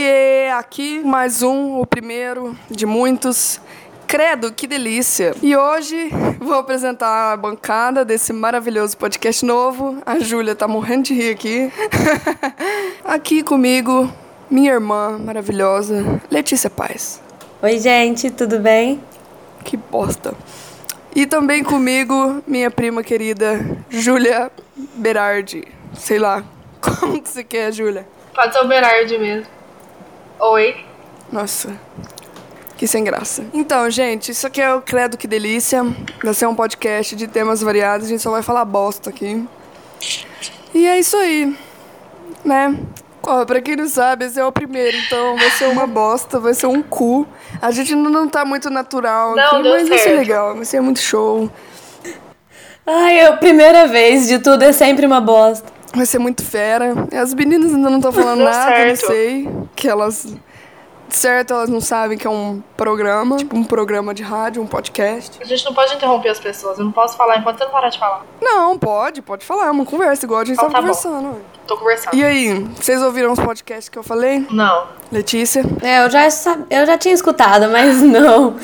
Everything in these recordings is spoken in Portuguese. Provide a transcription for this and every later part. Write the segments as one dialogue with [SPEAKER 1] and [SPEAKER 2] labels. [SPEAKER 1] Oiê, aqui mais um, o primeiro de muitos. Credo, que delícia! E hoje vou apresentar a bancada desse maravilhoso podcast novo. A Júlia tá morrendo de rir aqui. aqui comigo, minha irmã maravilhosa, Letícia Paz.
[SPEAKER 2] Oi, gente, tudo bem?
[SPEAKER 1] Que bosta. E também comigo, minha prima querida, Júlia Berardi. Sei lá, como que você quer, Júlia?
[SPEAKER 3] Pode ser o Berardi mesmo. Oi.
[SPEAKER 1] Nossa, que sem graça. Então, gente, isso aqui é o Credo Que Delícia. Vai ser um podcast de temas variados. A gente só vai falar bosta aqui. E é isso aí, né? Ó, pra quem não sabe, esse é o primeiro, então vai ser uma bosta, vai ser um cu. A gente ainda não tá muito natural
[SPEAKER 3] Não,
[SPEAKER 1] aqui,
[SPEAKER 3] deu
[SPEAKER 1] mas vai ser
[SPEAKER 3] certo.
[SPEAKER 1] legal, vai ser muito show,
[SPEAKER 2] Ai, eu, primeira vez de tudo é sempre uma bosta.
[SPEAKER 1] vai ser muito fera. As meninas ainda não estão falando
[SPEAKER 3] Deu
[SPEAKER 1] nada,
[SPEAKER 3] certo.
[SPEAKER 1] não sei. Que elas. Certo, elas não sabem que é um programa, tipo um programa de rádio, um podcast.
[SPEAKER 3] A gente não pode interromper as pessoas. Eu não posso falar enquanto eu não parar de falar.
[SPEAKER 1] Não, pode, pode falar, é uma conversa, igual a gente
[SPEAKER 3] Então
[SPEAKER 1] tava
[SPEAKER 3] tá bom.
[SPEAKER 1] conversando. ué.
[SPEAKER 3] Tô conversando.
[SPEAKER 1] E aí, vocês ouviram os podcasts que eu falei?
[SPEAKER 3] Não.
[SPEAKER 1] Letícia?
[SPEAKER 2] É, eu já, sab... eu já tinha escutado, mas não.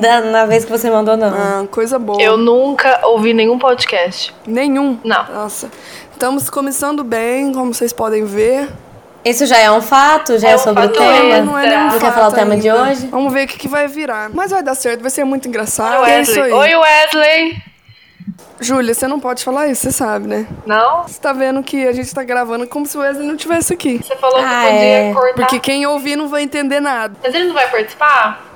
[SPEAKER 2] Da, na vez que você mandou, não.
[SPEAKER 1] Ah, coisa boa.
[SPEAKER 3] Eu nunca ouvi nenhum podcast.
[SPEAKER 1] Nenhum?
[SPEAKER 3] Não.
[SPEAKER 1] Nossa. Estamos começando bem, como vocês podem ver.
[SPEAKER 2] Isso já é um fato? Já é,
[SPEAKER 3] É um
[SPEAKER 2] sobre o
[SPEAKER 3] fato,
[SPEAKER 2] tema?
[SPEAKER 3] é,
[SPEAKER 1] não é nenhum
[SPEAKER 2] Não quer
[SPEAKER 1] fato
[SPEAKER 2] falar o tema de
[SPEAKER 1] ainda.
[SPEAKER 2] hoje?
[SPEAKER 1] Vamos ver o que, que vai virar. Mas vai dar certo, vai ser muito
[SPEAKER 3] Oi,
[SPEAKER 1] engraçado. É isso aí.
[SPEAKER 3] Wesley. Oi, Wesley.
[SPEAKER 1] Júlia, você não pode falar isso, você sabe, né?
[SPEAKER 3] Não?
[SPEAKER 1] Você tá vendo que a gente tá gravando como se o Wesley não tivesse aqui.
[SPEAKER 3] Você falou que
[SPEAKER 2] Ah,
[SPEAKER 3] podia
[SPEAKER 2] é.
[SPEAKER 3] cortar.
[SPEAKER 1] Porque quem ouvir não vai entender nada.
[SPEAKER 3] Mas ele não vai participar?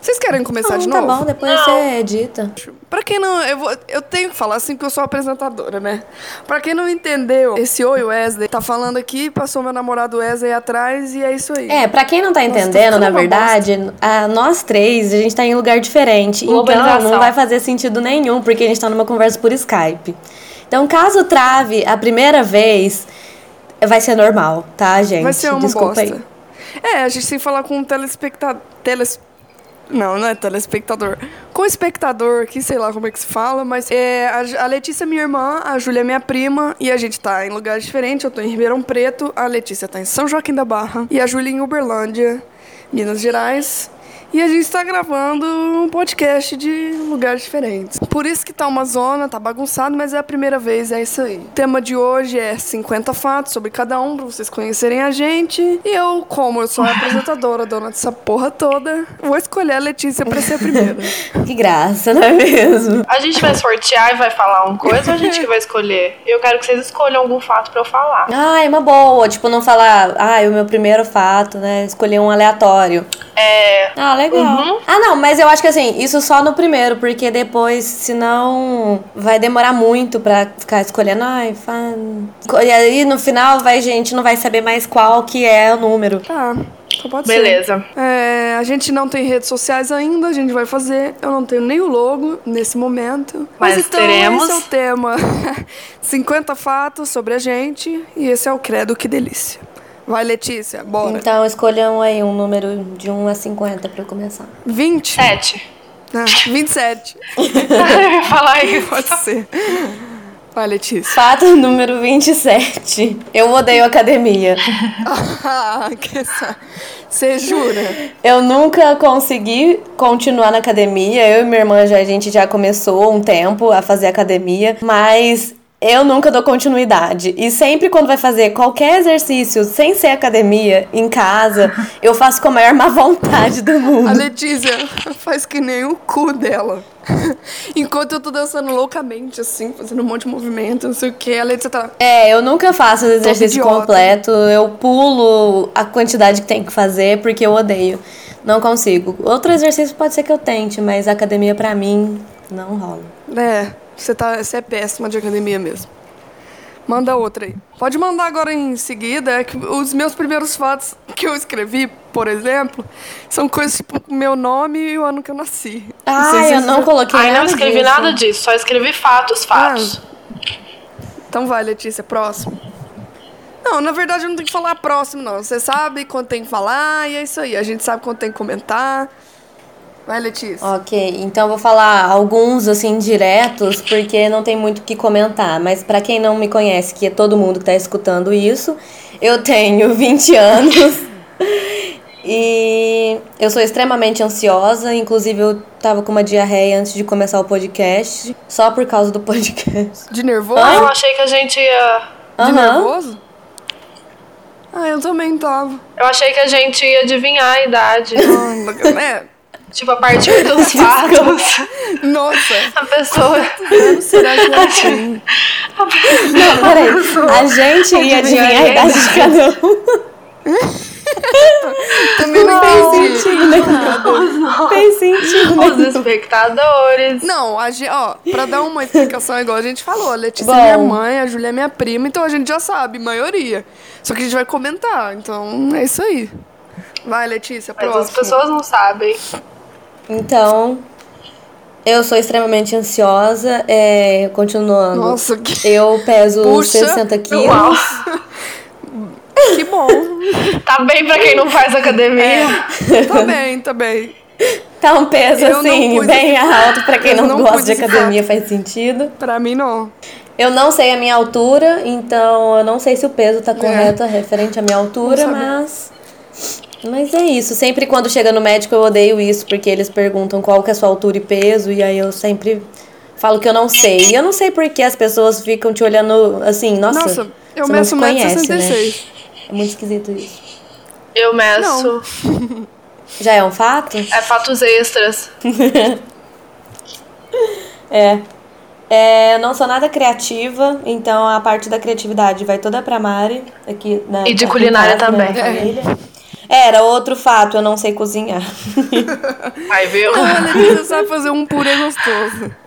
[SPEAKER 1] Vocês querem começar
[SPEAKER 2] Não,
[SPEAKER 1] de
[SPEAKER 2] tá
[SPEAKER 1] novo?
[SPEAKER 2] bom, depois
[SPEAKER 3] Não.
[SPEAKER 2] você edita.
[SPEAKER 1] Pra quem não. Eu, vou- eu tenho que falar assim porque eu sou apresentadora, né? Pra quem não entendeu, esse Oi Wesley tá falando aqui, passou meu namorado Wesley atrás e é isso aí.
[SPEAKER 2] É, pra quem não tá entendendo,
[SPEAKER 1] ficando
[SPEAKER 2] na
[SPEAKER 1] uma
[SPEAKER 2] verdade, a, nós três, a gente tá em lugar diferente. Então,
[SPEAKER 3] Globalização.
[SPEAKER 2] não vai fazer sentido nenhum, porque a gente tá numa conversa por Skype. Então, caso trave a primeira vez, vai ser normal, tá, gente?
[SPEAKER 1] Vai ser uma
[SPEAKER 2] Desculpa
[SPEAKER 1] bosta.
[SPEAKER 2] aí.
[SPEAKER 1] É, a gente tem que falar com um telespectador. Teles... Não, não é telespectador. Com um espectador aqui, sei lá como é que se fala, mas é, a, Ju- a Letícia é minha irmã, a Júlia é minha prima, e a gente tá em lugares diferentes. Eu tô em Ribeirão Preto, a Letícia tá em São Joaquim da Barra, e a Júlia em Uberlândia, Minas Gerais. E a gente tá gravando um podcast de lugares diferentes. Por isso que tá uma zona, tá bagunçado, mas é a primeira vez, é isso aí. O tema de hoje é 50 fatos sobre cada um, pra vocês conhecerem a gente. E eu, como eu sou a apresentadora, dona dessa porra toda, vou escolher a Letícia pra ser a primeira.
[SPEAKER 2] Que graça, não é mesmo?
[SPEAKER 3] A gente vai sortear e vai falar uma coisa ou a gente que vai escolher? Eu quero que vocês escolham algum fato pra eu falar.
[SPEAKER 2] Ah, é uma boa. Tipo, não falar, ah, é o meu primeiro fato, né? Escolher um aleatório.
[SPEAKER 3] É.
[SPEAKER 2] Ah, legal. Ah, não, mas eu acho que assim, isso só no primeiro, porque depois, senão, vai demorar muito pra ficar escolhendo. Ai, fa... E aí no final, vai, gente, não vai saber mais qual que é o número.
[SPEAKER 1] Tá, só pode ser.
[SPEAKER 3] Beleza.
[SPEAKER 1] É, a gente não tem redes sociais ainda, a gente vai fazer. Eu não tenho nem o logo nesse momento.
[SPEAKER 3] Mas
[SPEAKER 1] então,
[SPEAKER 3] teremos.
[SPEAKER 1] esse é o tema. 50 fatos sobre a gente. E esse é o Credo Que Delícia. Vai, Letícia, bora.
[SPEAKER 2] Então, escolham aí um número de 1 a 50 pra eu começar.
[SPEAKER 1] 20?
[SPEAKER 3] Sete.
[SPEAKER 1] Ah, 27.
[SPEAKER 3] eu ia falar isso.
[SPEAKER 1] Pode ser. Vai, Letícia.
[SPEAKER 2] Fato número 27. Eu odeio academia.
[SPEAKER 1] Ah, que essa- Você jura?
[SPEAKER 2] Eu nunca consegui continuar na academia. Eu e minha irmã já a gente já começou um tempo a fazer academia, mas eu nunca dou continuidade. E sempre quando vai fazer qualquer exercício sem ser academia em casa, eu faço com a maior má vontade do
[SPEAKER 1] A
[SPEAKER 2] mundo.
[SPEAKER 1] Letícia faz que nem o cu dela. Enquanto eu tô dançando loucamente, assim, fazendo um monte de movimento, não sei o que, a Letícia tá.
[SPEAKER 2] É, eu nunca faço esse exercício
[SPEAKER 1] idiota.
[SPEAKER 2] completo. Eu pulo a quantidade que tem que fazer porque eu odeio. Não consigo. Outro exercício pode ser que eu tente, mas academia pra mim não rola.
[SPEAKER 1] É, você, tá, você é péssima de academia mesmo. Manda outra aí. Pode mandar agora em seguida. É que os meus primeiros fatos que eu escrevi, por exemplo, são coisas tipo meu nome e o ano que eu nasci. sei
[SPEAKER 2] Ah,
[SPEAKER 1] se
[SPEAKER 2] eu
[SPEAKER 1] você-
[SPEAKER 2] não coloquei
[SPEAKER 3] Ai,
[SPEAKER 2] nada
[SPEAKER 3] não escrevi
[SPEAKER 2] disso.
[SPEAKER 3] nada disso, só escrevi fatos, fatos.
[SPEAKER 1] Então vai, Letícia, próximo. Não, na verdade eu não tenho que falar próximo, não. Você sabe quando tem que falar e é isso aí. A gente sabe quando tem que comentar. Vai, Letícia.
[SPEAKER 2] Ok, então eu vou falar alguns assim diretos, porque não tem muito o que comentar. Mas pra quem não me conhece, que é todo mundo que tá escutando isso, eu tenho 20 anos. E eu sou extremamente ansiosa, inclusive eu tava com uma diarreia antes de começar o podcast, só por causa do podcast.
[SPEAKER 1] De nervoso?
[SPEAKER 3] Ah, eu achei que a gente ia.
[SPEAKER 1] De
[SPEAKER 2] Aham.
[SPEAKER 1] nervoso? Ah, eu também tava.
[SPEAKER 3] Eu achei que a gente ia adivinhar a idade.
[SPEAKER 1] Ah, é,
[SPEAKER 3] tipo, a partir dos fatos,
[SPEAKER 1] nossa,
[SPEAKER 3] a pessoa.
[SPEAKER 1] anos será que eu tenho?
[SPEAKER 2] Não, peraí. A gente ia adivinhar a idade de cada um.
[SPEAKER 1] Também não
[SPEAKER 2] Não
[SPEAKER 1] entendi.
[SPEAKER 2] tem sentido, né? Tem sentido,
[SPEAKER 3] Os
[SPEAKER 2] né?
[SPEAKER 3] espectadores.
[SPEAKER 1] Não, a gente, ó, pra dar uma explicação igual a gente falou, a Letícia
[SPEAKER 2] Bom.
[SPEAKER 1] é minha mãe, a Júlia é minha prima, então a gente já sabe, maioria. Só que a gente vai comentar, então é isso aí. Vai, Letícia,
[SPEAKER 3] Mas as
[SPEAKER 1] próximo.
[SPEAKER 3] pessoas não sabem.
[SPEAKER 2] Então, eu sou extremamente ansiosa, é, continuando.
[SPEAKER 1] Nossa, que,
[SPEAKER 2] Eu peso
[SPEAKER 1] Puxa.
[SPEAKER 2] 60 quilos.
[SPEAKER 3] Uau.
[SPEAKER 1] que bom.
[SPEAKER 3] Tá bem pra quem não faz
[SPEAKER 2] É.
[SPEAKER 3] academia.
[SPEAKER 1] Tá bem, tá bem.
[SPEAKER 2] Tá um peso
[SPEAKER 1] Eu não
[SPEAKER 2] assim,
[SPEAKER 1] pude-
[SPEAKER 2] bem alto, pra quem
[SPEAKER 1] Eu
[SPEAKER 2] não,
[SPEAKER 1] não
[SPEAKER 2] gosta
[SPEAKER 1] pude
[SPEAKER 2] de
[SPEAKER 1] ficar.
[SPEAKER 2] academia faz sentido.
[SPEAKER 1] Pra mim, não.
[SPEAKER 2] Eu não sei a minha altura, então eu não sei se o peso
[SPEAKER 1] É.
[SPEAKER 2] tá correto referente à minha altura,
[SPEAKER 1] Vamos saber.
[SPEAKER 2] mas. Mas é isso. Sempre quando chega no médico eu odeio isso, porque eles perguntam qual que é a sua altura e peso, e aí eu sempre falo que eu não sei. E eu não sei por que as pessoas ficam te olhando assim, nossa.
[SPEAKER 1] Nossa, eu
[SPEAKER 2] você não
[SPEAKER 1] meço
[SPEAKER 2] se conhece,
[SPEAKER 1] 1,66m.
[SPEAKER 2] Né? É muito esquisito isso.
[SPEAKER 3] Eu meço.
[SPEAKER 1] Não.
[SPEAKER 2] Já é um fato?
[SPEAKER 3] É fatos extras.
[SPEAKER 2] É. É, eu não sou nada criativa, então a parte da criatividade vai toda pra Mari. Aqui na,
[SPEAKER 3] E de
[SPEAKER 2] aqui
[SPEAKER 3] culinária
[SPEAKER 2] em casa,
[SPEAKER 3] também.
[SPEAKER 2] na família. Era outro fato, eu não sei cozinhar.
[SPEAKER 3] Aí viu?
[SPEAKER 1] A Ah, Letícia sabe fazer um purê gostoso.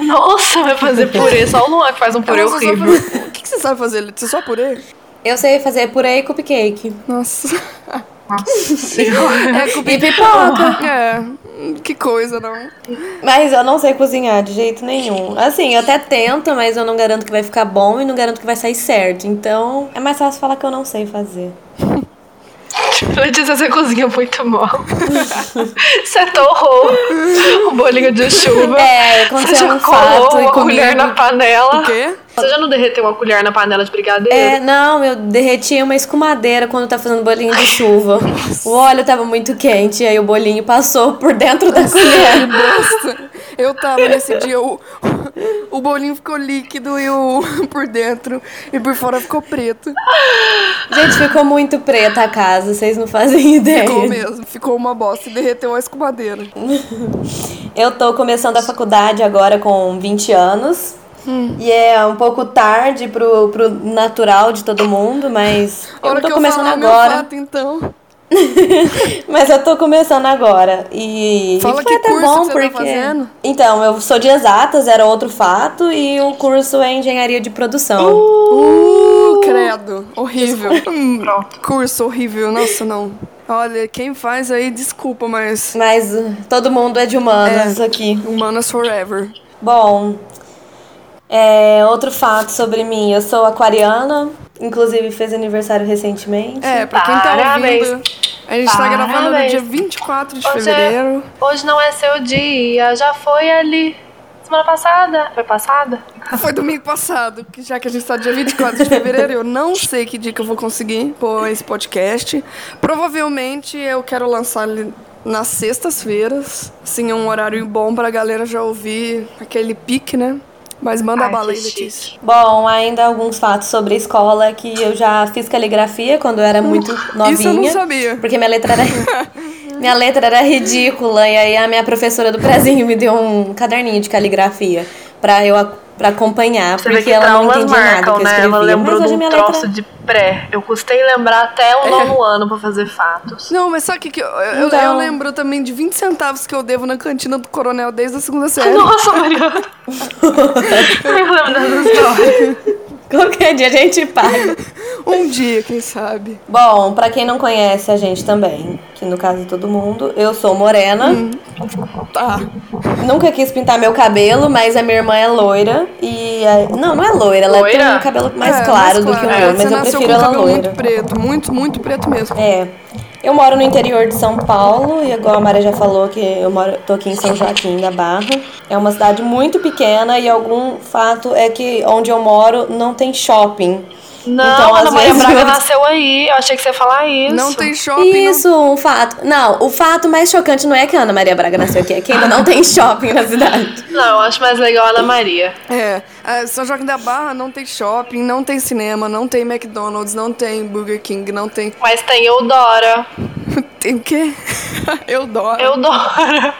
[SPEAKER 3] Nossa, vai fazer purê. Só o Luan que faz um purê
[SPEAKER 1] Nossa, só
[SPEAKER 3] horrível.
[SPEAKER 1] purê. O que, que você sabe fazer, Letícia? Só purê?
[SPEAKER 2] Eu sei fazer purê e cupcake.
[SPEAKER 1] Nossa.
[SPEAKER 3] Senhora.
[SPEAKER 1] É,
[SPEAKER 2] E pipoca.
[SPEAKER 1] é, que coisa, não.
[SPEAKER 2] Mas eu não sei cozinhar de jeito nenhum. Assim, eu até tento, mas eu não garanto que vai ficar bom e não garanto que vai sair certo. Então, é mais fácil falar que eu não sei fazer.
[SPEAKER 3] Letícia, você cozinha assim, muito mal. você é torrou o Um bolinho de chuva.
[SPEAKER 2] É,
[SPEAKER 3] Você
[SPEAKER 2] aconteceu
[SPEAKER 3] já
[SPEAKER 2] um fato
[SPEAKER 3] colou
[SPEAKER 2] e
[SPEAKER 3] uma
[SPEAKER 2] comigo.
[SPEAKER 3] colher na panela.
[SPEAKER 1] O quê?
[SPEAKER 3] Você já não derreteu uma colher na panela de brigadeiro?
[SPEAKER 2] É, não, eu derreti uma escumadeira quando tá fazendo bolinho de chuva. O óleo tava muito quente, aí o bolinho passou por dentro da colher.
[SPEAKER 1] Nossa, eu tava nesse dia, o, o bolinho ficou líquido e o por dentro e por fora ficou preto.
[SPEAKER 2] Gente, ficou muito preta a casa, vocês não fazem ideia.
[SPEAKER 1] Ficou mesmo, ficou uma bosta e derreteu a escumadeira.
[SPEAKER 2] Eu tô começando a faculdade agora com 20 anos.
[SPEAKER 1] Hum.
[SPEAKER 2] E é um pouco tarde pro, pro natural de todo mundo, mas
[SPEAKER 1] A
[SPEAKER 2] eu
[SPEAKER 1] hora
[SPEAKER 2] tô
[SPEAKER 1] que eu
[SPEAKER 2] começando
[SPEAKER 1] falar meu
[SPEAKER 2] agora.
[SPEAKER 1] fato, então.
[SPEAKER 2] Mas eu tô começando agora. E
[SPEAKER 1] Fala
[SPEAKER 2] e foi
[SPEAKER 1] que
[SPEAKER 2] até
[SPEAKER 1] curso
[SPEAKER 2] bom
[SPEAKER 1] que você tá
[SPEAKER 2] porque.
[SPEAKER 1] fazendo.
[SPEAKER 2] Então, eu sou de exatas, era outro fato, e o curso é engenharia de produção.
[SPEAKER 1] Uh, credo, horrível. Hum,
[SPEAKER 3] Pronto.
[SPEAKER 1] Curso horrível, nossa, não. Olha, quem faz aí, desculpa, mas
[SPEAKER 2] Mas uh, todo mundo é de humanas aqui.
[SPEAKER 1] humanas forever.
[SPEAKER 2] Bom, é, outro fato sobre mim, eu sou aquariana, inclusive fez aniversário recentemente.
[SPEAKER 1] É, pra quem tá
[SPEAKER 3] Parabéns.
[SPEAKER 1] ouvindo, a gente tá gravando no
[SPEAKER 3] Parabéns.
[SPEAKER 1] dia 24 de
[SPEAKER 3] Hoje, é-
[SPEAKER 1] fevereiro.
[SPEAKER 3] hoje não é seu dia, já foi ali. Semana passada. Foi passada?
[SPEAKER 1] Foi domingo passado, que já que a gente tá dia 24 de fevereiro, eu não sei que dia que eu vou conseguir pôr esse podcast. Provavelmente eu quero lançar ele nas sextas-feiras, assim, é um horário bom pra galera já ouvir aquele pique, né? Mas manda
[SPEAKER 3] Ai,
[SPEAKER 1] bala aí,
[SPEAKER 3] que chique.
[SPEAKER 1] Letícia.
[SPEAKER 2] Bom, ainda alguns fatos sobre a escola que eu já fiz caligrafia quando eu era muito novinha.
[SPEAKER 1] Uh, Isso eu não sabia.
[SPEAKER 2] Porque minha letra era. minha letra era ridícula. E aí a minha professora do prezinho me deu um caderninho de caligrafia pra eu a- pra acompanhar.
[SPEAKER 3] Você vê
[SPEAKER 2] porque
[SPEAKER 3] que
[SPEAKER 2] ela não
[SPEAKER 3] traumas
[SPEAKER 2] entendia nada
[SPEAKER 3] marcam,
[SPEAKER 2] que eu
[SPEAKER 3] né?
[SPEAKER 2] escrevia.
[SPEAKER 3] Ela lembrou
[SPEAKER 2] Mas
[SPEAKER 3] de
[SPEAKER 2] hoje minha
[SPEAKER 3] um
[SPEAKER 2] letra.
[SPEAKER 3] troço de pré. Eu custei lembrar até o nono ano pra fazer fatos.
[SPEAKER 1] Não, mas sabe o que, que eu, eu- eu,
[SPEAKER 2] Então.
[SPEAKER 1] lembro também de 20 centavos que eu devo na cantina do coronel desde a
[SPEAKER 2] Ah,
[SPEAKER 1] segunda série.
[SPEAKER 3] Nossa, Mariana! eu lembro dessa história.
[SPEAKER 2] Qualquer dia a gente paga.
[SPEAKER 1] Um dia, quem sabe.
[SPEAKER 2] Bom, pra quem não conhece a gente também, que no caso é todo mundo, eu sou morena.
[SPEAKER 1] Hum. Tá.
[SPEAKER 2] Nunca quis pintar meu cabelo, mas a minha irmã é loira. E. a- Não, não é loira, ela
[SPEAKER 3] Loira?
[SPEAKER 2] tem um cabelo mais
[SPEAKER 1] É,
[SPEAKER 2] claro do que o
[SPEAKER 1] claro.
[SPEAKER 2] meu,
[SPEAKER 1] É,
[SPEAKER 2] mas
[SPEAKER 1] você
[SPEAKER 2] eu
[SPEAKER 1] nasceu
[SPEAKER 2] prefiro
[SPEAKER 1] com o
[SPEAKER 2] ela
[SPEAKER 1] cabelo
[SPEAKER 2] loira.
[SPEAKER 1] muito preto, muito, muito preto mesmo.
[SPEAKER 2] É. Eu moro no interior de São Paulo, e igual a Maria já falou, que eu moro, tô aqui em São Joaquim da Barra. É uma cidade muito pequena e algum fato é que onde eu moro não tem shopping.
[SPEAKER 3] Não,
[SPEAKER 2] Então,
[SPEAKER 3] Ana
[SPEAKER 2] às
[SPEAKER 3] Maria
[SPEAKER 2] vezes,
[SPEAKER 3] Braga
[SPEAKER 2] eu-
[SPEAKER 3] nasceu aí. Eu achei que você ia falar isso.
[SPEAKER 1] Não tem shopping,
[SPEAKER 2] Isso, um fato. Não, o fato mais chocante não é que a Ana Maria Braga nasceu aqui, é que ainda não tem shopping na cidade.
[SPEAKER 3] Não, eu acho mais legal a Ana Maria.
[SPEAKER 1] não. É, ah, São Joaquim da Barra não tem shopping, não tem cinema, não tem McDonald's, não tem Burger King, não tem...
[SPEAKER 3] Mas tem Eudora.
[SPEAKER 1] Tem o quê? Eu dó.
[SPEAKER 3] Eudora.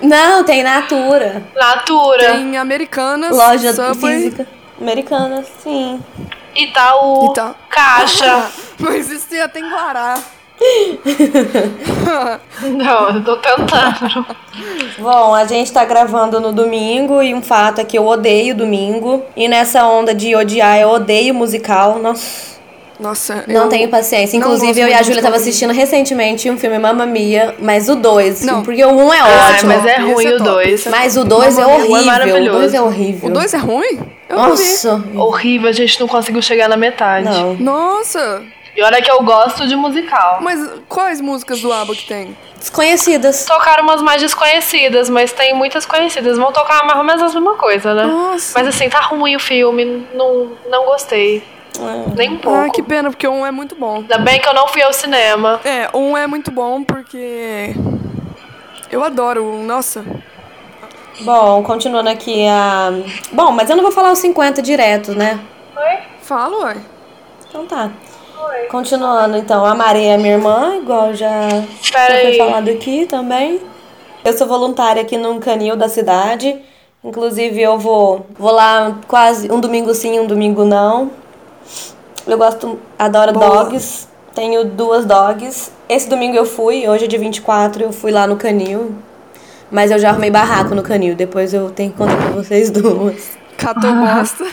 [SPEAKER 2] Não, tem Natura.
[SPEAKER 3] Natura.
[SPEAKER 1] Tem Americanas,
[SPEAKER 2] Loja
[SPEAKER 1] Subway
[SPEAKER 2] física. Americana, sim.
[SPEAKER 3] Itaú.
[SPEAKER 1] Ita-
[SPEAKER 3] Caixa.
[SPEAKER 1] Mas isso já tem Guará.
[SPEAKER 3] não, eu tô tentando.
[SPEAKER 2] Bom, a gente tá gravando no domingo e um fato é que eu odeio domingo. E nessa onda de odiar, eu odeio musical. Nossa.
[SPEAKER 1] Nossa,
[SPEAKER 2] Não
[SPEAKER 1] eu-
[SPEAKER 2] tenho paciência.
[SPEAKER 1] não gosto
[SPEAKER 2] Inclusive, eu e a
[SPEAKER 1] muito de
[SPEAKER 2] Júlia tava
[SPEAKER 1] musical.
[SPEAKER 2] assistindo recentemente um filme Mamma Mia, mas o 2.
[SPEAKER 1] Não.
[SPEAKER 2] Porque o 1 um é
[SPEAKER 3] Ai,
[SPEAKER 2] ótimo.
[SPEAKER 3] mas é
[SPEAKER 1] Esse
[SPEAKER 3] ruim
[SPEAKER 1] é
[SPEAKER 3] o
[SPEAKER 1] top,
[SPEAKER 3] 2.
[SPEAKER 1] esse
[SPEAKER 2] Mas o 2 é
[SPEAKER 3] Mamma Mia, o um é
[SPEAKER 2] horrível. O 2 é
[SPEAKER 3] maravilhoso.
[SPEAKER 2] horrível.
[SPEAKER 1] O 2 é ruim? Eu não vi.
[SPEAKER 2] Nossa.
[SPEAKER 3] Horrível, a gente não conseguiu chegar na metade.
[SPEAKER 2] Não.
[SPEAKER 1] Nossa,
[SPEAKER 3] E olha que eu gosto de musical.
[SPEAKER 1] mas quais músicas do ABBA que tem?
[SPEAKER 2] Desconhecidas.
[SPEAKER 3] Tocaram umas mais desconhecidas, mas tem muitas conhecidas. Vão tocar mais ou menos a mesma coisa, né?
[SPEAKER 1] Nossa.
[SPEAKER 3] Mas assim, tá ruim o filme. Não, não gostei. Nem um pouco.
[SPEAKER 1] Ah, que pena, porque um é muito bom.
[SPEAKER 3] Ainda bem que eu não fui ao cinema.
[SPEAKER 1] É, um é muito bom porque. Eu adoro um, nossa.
[SPEAKER 2] Bom, continuando aqui a. Bom, mas eu não vou falar os 50 direto, né?
[SPEAKER 3] Oi?
[SPEAKER 1] Falo, ué.
[SPEAKER 2] Então tá. Continuando, então, a Maria é minha irmã, igual já, já
[SPEAKER 3] Pera
[SPEAKER 2] foi
[SPEAKER 3] aí.
[SPEAKER 2] falado aqui também. Eu sou voluntária aqui num canil da cidade. Inclusive, eu vou, vou lá quase um domingo sim, um domingo não. Eu gosto, adoro
[SPEAKER 1] Boa.
[SPEAKER 2] dogs. Tenho duas dogs. Esse domingo eu fui, hoje é de 24, eu fui lá no canil. Mas eu já arrumei barraco no canil, depois eu tenho que contar pra vocês duas.
[SPEAKER 1] Catou
[SPEAKER 2] Ah.
[SPEAKER 1] bosta.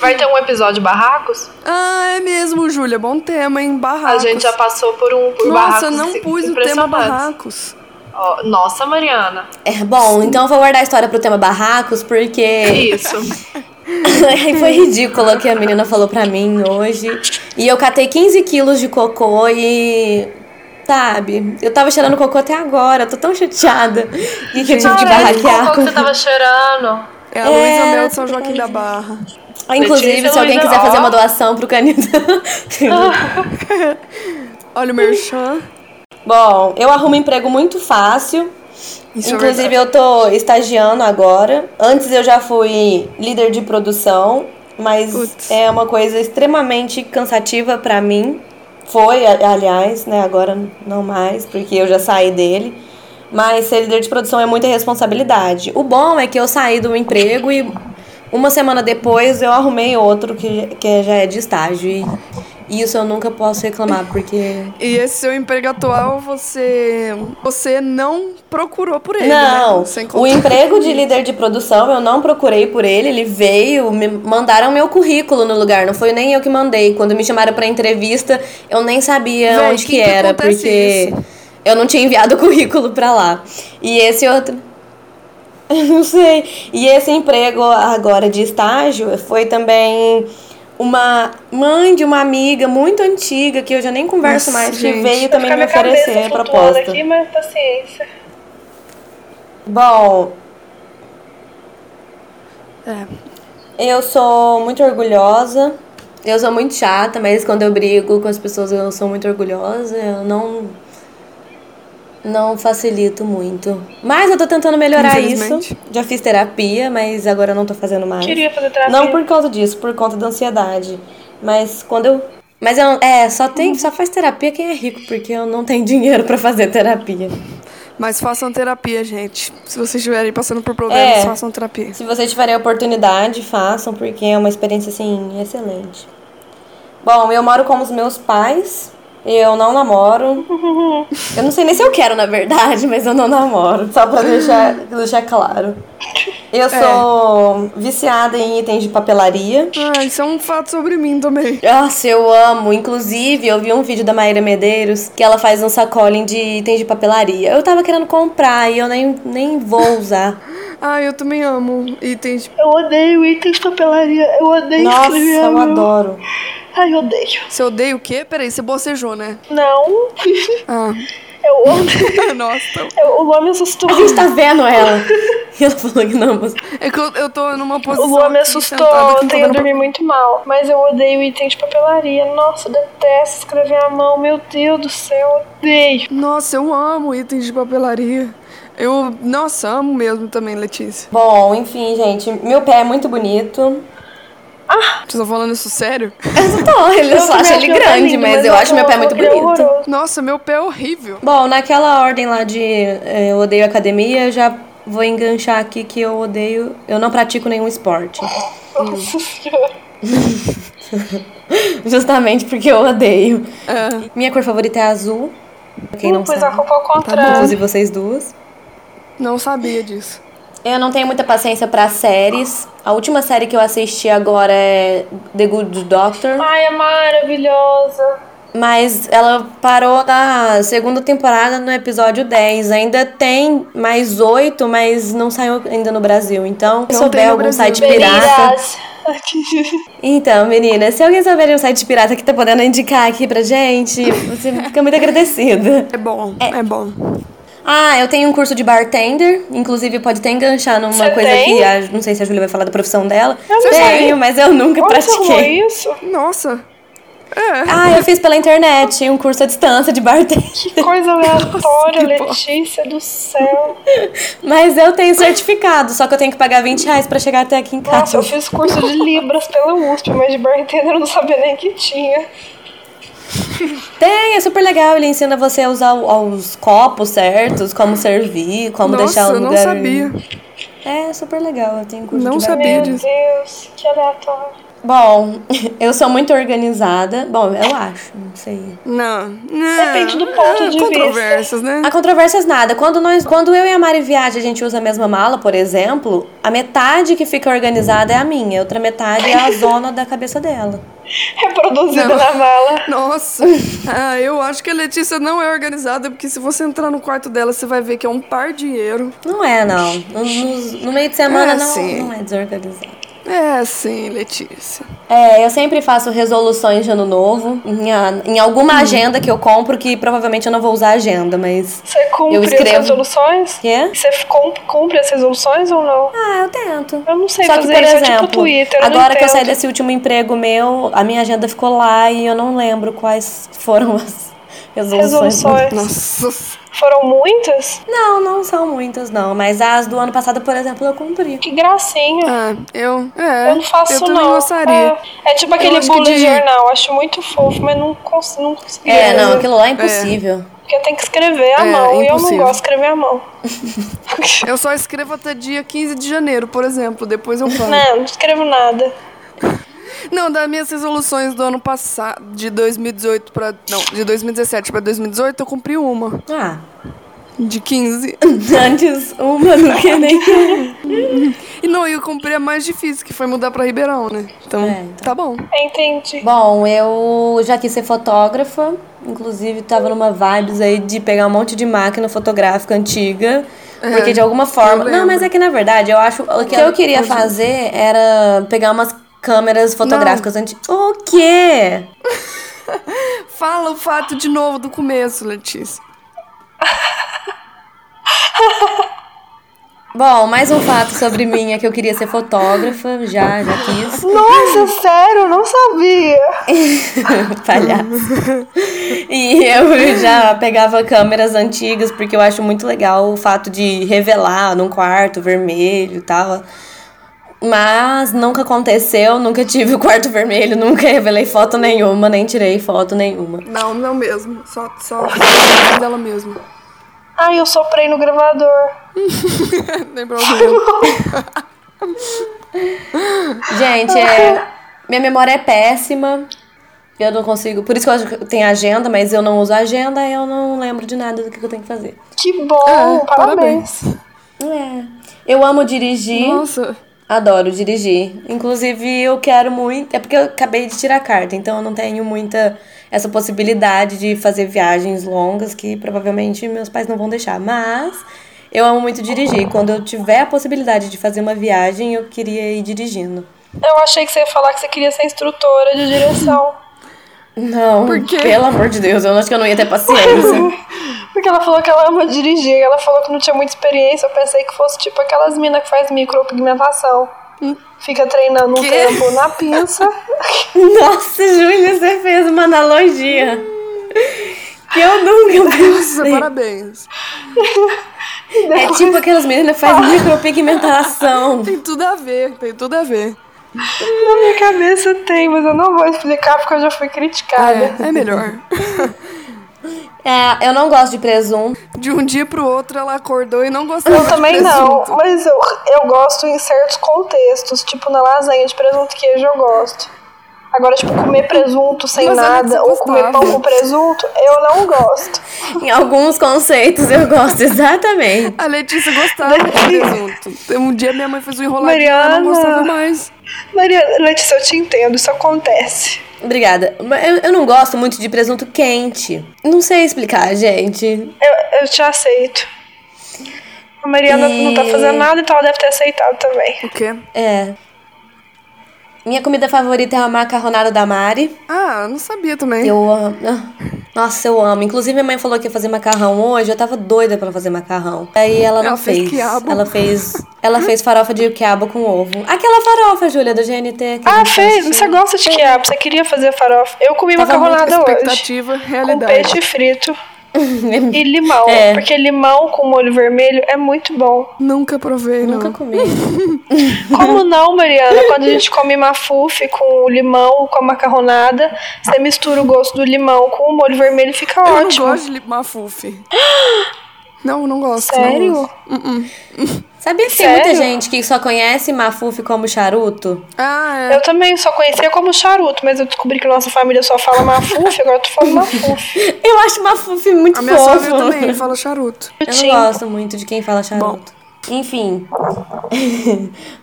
[SPEAKER 3] Vai ter um episódio de barracos?
[SPEAKER 1] Ah, é mesmo, Júlia. Bom tema, hein?
[SPEAKER 3] A
[SPEAKER 1] Barracos.
[SPEAKER 3] gente já passou por um por barracos.
[SPEAKER 1] Nossa, não pus o tema
[SPEAKER 3] impressionantes.
[SPEAKER 1] barracos.
[SPEAKER 3] Ó, nossa, Mariana.
[SPEAKER 2] É, bom, então eu vou guardar a história pro tema barracos, porque
[SPEAKER 3] Isso.
[SPEAKER 2] Ai, Foi ridículo o que a menina falou pra mim hoje. E eu catei 15 quilos de cocô e. Sabe? Eu tava cheirando cocô até agora, eu tô tão chateada. E que eu tive que
[SPEAKER 3] Caralho, qual
[SPEAKER 2] barraquear.
[SPEAKER 3] que você tava cheirando?
[SPEAKER 1] É a Luísa Mel de São Joaquim da Barra.
[SPEAKER 2] Ah, Inclusive,
[SPEAKER 3] Letícia
[SPEAKER 2] se alguém
[SPEAKER 3] Luiza,
[SPEAKER 2] quiser fazer
[SPEAKER 3] ó.
[SPEAKER 2] uma doação pro Canidão.
[SPEAKER 1] Olha o merchan.
[SPEAKER 2] Bom, eu arrumo emprego muito fácil.
[SPEAKER 1] Isso é
[SPEAKER 2] Inclusive,
[SPEAKER 1] verdade.
[SPEAKER 2] eu tô estagiando agora. Antes eu já fui líder de produção, mas
[SPEAKER 1] Putz.
[SPEAKER 2] é uma coisa extremamente cansativa pra mim. Foi, a- aliás, né? Agora não mais, porque eu já saí dele. Mas ser líder de produção é muita responsabilidade. O bom é que eu saí do emprego e uma semana depois eu arrumei outro que, que já é de estágio. E isso eu nunca posso reclamar, porque
[SPEAKER 1] E esse seu emprego atual, você você não procurou por ele,
[SPEAKER 2] Não,
[SPEAKER 1] né? Sem
[SPEAKER 2] o
[SPEAKER 1] contar.
[SPEAKER 2] emprego de líder de produção eu não procurei por ele, ele veio, me mandaram meu currículo no lugar, não foi nem eu que mandei. Quando me chamaram pra entrevista, eu nem sabia
[SPEAKER 1] Véi,
[SPEAKER 2] onde
[SPEAKER 1] quem
[SPEAKER 2] que
[SPEAKER 1] que
[SPEAKER 2] era,
[SPEAKER 1] acontece
[SPEAKER 2] porque
[SPEAKER 1] isso?
[SPEAKER 2] eu não tinha enviado o currículo pra lá. E esse outro. Eu não sei. E esse emprego agora de estágio foi também uma mãe de uma amiga muito antiga que eu já nem converso
[SPEAKER 1] Nossa,
[SPEAKER 2] mais, que
[SPEAKER 1] gente. Tá
[SPEAKER 2] veio também me oferecer a proposta.
[SPEAKER 3] aqui, mas paciência.
[SPEAKER 2] Bom,
[SPEAKER 1] É.
[SPEAKER 2] Eu sou muito orgulhosa. Eu sou muito chata, mas quando eu brigo com as pessoas eu sou muito orgulhosa. Eu não não facilito muito. Mas eu tô tentando melhorar isso.
[SPEAKER 1] Infelizmente.
[SPEAKER 2] Já fiz terapia, mas agora eu não tô fazendo mais.
[SPEAKER 3] Queria fazer terapia.
[SPEAKER 2] Não por causa disso, por conta da ansiedade. Mas quando eu mas eu, é, só tem, só faz terapia quem é rico, porque eu não tenho dinheiro pra fazer terapia.
[SPEAKER 1] Mas façam terapia, gente. Se vocês estiverem passando por problemas,
[SPEAKER 2] É.
[SPEAKER 1] façam terapia.
[SPEAKER 2] Se vocês tiverem a oportunidade, façam, porque é uma experiência, assim, excelente. Bom, eu moro com os meus pais. Eu não namoro. Eu não sei nem se eu quero, na verdade, mas eu não namoro. Só pra deixar, deixar claro. Eu sou viciada em itens de papelaria.
[SPEAKER 1] Ah, isso é um fato sobre mim também.
[SPEAKER 2] Nossa, eu amo. Inclusive, eu vi um vídeo da Maíra Medeiros que ela faz um sacolinho de itens de papelaria. Eu tava querendo comprar e eu nem, nem vou usar.
[SPEAKER 1] Ah, eu também amo itens.
[SPEAKER 3] Eu odeio itens de papelaria. Eu odeio
[SPEAKER 2] Nossa,
[SPEAKER 3] escrever a
[SPEAKER 2] eu
[SPEAKER 3] mão.
[SPEAKER 2] adoro.
[SPEAKER 3] Ai, eu odeio.
[SPEAKER 1] Você odeia o quê? Peraí, você bocejou, né?
[SPEAKER 3] Não.
[SPEAKER 1] Ah,
[SPEAKER 3] Eu ontem.
[SPEAKER 1] Nossa, então.
[SPEAKER 3] eu- o Luan me assustou.
[SPEAKER 2] A gente tá vendo ela. E ela falou que não, mas.
[SPEAKER 1] É que eu, eu tô numa
[SPEAKER 3] O
[SPEAKER 1] posição.
[SPEAKER 3] Luan
[SPEAKER 1] aqui,
[SPEAKER 3] me assustou
[SPEAKER 1] sentada, com
[SPEAKER 3] ontem,
[SPEAKER 1] toda
[SPEAKER 3] eu
[SPEAKER 1] na-
[SPEAKER 3] dormi muito mal. Mas eu odeio item de papelaria. Nossa, eu detesto escrever à mão. Meu Deus do céu, odeio.
[SPEAKER 1] Nossa, eu amo itens de papelaria. Eu, nossa, amo mesmo também, Letícia.
[SPEAKER 2] Bom, enfim, gente. Meu pé é muito bonito.
[SPEAKER 1] Vocês estão tá falando isso sério?
[SPEAKER 2] Eu tô, ele- eu Então, só acho ele grande, mas eu acho meu pé muito bonito.
[SPEAKER 1] Nossa, meu pé é horrível.
[SPEAKER 2] Bom, naquela ordem lá de eh, eu odeio academia, eu já vou enganchar aqui que eu odeio. Eu não pratico nenhum esporte.
[SPEAKER 3] Nossa senhora.
[SPEAKER 2] Justamente porque eu odeio. Minha cor favorita é azul. Pra quem não
[SPEAKER 3] Pois a
[SPEAKER 2] sabe. Tá
[SPEAKER 3] roupa ao contrário.
[SPEAKER 2] Inclusive vocês duas.
[SPEAKER 1] Não sabia disso.
[SPEAKER 2] Eu não tenho muita paciência pra séries. A última série que eu assisti agora é The Good Doctor,
[SPEAKER 3] Ai, é maravilhosa.
[SPEAKER 2] mas ela parou na segunda temporada no episódio 10. Ainda tem mais oito, mas não saiu ainda no Brasil. Então, se
[SPEAKER 1] Não tem
[SPEAKER 2] souber
[SPEAKER 1] no
[SPEAKER 2] algum
[SPEAKER 1] Brasil.
[SPEAKER 2] site pirata,
[SPEAKER 3] Meninas.
[SPEAKER 2] Então, meninas, se alguém souber de um site pirata que tá podendo indicar aqui pra gente, você fica muito agradecida.
[SPEAKER 1] É bom, é, bom.
[SPEAKER 2] Ah, eu tenho um curso de bartender, inclusive pode até enganchar numa
[SPEAKER 3] Você
[SPEAKER 2] coisa
[SPEAKER 3] tem?
[SPEAKER 2] que a- não sei se a Júlia vai falar da profissão dela.
[SPEAKER 3] não sei.
[SPEAKER 2] tenho, mas eu nunca
[SPEAKER 3] Onde você arrumou
[SPEAKER 2] pratiquei.
[SPEAKER 3] isso?
[SPEAKER 1] Nossa.
[SPEAKER 2] Ah, eu fiz pela internet um curso à distância de bartender,
[SPEAKER 3] Que coisa aleatória,
[SPEAKER 1] que bom.
[SPEAKER 3] Letícia do céu.
[SPEAKER 2] mas eu tenho certificado, só que eu tenho que pagar 20 reais pra chegar até aqui em
[SPEAKER 3] Nossa,
[SPEAKER 2] casa.
[SPEAKER 3] eu fiz curso de Libras pela USP, mas de bartender eu não sabia nem que tinha.
[SPEAKER 2] Tem, é super legal, ele ensina você a usar o- os copos certos, como servir, como
[SPEAKER 1] nossa,
[SPEAKER 2] deixar o
[SPEAKER 1] eu não
[SPEAKER 2] lugar...
[SPEAKER 1] sabia.
[SPEAKER 2] É, super legal, eu tenho curso
[SPEAKER 1] Não
[SPEAKER 2] de
[SPEAKER 1] sabia.
[SPEAKER 2] bartender.
[SPEAKER 3] Meu
[SPEAKER 1] disso.
[SPEAKER 3] Deus, que aleatório.
[SPEAKER 2] Bom, eu sou muito organizada. Bom, eu acho, não sei.
[SPEAKER 1] Não, não.
[SPEAKER 3] Depende do ponto
[SPEAKER 1] Ah,
[SPEAKER 3] de
[SPEAKER 1] Controvérsias, né?
[SPEAKER 2] Há controvérsias nada. Quando, nós, quando eu e a Mari viaja, a gente usa a mesma mala, por exemplo, a metade que fica organizada é a minha, a outra metade é a zona da cabeça dela.
[SPEAKER 3] Reproduzida
[SPEAKER 1] Não.
[SPEAKER 3] na mala.
[SPEAKER 1] Nossa, ah, eu acho que a Letícia não é organizada, porque se você entrar no quarto dela, você vai ver que é um par de dinheiro.
[SPEAKER 2] Não é, não. No, no- no meio de semana
[SPEAKER 1] É,
[SPEAKER 2] não,
[SPEAKER 1] sim.
[SPEAKER 2] não é desorganizada.
[SPEAKER 1] É, sim, Letícia.
[SPEAKER 2] É, eu sempre faço resoluções de ano novo em, a- em alguma agenda que eu compro, que provavelmente eu não vou usar a agenda, mas.
[SPEAKER 3] Você
[SPEAKER 2] Eu
[SPEAKER 3] cumpre as
[SPEAKER 2] escrevo.
[SPEAKER 3] resoluções?
[SPEAKER 2] Quê?
[SPEAKER 3] Você cum- cumpre as resoluções ou não?
[SPEAKER 2] Ah, eu tento.
[SPEAKER 3] Eu não sei
[SPEAKER 2] Só que,
[SPEAKER 3] fazer
[SPEAKER 2] por
[SPEAKER 3] isso,
[SPEAKER 2] exemplo,
[SPEAKER 3] é tipo Twitter. eu não
[SPEAKER 2] agora que eu saí
[SPEAKER 3] entendo.
[SPEAKER 2] desse último emprego meu, a minha agenda ficou lá e eu não lembro quais foram as resoluções.
[SPEAKER 3] Resoluções.
[SPEAKER 1] Nossa.
[SPEAKER 3] Foram muitas?
[SPEAKER 2] Não, não são muitas, não. Mas as do ano passado, por exemplo, eu cumpri.
[SPEAKER 3] Que gracinha.
[SPEAKER 1] Ah, eu. É,
[SPEAKER 3] Eu não faço
[SPEAKER 1] eu também
[SPEAKER 3] não.
[SPEAKER 1] gostaria.
[SPEAKER 3] É, é tipo aquele
[SPEAKER 1] acho que
[SPEAKER 3] bullet
[SPEAKER 1] de-
[SPEAKER 3] jornal, acho muito fofo, mas não, cons não consegui.
[SPEAKER 2] É, não,
[SPEAKER 3] fazer.
[SPEAKER 2] aquilo lá é impossível.
[SPEAKER 3] Porque tem que escrever à
[SPEAKER 1] É,
[SPEAKER 3] mão, e eu não
[SPEAKER 1] impossível.
[SPEAKER 3] gosto de escrever à mão.
[SPEAKER 1] Eu só escrevo até dia 15 de janeiro, por exemplo, depois eu falo.
[SPEAKER 3] não, não escrevo nada.
[SPEAKER 1] Não, das minhas resoluções do ano passado, de 2018 pra. Não, de 2017 pra 2018, eu cumpri uma.
[SPEAKER 2] Ah,
[SPEAKER 1] De 15.
[SPEAKER 2] antes uma do que nem.
[SPEAKER 1] E não, eu cumpri a mais difícil, que foi mudar pra Ribeirão, né? Então,
[SPEAKER 2] É, então.
[SPEAKER 1] tá bom.
[SPEAKER 3] Entendi.
[SPEAKER 2] Bom, eu já quis ser fotógrafa. Inclusive, tava numa vibes aí de pegar um monte de máquina fotográfica antiga. Porque de alguma forma.
[SPEAKER 1] eu
[SPEAKER 2] Não, mas é que na verdade, eu acho. O que eu queria fazer era pegar umas câmeras fotográficas antigas. O quê?
[SPEAKER 1] Fala o fato de novo do começo, Letícia.
[SPEAKER 2] Bom, mais um fato sobre mim é que eu queria ser fotógrafa. Já, já quis.
[SPEAKER 3] Nossa, sério, eu não sabia.
[SPEAKER 2] Palhaço. E eu já pegava câmeras antigas, porque eu acho muito legal o fato de revelar num quarto vermelho e tal. Mas nunca aconteceu, nunca tive o quarto vermelho, nunca revelei foto nenhuma, nem tirei foto nenhuma.
[SPEAKER 1] Não, não mesmo. Só, só dela mesmo.
[SPEAKER 3] Ai, eu soprei no gravador.
[SPEAKER 1] Lembrou do
[SPEAKER 2] Gente, é- minha memória é péssima. Eu não consigo. Por isso que eu acho que eu tenho agenda, mas eu não uso agenda e eu não lembro de nada do que eu tenho que fazer.
[SPEAKER 3] Que bom,
[SPEAKER 1] É,
[SPEAKER 3] Ah, parabéns.
[SPEAKER 2] É. Eu amo dirigir.
[SPEAKER 1] Nossa.
[SPEAKER 2] Adoro dirigir. Inclusive, eu quero muito. É porque eu acabei de tirar a carta, então eu não tenho muita essa possibilidade de fazer viagens longas que provavelmente meus pais não vão deixar. Mas eu amo muito dirigir. Quando eu tiver a possibilidade de fazer uma viagem, eu queria ir dirigindo.
[SPEAKER 3] Eu achei que você ia falar que você queria ser instrutora de direção.
[SPEAKER 2] Não,
[SPEAKER 1] Por quê?
[SPEAKER 2] pelo amor de Deus, eu acho que eu não ia ter paciência.
[SPEAKER 3] Porque ela falou que ela ama dirigir, ela falou que não tinha muita experiência, eu pensei que fosse tipo aquelas minas que faz micropigmentação. Fica treinando um
[SPEAKER 1] Quê?
[SPEAKER 3] tempo na pinça.
[SPEAKER 2] Nossa, Júlia, você fez uma analogia. Que eu nunca
[SPEAKER 1] Nossa,
[SPEAKER 2] pensei.
[SPEAKER 1] parabéns.
[SPEAKER 2] É tipo aquelas meninas que fazem micropigmentação.
[SPEAKER 1] Tem tudo a ver, tem tudo a ver.
[SPEAKER 3] Na minha cabeça tem, mas eu não vou explicar porque eu já fui criticada.
[SPEAKER 1] É, é melhor.
[SPEAKER 2] É, eu não gosto de presunto.
[SPEAKER 1] De um dia pro outro ela acordou e não gostava
[SPEAKER 3] Eu
[SPEAKER 1] de
[SPEAKER 3] também não,
[SPEAKER 1] presunto.
[SPEAKER 3] mas eu, eu gosto em certos contextos, tipo na lasanha de presunto e queijo eu gosto. Agora, tipo, comer presunto sem
[SPEAKER 1] Mas ela
[SPEAKER 3] nada ou comer
[SPEAKER 1] desgostava.
[SPEAKER 3] pão com presunto, eu não gosto.
[SPEAKER 2] Em alguns conceitos eu gosto, exatamente.
[SPEAKER 1] A Letícia gostava de presunto. Um dia minha mãe fez um enroladinho e ela não
[SPEAKER 3] Mariana.
[SPEAKER 1] gostava mais.
[SPEAKER 3] Maria, Letícia, eu te entendo, isso acontece.
[SPEAKER 2] Obrigada. Mas eu, eu não gosto muito de presunto quente. Não sei explicar, gente.
[SPEAKER 3] Eu, eu te aceito. A Mariana
[SPEAKER 2] E-
[SPEAKER 3] não tá fazendo nada, então ela deve ter aceitado também.
[SPEAKER 1] O quê?
[SPEAKER 2] É. Minha comida favorita é a macarronada da Mari.
[SPEAKER 1] Ah, eu não sabia também.
[SPEAKER 2] Eu amo. Ah, Nossa, eu amo. Inclusive, minha mãe falou que ia fazer macarrão hoje. Eu tava doida pra fazer macarrão. Aí ela não
[SPEAKER 1] Ela fez
[SPEAKER 2] fez.
[SPEAKER 1] quiabo.
[SPEAKER 2] Ela fez. Ela fez farofa de quiabo com ovo. Aquela farofa, Júlia, do GNT. que a
[SPEAKER 3] Ah,
[SPEAKER 2] gente
[SPEAKER 3] Fê,
[SPEAKER 2] assistiu.
[SPEAKER 3] você gosta de quiabo, você queria fazer farofa. Eu comi
[SPEAKER 2] Tava muito
[SPEAKER 3] macarronada hoje.
[SPEAKER 1] Expectativa,
[SPEAKER 3] Com
[SPEAKER 1] realidade.
[SPEAKER 3] peixe frito e limão.
[SPEAKER 2] É.
[SPEAKER 3] Porque limão com molho vermelho é muito bom.
[SPEAKER 1] Nunca provei,
[SPEAKER 2] Nunca
[SPEAKER 1] não.
[SPEAKER 2] comi.
[SPEAKER 3] Como não, Mariana? Quando a gente come mafufe com o limão, com a macarronada, você mistura o gosto do limão com o molho vermelho e fica
[SPEAKER 1] Eu
[SPEAKER 3] ótimo.
[SPEAKER 1] não gosto de li- mafufe. Não, não gosto. não
[SPEAKER 3] Sério?
[SPEAKER 1] gosto.
[SPEAKER 2] Sabia que tem
[SPEAKER 3] Sério?
[SPEAKER 2] muita gente que só conhece mafufe como charuto?
[SPEAKER 1] Ah, é.
[SPEAKER 3] Eu também só conhecia como charuto, mas eu descobri que nossa família só fala mafufe, agora eu tô falando mafufe.
[SPEAKER 2] Eu acho mafufe muito
[SPEAKER 1] A minha
[SPEAKER 2] fofo.
[SPEAKER 1] sogra também fala charuto.
[SPEAKER 2] Eu não gosto muito de quem fala charuto. Enfim.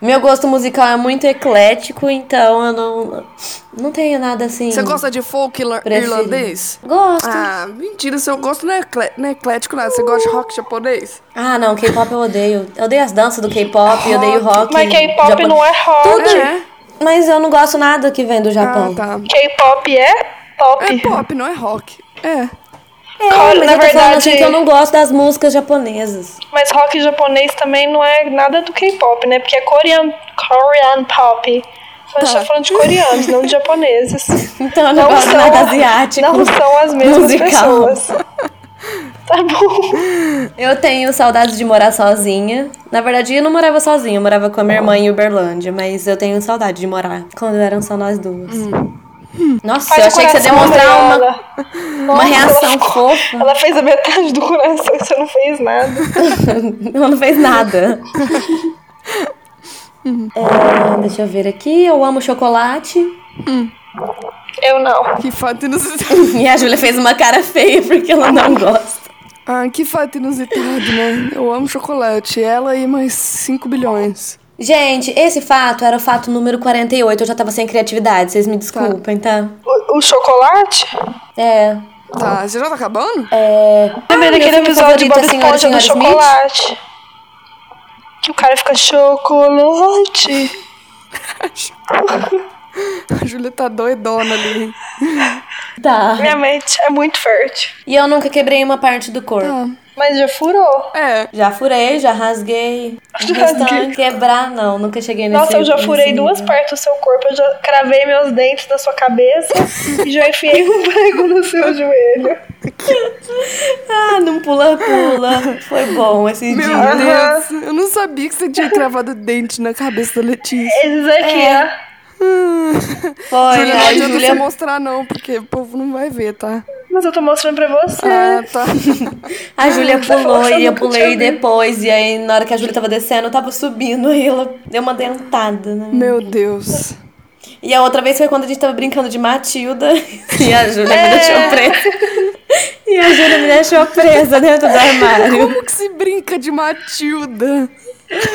[SPEAKER 2] Meu gosto musical é muito eclético, então eu não. Não tenho nada assim.
[SPEAKER 1] Você gosta de folk irla-
[SPEAKER 2] Prefiro.
[SPEAKER 1] irlandês?
[SPEAKER 2] Gosto. Ah,
[SPEAKER 1] Ah, mentira, seu gosto não é, eclé- não é eclético nada. Você gosta de rock japonês?
[SPEAKER 2] Ah, não, K-pop eu odeio. Eu odeio as danças do K-pop, eu odeio rock.
[SPEAKER 3] Mas K-pop
[SPEAKER 2] japonês.
[SPEAKER 3] não é rock.
[SPEAKER 1] É.
[SPEAKER 2] Mas eu não gosto nada que vem do
[SPEAKER 1] Ah,
[SPEAKER 2] Japão.
[SPEAKER 1] tá.
[SPEAKER 3] K-pop é pop.
[SPEAKER 1] É pop, não é rock. É.
[SPEAKER 2] É,
[SPEAKER 3] Olha,
[SPEAKER 2] mas
[SPEAKER 3] na
[SPEAKER 2] eu tô falando assim
[SPEAKER 3] verdade-
[SPEAKER 2] que eu não gosto das músicas japonesas.
[SPEAKER 3] Mas rock japonês também não é nada do K-pop, né? Porque é Korean, Korean pop. Mas a gente tá falando de coreanos, não de japoneses.
[SPEAKER 2] Então eu não, gosto nada asiático.
[SPEAKER 3] não são as mesmas
[SPEAKER 2] musical.
[SPEAKER 3] pessoas. Tá bom.
[SPEAKER 2] Eu tenho saudades de morar sozinha. Na verdade, eu não morava sozinha, eu morava com a minha irmã em Uberlândia, mas eu tenho saudade de morar quando eram só nós duas. Nossa, eu achei que você ia demonstrar uma,
[SPEAKER 3] Mariola.
[SPEAKER 2] uma reação fofa.
[SPEAKER 3] Ela fez a metade do coração e você não fez nada.
[SPEAKER 2] Ela não fez nada. É, deixa eu ver aqui. Eu amo chocolate.
[SPEAKER 3] Eu não.
[SPEAKER 1] Que fato inusitado.
[SPEAKER 2] E a Júlia fez uma cara feia porque ela não gosta.
[SPEAKER 1] Ah, que fato inusitado, né? Eu amo chocolate. Ela e mais 5 bilhões.
[SPEAKER 2] Gente, esse fato era o fato número 48. Eu já tava sem criatividade, vocês me desculpem, tá?
[SPEAKER 3] O, o chocolate?
[SPEAKER 2] É.
[SPEAKER 1] Tá, você já tá acabando?
[SPEAKER 3] Lembra
[SPEAKER 2] meu
[SPEAKER 3] daquele
[SPEAKER 2] filme
[SPEAKER 3] episódio de Bob
[SPEAKER 2] favorito é Senhora e
[SPEAKER 3] Esponja
[SPEAKER 2] Senhora
[SPEAKER 3] do
[SPEAKER 2] Smith?
[SPEAKER 3] chocolate? Que o cara fica chocolate.
[SPEAKER 1] A Júlia tá doidona ali.
[SPEAKER 2] Tá.
[SPEAKER 3] Minha mente é muito fértil.
[SPEAKER 2] E eu nunca quebrei uma parte do corpo.
[SPEAKER 3] Mas já furou.
[SPEAKER 1] É.
[SPEAKER 2] Já furei, já rasguei. O
[SPEAKER 3] Já rasguei.
[SPEAKER 2] restante, quebrar, não. Nunca cheguei nesse
[SPEAKER 3] Nossa, eu já
[SPEAKER 2] nesse
[SPEAKER 3] furei
[SPEAKER 2] nível.
[SPEAKER 3] duas partes do seu corpo. Eu já cravei meus dentes na sua cabeça e já enfiei um prego no seu joelho.
[SPEAKER 2] Ah, não pula, pula. Foi bom esse
[SPEAKER 1] Meu
[SPEAKER 2] dia.
[SPEAKER 1] Deus, eu não sabia que você tinha cravado dente na cabeça da Letícia.
[SPEAKER 3] Esses aqui,
[SPEAKER 2] É.
[SPEAKER 3] ó.
[SPEAKER 2] Foi.
[SPEAKER 1] Júlia, não
[SPEAKER 2] É. Ai,
[SPEAKER 1] adianta você
[SPEAKER 2] Júlia,
[SPEAKER 1] mostrar não, porque o povo não vai ver, tá?
[SPEAKER 3] Mas eu tô mostrando pra
[SPEAKER 2] É.
[SPEAKER 3] você.
[SPEAKER 1] Ah, tá.
[SPEAKER 2] a Júlia pulou
[SPEAKER 3] Nossa,
[SPEAKER 2] e Tá
[SPEAKER 3] eu
[SPEAKER 2] eu
[SPEAKER 3] nunca
[SPEAKER 2] pulei
[SPEAKER 3] tinha visto.
[SPEAKER 2] depois. E aí, na hora que a Júlia tava descendo, eu tava subindo e ela deu uma dentada, né?
[SPEAKER 1] Meu Deus.
[SPEAKER 2] E a outra vez foi quando a gente tava brincando de Matilda. E a Júlia me deixou presa. E a Júlia me deixou presa dentro do armário.
[SPEAKER 1] Como que se brinca de Matilda?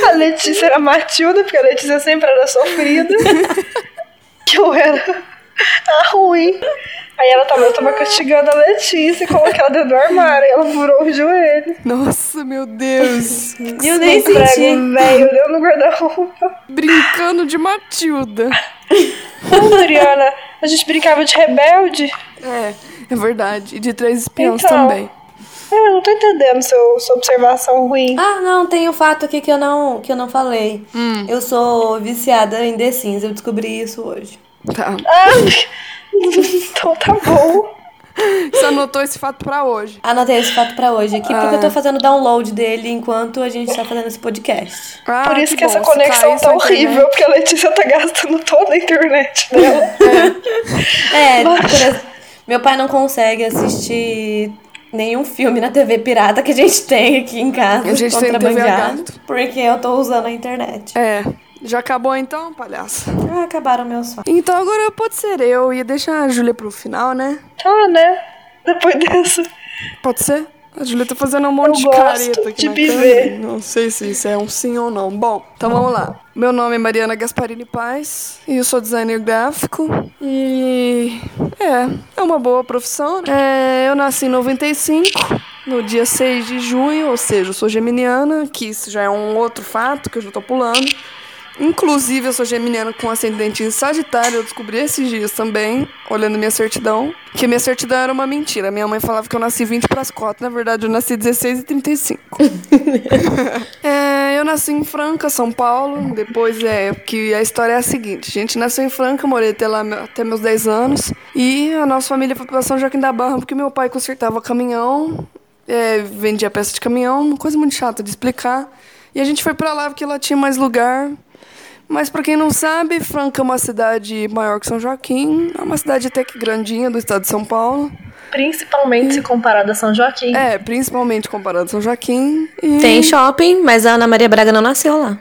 [SPEAKER 3] A Letícia era Matilda, porque a Letícia sempre era sofrida. que eu era a ruim. Aí ela tava, eu tava castigando a Letícia, coloquei ela dentro do armário. e Ela furou o joelho. Um
[SPEAKER 1] Nossa, meu Deus.
[SPEAKER 2] E eu nem senti.
[SPEAKER 3] Prego velho, deu no guarda-roupa.
[SPEAKER 1] Brincando de Matilda.
[SPEAKER 3] Ô, Mariana, a gente brincava de rebelde.
[SPEAKER 1] É, é verdade. E de três espiões
[SPEAKER 3] Então.
[SPEAKER 1] também.
[SPEAKER 3] É, tô entendendo seu, sua observação ruim.
[SPEAKER 2] Ah, não, tem o fato aqui que eu não, que eu não falei. Eu sou viciada em The Sims, eu descobri isso hoje.
[SPEAKER 1] Tá.
[SPEAKER 3] Ah, então tá bom.
[SPEAKER 1] Você anotou esse fato pra hoje.
[SPEAKER 2] Anotei esse fato pra hoje aqui, porque eu tô fazendo download dele enquanto a gente tá fazendo esse podcast.
[SPEAKER 1] Ah,
[SPEAKER 3] Por isso que, essa
[SPEAKER 1] bom. Se
[SPEAKER 3] conexão
[SPEAKER 1] cair
[SPEAKER 3] tá
[SPEAKER 1] sua internet-
[SPEAKER 3] horrível, porque a Letícia tá gastando toda a internet dela.
[SPEAKER 2] É, por ex- meu pai não consegue assistir nenhum filme na TV pirata que a gente tem aqui em casa.
[SPEAKER 1] A gente tem TV a
[SPEAKER 2] contrabandeado,
[SPEAKER 1] gato.
[SPEAKER 2] Porque eu tô usando a internet.
[SPEAKER 1] É. Já acabou então, palhaço?
[SPEAKER 2] Ah, acabaram meus fatos.
[SPEAKER 1] Então agora pode ser eu e deixar a Júlia pro final, né?
[SPEAKER 3] tá, né? Depois dessa.
[SPEAKER 1] Pode ser? A Julia tá fazendo um monte de
[SPEAKER 3] gosto
[SPEAKER 1] careta aqui
[SPEAKER 3] de
[SPEAKER 1] na
[SPEAKER 3] viver.
[SPEAKER 1] câmera. Não sei se isso é um sim ou não. Bom, então vamos lá. Meu nome é Mariana Gasparini Paz e eu sou designer gráfico. E é, é uma boa profissão. né? É, eu nasci em 95, no dia 6 de junho, ou seja, eu sou geminiana, que isso já é um outro fato que eu já tô pulando. Inclusive, eu sou geminiana com ascendente em Sagitário. Eu descobri esses dias também, olhando minha certidão, que minha certidão era uma mentira. Minha mãe falava que eu nasci 20 para as 4. Na verdade, eu nasci 16 e 35. É, eu nasci em Franca, São Paulo. Depois é que a história é a seguinte: a gente nasceu em Franca, morei até lá me- até meus 10 anos. E a nossa família foi para São Joaquim da Barra porque meu pai consertava caminhão, é, vendia peça de caminhão, uma coisa muito chata de explicar. E a gente foi para lá porque lá tinha mais lugar. Mas para quem não sabe, Franca é uma cidade maior que São Joaquim, é uma cidade até que grandinha do estado de São Paulo.
[SPEAKER 3] Principalmente se comparado a São Joaquim.
[SPEAKER 1] É, principalmente comparado a São Joaquim. E...
[SPEAKER 2] Tem shopping, mas a Ana Maria Braga não nasceu lá.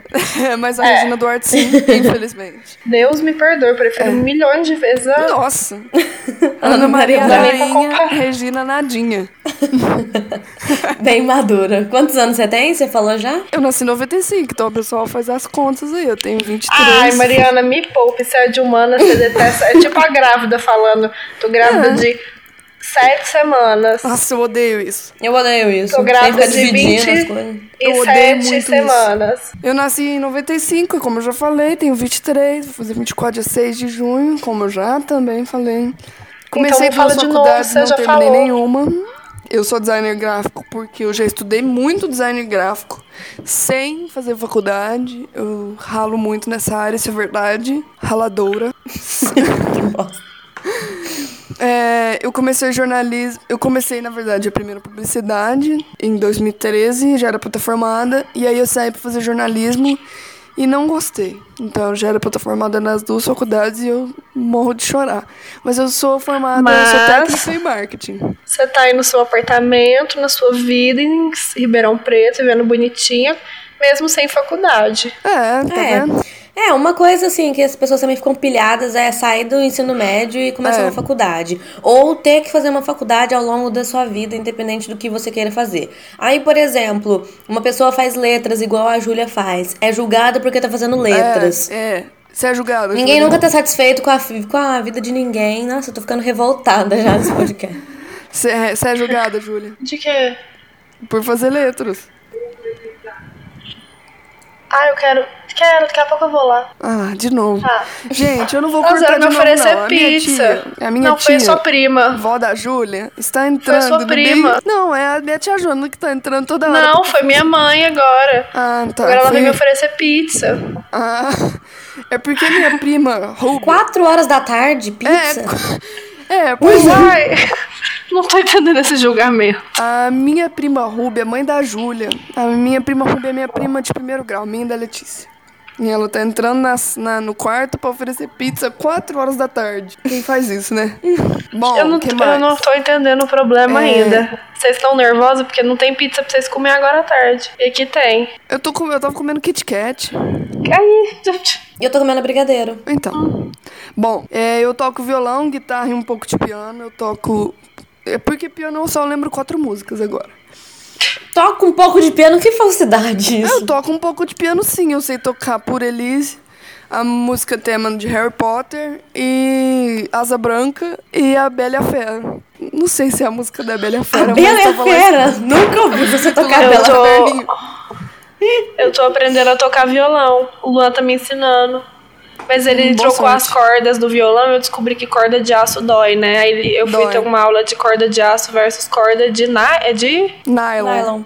[SPEAKER 1] Mas a Regina Duarte sim, infelizmente.
[SPEAKER 3] Deus me perdoe, eu
[SPEAKER 1] É.
[SPEAKER 3] prefiro milhões de vezes a
[SPEAKER 1] Nossa!
[SPEAKER 2] Ana Maria
[SPEAKER 3] Braga.
[SPEAKER 1] Rainha Regina Nadinha.
[SPEAKER 2] Bem madura. Quantos anos você tem? Você falou já?
[SPEAKER 1] Eu nasci em 95, então o pessoal faz as contas aí. Eu tenho 23.
[SPEAKER 3] Ai, Mariana, me poupe, você é de humana, você detesta. É tipo a grávida falando, tô grávida de sete semanas
[SPEAKER 1] É. Nossa, eu odeio isso.
[SPEAKER 2] Eu odeio isso. Tem
[SPEAKER 3] Tô
[SPEAKER 2] que
[SPEAKER 3] grávida
[SPEAKER 2] ficar
[SPEAKER 3] de
[SPEAKER 2] dividindo
[SPEAKER 3] 20.
[SPEAKER 2] as coisas.
[SPEAKER 1] eu
[SPEAKER 3] e
[SPEAKER 1] odeio muito
[SPEAKER 3] sete
[SPEAKER 1] isso.
[SPEAKER 3] semanas.
[SPEAKER 1] Eu nasci em 95, e como eu já falei, tenho 23, vou fazer 24 a 6 de junho, como eu já também falei. Comecei
[SPEAKER 3] Então não
[SPEAKER 1] duas
[SPEAKER 3] fala de novo,
[SPEAKER 1] faculdades,
[SPEAKER 3] você
[SPEAKER 1] não
[SPEAKER 3] já
[SPEAKER 1] terminei
[SPEAKER 3] falou.
[SPEAKER 1] nenhuma. Eu sou designer gráfico porque eu já estudei muito design gráfico sem fazer faculdade. Eu ralo muito nessa área, isso é verdade. Raladora.
[SPEAKER 2] Que bosta.
[SPEAKER 1] É, eu comecei jornalismo. Eu comecei, na verdade, a primeira publicidade em 2013, já era pra eu ter formada. E aí eu saí pra fazer jornalismo e não gostei. Então eu já era pra eu ter formada nas duas faculdades e eu morro de chorar. Mas eu sou formada, eu sou
[SPEAKER 3] Mas-
[SPEAKER 1] técnica em marketing.
[SPEAKER 3] Você tá aí no seu apartamento, na sua vida, em Ribeirão Preto, vivendo bonitinha, mesmo sem faculdade.
[SPEAKER 1] É, tá
[SPEAKER 2] É.
[SPEAKER 1] vendo?
[SPEAKER 2] É, uma coisa assim que as pessoas também ficam pilhadas é sair do ensino médio e começar
[SPEAKER 1] É.
[SPEAKER 2] uma faculdade. Ou ter que fazer uma faculdade ao longo da sua vida, independente do que você queira fazer. Aí, por exemplo, uma pessoa faz letras igual a Júlia faz. É julgada porque tá fazendo letras.
[SPEAKER 1] É, é. Você é julgado.
[SPEAKER 2] Ninguém
[SPEAKER 1] Júlia?
[SPEAKER 2] nunca tá satisfeito com a, fi- com a vida de ninguém. Nossa, eu tô ficando revoltada já nesse podcast.
[SPEAKER 1] Você é, você é julgada, Júlia,
[SPEAKER 3] De quê?
[SPEAKER 1] por fazer letras.
[SPEAKER 3] Ah, eu quero. Quero, daqui a pouco eu vou lá.
[SPEAKER 1] Ah, de novo.
[SPEAKER 3] Ah.
[SPEAKER 1] Gente, eu não vou
[SPEAKER 3] Elas
[SPEAKER 1] cortar
[SPEAKER 3] vieram
[SPEAKER 1] de
[SPEAKER 3] me
[SPEAKER 1] novo,
[SPEAKER 3] oferecer
[SPEAKER 1] não.
[SPEAKER 3] pizza.
[SPEAKER 1] É a minha tia. É a minha
[SPEAKER 3] não,
[SPEAKER 1] tia.
[SPEAKER 3] foi sua prima.
[SPEAKER 1] Vó da Júlia está entrando.
[SPEAKER 3] sua
[SPEAKER 1] no
[SPEAKER 3] prima.
[SPEAKER 1] meio- Não, é a minha tia Joana que tá entrando toda hora.
[SPEAKER 3] Não, foi minha mãe agora.
[SPEAKER 1] Ah, tá.
[SPEAKER 3] Agora ela
[SPEAKER 1] foi-
[SPEAKER 3] veio me oferecer pizza.
[SPEAKER 1] Ah, é porque minha prima rouba.
[SPEAKER 2] Quatro horas da tarde, pizza?
[SPEAKER 1] É, é, pois é.
[SPEAKER 3] Ai, não tô entendendo esse julgamento.
[SPEAKER 1] A minha prima Ruby é mãe da Júlia. A minha prima Ruby é minha prima de primeiro grau, minha e da Letícia. E ela tá entrando nas- na, no quarto pra oferecer pizza 4 horas da tarde. Quem faz isso, né? Bom,
[SPEAKER 3] Eu não,
[SPEAKER 1] que
[SPEAKER 3] eu
[SPEAKER 1] mais?
[SPEAKER 3] não tô entendendo o problema
[SPEAKER 1] É.
[SPEAKER 3] ainda. Vocês estão nervosos porque não tem pizza pra vocês comer agora à tarde. E aqui tem.
[SPEAKER 1] Eu, tô com, eu tava comendo Kit Kat.
[SPEAKER 3] Aí,
[SPEAKER 2] E eu tô comendo brigadeiro.
[SPEAKER 1] Então. Bom, é, eu toco violão, guitarra e um pouco de piano. Eu toco. É porque piano eu só lembro quatro músicas agora.
[SPEAKER 2] Toca um pouco de piano, que falsidade isso.
[SPEAKER 1] Eu toco um pouco de piano sim, eu sei tocar por Elise, a música tema de Harry Potter e Asa Branca e a Bela e a Fera. Não sei se é a música da Bela e a Fera,
[SPEAKER 2] A
[SPEAKER 1] mas
[SPEAKER 2] Bela é
[SPEAKER 1] eu vou lá escutar. É
[SPEAKER 2] fera. Nunca ouvi você tocar
[SPEAKER 3] Eu
[SPEAKER 2] Bela.
[SPEAKER 3] tô-
[SPEAKER 1] Caderninho.
[SPEAKER 3] eu tô aprendendo a tocar violão. O Luan tá me ensinando. Mas ele
[SPEAKER 1] Hum, Boa
[SPEAKER 3] trocou
[SPEAKER 1] sorte.
[SPEAKER 3] as cordas do violão e eu descobri que corda de aço dói, né? Aí ele- eu fui
[SPEAKER 1] Dói.
[SPEAKER 3] ter uma aula de corda de aço versus corda de na... É de...
[SPEAKER 1] Nylon.
[SPEAKER 4] Nylon.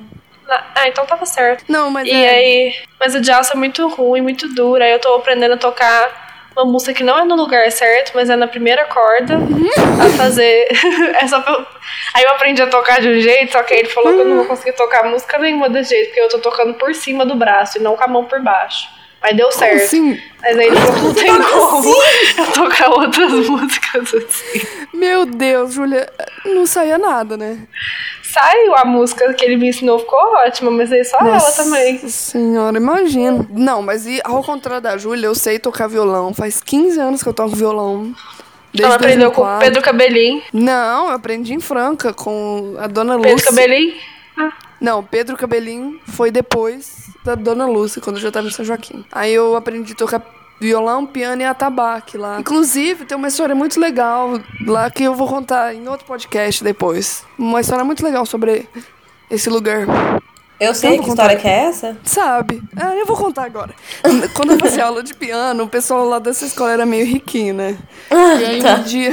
[SPEAKER 3] na- Ah, então tava certo.
[SPEAKER 1] Não, mas
[SPEAKER 3] E
[SPEAKER 1] é.
[SPEAKER 3] aí... Mas o de aço é muito ruim, muito duro. Aí eu tô aprendendo a tocar uma música que não é no lugar certo, mas é na primeira corda. a fazer... é só pra... eu- Aí eu aprendi a tocar de um jeito, só que aí ele falou que eu não vou conseguir tocar música nenhuma desse jeito, porque eu tô tocando por cima do braço e não com a mão por baixo. Mas deu certo.
[SPEAKER 1] Assim,
[SPEAKER 3] Mas aí não, não tem como eu tocar outras músicas assim.
[SPEAKER 1] meu Deus, Júlia, não saía nada, né?
[SPEAKER 3] Saiu a música que ele me ensinou, ficou ótima, mas aí só
[SPEAKER 1] Nossa
[SPEAKER 3] Ah, ela também.
[SPEAKER 1] Senhora, imagino. Não, mas e, ao contrário da Júlia, eu sei tocar violão. Faz 15 anos que eu toco violão. Desde
[SPEAKER 3] ela aprendeu com o
[SPEAKER 1] 2004.
[SPEAKER 3] Pedro Cabelinho.
[SPEAKER 1] Não, eu aprendi em Franca com a Dona
[SPEAKER 3] Pedro
[SPEAKER 1] Lúcia.
[SPEAKER 3] Cabelinho?
[SPEAKER 1] Não, Pedro Cabelinho foi depois da Dona Lúcia, quando eu já tava em São Joaquim. Aí eu aprendi a tocar violão, piano e atabaque lá. Inclusive, tem uma história muito legal lá que eu vou contar em outro podcast depois. Uma história muito legal sobre esse lugar.
[SPEAKER 2] Eu sei
[SPEAKER 1] vou
[SPEAKER 2] que
[SPEAKER 1] contar.
[SPEAKER 2] história que é essa.
[SPEAKER 1] Sabe? Ah, eu vou contar agora. Quando eu fazia aula de piano, o pessoal lá dessa escola era meio riquinho, né?
[SPEAKER 2] Ah,
[SPEAKER 1] E aí
[SPEAKER 2] tá.
[SPEAKER 1] um dia.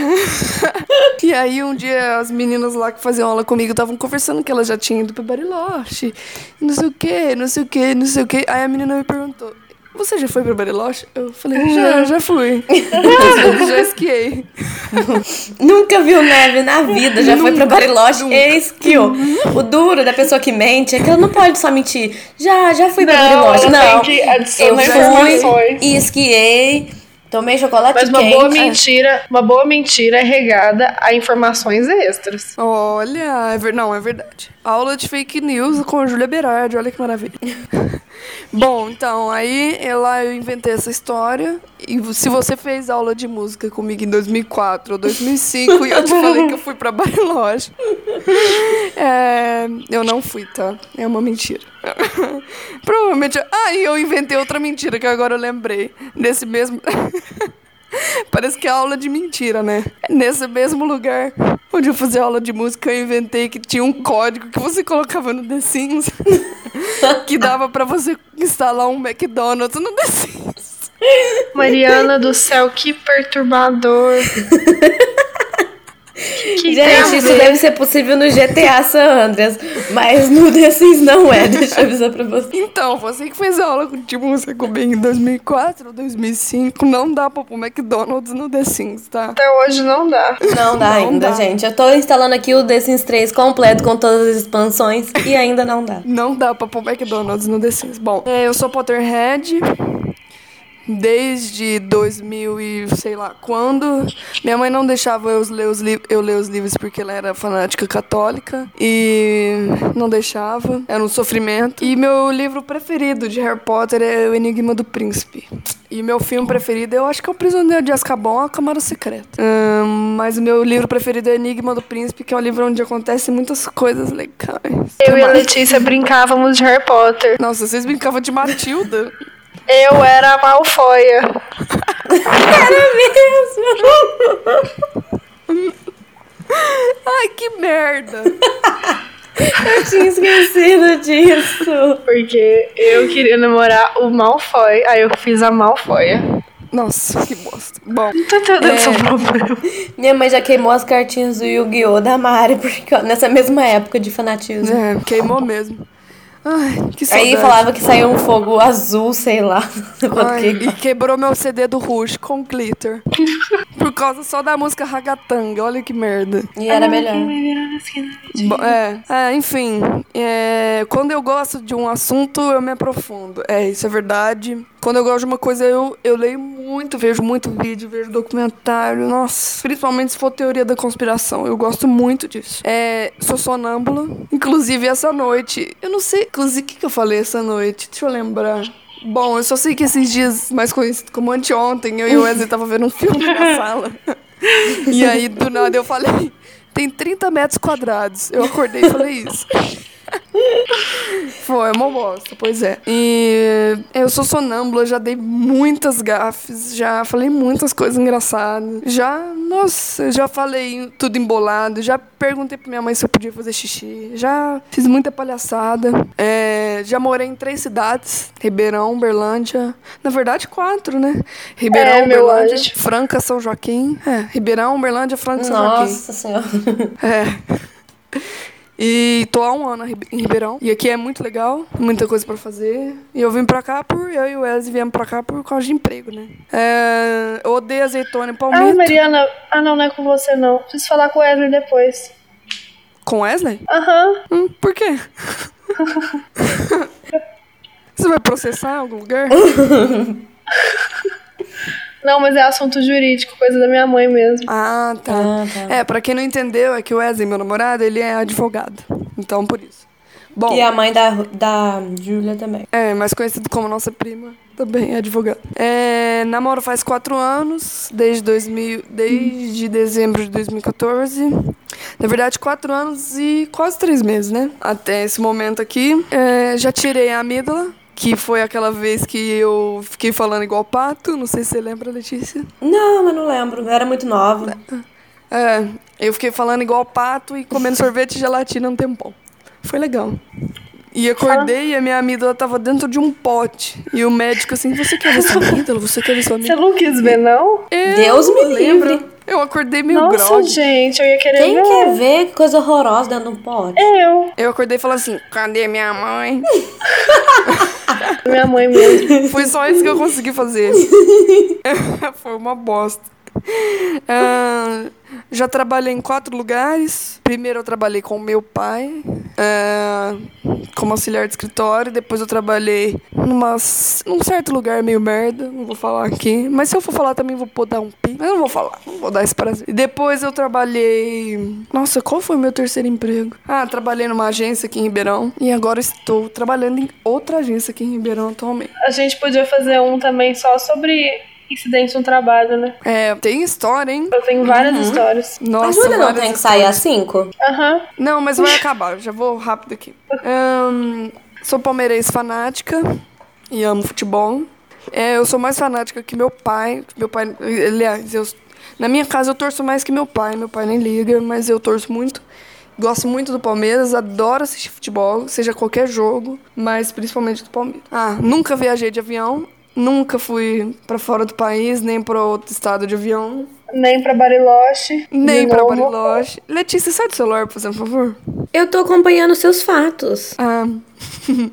[SPEAKER 1] e aí um dia as meninas lá que faziam aula comigo estavam conversando que elas já tinham ido pra Bariloche. Não sei o quê, não sei o quê, não sei o quê. Aí a menina me perguntou. Você já foi pra Bariloche? Eu falei, já, já fui. já esquiei.
[SPEAKER 2] Nunca viu neve na vida, já foi pra Bariloche e esquiou. O duro da pessoa que mente é que ela não pode só mentir. Já, já fui pra
[SPEAKER 3] Não,
[SPEAKER 2] Bariloche.
[SPEAKER 3] ela tem
[SPEAKER 2] Não,
[SPEAKER 3] que
[SPEAKER 2] eu
[SPEAKER 3] adicionar
[SPEAKER 2] fui
[SPEAKER 3] informações.
[SPEAKER 2] e esquiei, tomei chocolate
[SPEAKER 3] Mas uma
[SPEAKER 2] quente.
[SPEAKER 3] boa mentira, uma boa mentira é regada a informações extras.
[SPEAKER 1] Olha, é ver... não, é verdade. Aula de fake news com a Júlia Berardi, olha que maravilha. Bom, então, aí eu, lá eu inventei essa história. E vo- se você fez aula de música comigo em 2004 ou 2005 e eu te falei que eu fui pra Bariloche, é, eu não fui, tá? É uma mentira. Provavelmente. Ah, e eu inventei outra mentira que agora eu lembrei. Nesse mesmo. Parece que é aula de mentira, né? Nesse mesmo lugar onde eu fazia aula de música, eu inventei que tinha um código que você colocava no The Sims que dava pra você instalar um McDonald's no The Sims.
[SPEAKER 3] Mariana do céu, que perturbador. que que tem a
[SPEAKER 2] Gente, isso
[SPEAKER 3] ver?
[SPEAKER 2] deve ser possível no GTA San Andreas, mas no The Sims não é, deixa eu avisar pra você.
[SPEAKER 1] Então, você que fez aula com- de música comigo em 2004 ou 2005, não dá pra pôr McDonald's no The Sims, tá?
[SPEAKER 3] Até hoje não dá.
[SPEAKER 2] Não dá ainda,
[SPEAKER 1] dá.
[SPEAKER 2] gente. Eu tô instalando aqui o The Sims 3 completo com todas as expansões e ainda não dá.
[SPEAKER 1] Não dá pra pôr McDonald's no The Sims. Bom, é, eu sou Potterhead. Desde 2000 e sei lá quando. Minha mãe não deixava eu ler os, li eu ler os livros porque ela era fanática católica. E não deixava. Era um sofrimento. E meu livro preferido de Harry Potter é O Enigma do Príncipe. E meu filme preferido, eu acho que é O Prisioneiro de Azkaban, A Câmara Secreta. Ahn, mas o meu livro preferido é Enigma do Príncipe, que é um livro onde acontecem muitas coisas legais.
[SPEAKER 3] Eu e a
[SPEAKER 1] Mas-
[SPEAKER 3] Letícia brincávamos de Harry Potter.
[SPEAKER 1] nossa, vocês brincavam de Matilda?
[SPEAKER 3] Eu era a Malfoia.
[SPEAKER 1] Ai, que merda!
[SPEAKER 2] Eu tinha esquecido disso.
[SPEAKER 3] Porque eu queria namorar o Malfoy, aí eu fiz a Malfoia.
[SPEAKER 1] Nossa, que bosta. Bom,
[SPEAKER 3] Não tô entendendo
[SPEAKER 2] É.
[SPEAKER 3] seu problema.
[SPEAKER 2] Minha mãe já queimou as cartinhas do Yu-Gi-Oh! da Mari, porque, ó, nessa mesma época de fanatismo.
[SPEAKER 1] é, queimou mesmo. Ai, que saudade.
[SPEAKER 2] Aí falava que saiu um fogo azul, sei lá.
[SPEAKER 1] Ai,
[SPEAKER 2] Porque
[SPEAKER 1] e quebrou meu CD do Rush com glitter. Por causa só da música Ragatanga, olha que merda.
[SPEAKER 2] E era melhor.
[SPEAKER 1] Bo- é, é, enfim, é, quando eu gosto de um assunto, eu me aprofundo. É, isso é verdade. Quando eu gosto de uma coisa, eu, eu leio muito, vejo muito vídeo, vejo documentário. Nossa, principalmente se for teoria da conspiração. Eu gosto muito disso. É, sou sonâmbula. Inclusive, essa noite, eu não sei, inclusive, o que, que eu falei essa noite? Deixa eu lembrar. Bom, eu só sei que esses dias, mais conhecido como anteontem, eu e o Wesley tava vendo um filme na sala. E aí, do nada, eu falei, tem 30 metros quadrados. Eu acordei e falei isso. Foi uma bosta, pois é. E eu sou sonâmbula, já dei muitas gafes, já falei muitas coisas engraçadas. Já, nossa, já falei tudo embolado, já perguntei pra minha mãe se eu podia fazer xixi, já fiz muita palhaçada. É, já morei em três cidades: Ribeirão, Uberlândia. Na verdade, quatro, né? Ribeirão,
[SPEAKER 3] É, meu
[SPEAKER 1] Uberlândia,
[SPEAKER 3] anjo.
[SPEAKER 1] Franca, São Joaquim. É, Ribeirão, Uberlândia, Franca, São Joaquim.
[SPEAKER 2] Nossa senhora.
[SPEAKER 1] É. E tô há um ano em Ribeirão. E aqui é muito legal, muita coisa pra fazer. E eu vim pra cá por. Eu e o Wesley viemos pra cá por causa de emprego, né? É, eu odeio azeitona e
[SPEAKER 3] Ah,
[SPEAKER 1] palmito.
[SPEAKER 3] Mariana. Ah, não, não é com você, não. Preciso falar com o Wesley depois.
[SPEAKER 1] Com Wesley?
[SPEAKER 3] Aham.
[SPEAKER 1] Hum, por quê? Você vai processar em algum lugar?
[SPEAKER 3] Não, mas é assunto jurídico, coisa da minha mãe mesmo.
[SPEAKER 1] Ah, tá. É, pra quem não entendeu, é que o Wesley, meu namorado, ele é advogado. Então, por isso. Bom,
[SPEAKER 2] E a mãe da, da Júlia também.
[SPEAKER 1] É, mais conhecido como nossa prima, também é advogada. É, namoro faz quatro anos, desde, 2000, desde dezembro de 2014. Na verdade, quatro anos e quase três meses, né? Até esse momento aqui. É, já tirei a amígdala, que foi aquela vez que eu fiquei falando igual pato. Não sei se você lembra, Letícia.
[SPEAKER 2] Não, mas não lembro. Eu era muito nova.
[SPEAKER 1] É, eu fiquei falando igual pato e comendo sorvete e gelatina um tempão. Foi legal. E acordei e a minha amígdala tava dentro de um pote. E o médico assim, você quer ver sua amígdala? Você quer ver sua
[SPEAKER 3] Você
[SPEAKER 1] amígdala?
[SPEAKER 3] não quis ver, não?
[SPEAKER 1] Eu
[SPEAKER 2] Deus me
[SPEAKER 1] lembro.
[SPEAKER 2] livre.
[SPEAKER 1] Eu acordei meio
[SPEAKER 3] Nossa,
[SPEAKER 1] grogue.
[SPEAKER 3] gente, eu ia querer
[SPEAKER 2] Quem
[SPEAKER 3] ver.
[SPEAKER 2] quer ver que coisa horrorosa dentro de um pote?
[SPEAKER 3] Eu.
[SPEAKER 1] Eu acordei e falei assim, cadê minha mãe?
[SPEAKER 3] Minha mãe mesmo.
[SPEAKER 1] Foi só isso que eu consegui fazer. Foi uma bosta. Ah, já trabalhei em quatro lugares. Primeiro eu trabalhei com meu pai, ah, como auxiliar de escritório. Depois eu trabalhei numa, num certo lugar meio merda, não vou falar aqui. Mas se eu for falar também vou pôr dar um pi. Mas eu não vou falar, não vou dar esse prazer. E depois eu trabalhei... Nossa, qual foi o meu terceiro emprego? Ah, trabalhei numa agência aqui em Ribeirão. E agora estou trabalhando em outra agência aqui em Ribeirão atualmente.
[SPEAKER 3] A gente podia fazer um também só sobre incidente no trabalho, né?
[SPEAKER 1] É, tem história, hein?
[SPEAKER 3] Eu tenho várias
[SPEAKER 2] Uhum.
[SPEAKER 3] histórias.
[SPEAKER 1] Nossa,
[SPEAKER 2] A Júlia não
[SPEAKER 1] várias
[SPEAKER 2] tem que sair às 5?
[SPEAKER 3] Aham.
[SPEAKER 1] Não, mas vai acabar, eu já vou rápido aqui. Ahn, sou palmeirense fanática e amo futebol. É, eu sou mais fanática que meu pai. Meu pai, aliás, eu, na minha casa eu torço mais que meu pai. Meu pai nem liga, mas eu torço muito. Gosto muito do Palmeiras, adoro assistir futebol, seja qualquer jogo, mas principalmente do Palmeiras. Ah, nunca viajei de avião, nunca fui pra fora do país, nem pra outro estado de avião.
[SPEAKER 3] Nem pra Bariloche.
[SPEAKER 1] Nem
[SPEAKER 3] de
[SPEAKER 1] pra
[SPEAKER 3] novo.
[SPEAKER 1] Bariloche. Letícia, sai do celular, por favor.
[SPEAKER 2] Eu tô acompanhando seus fatos.
[SPEAKER 1] Ah.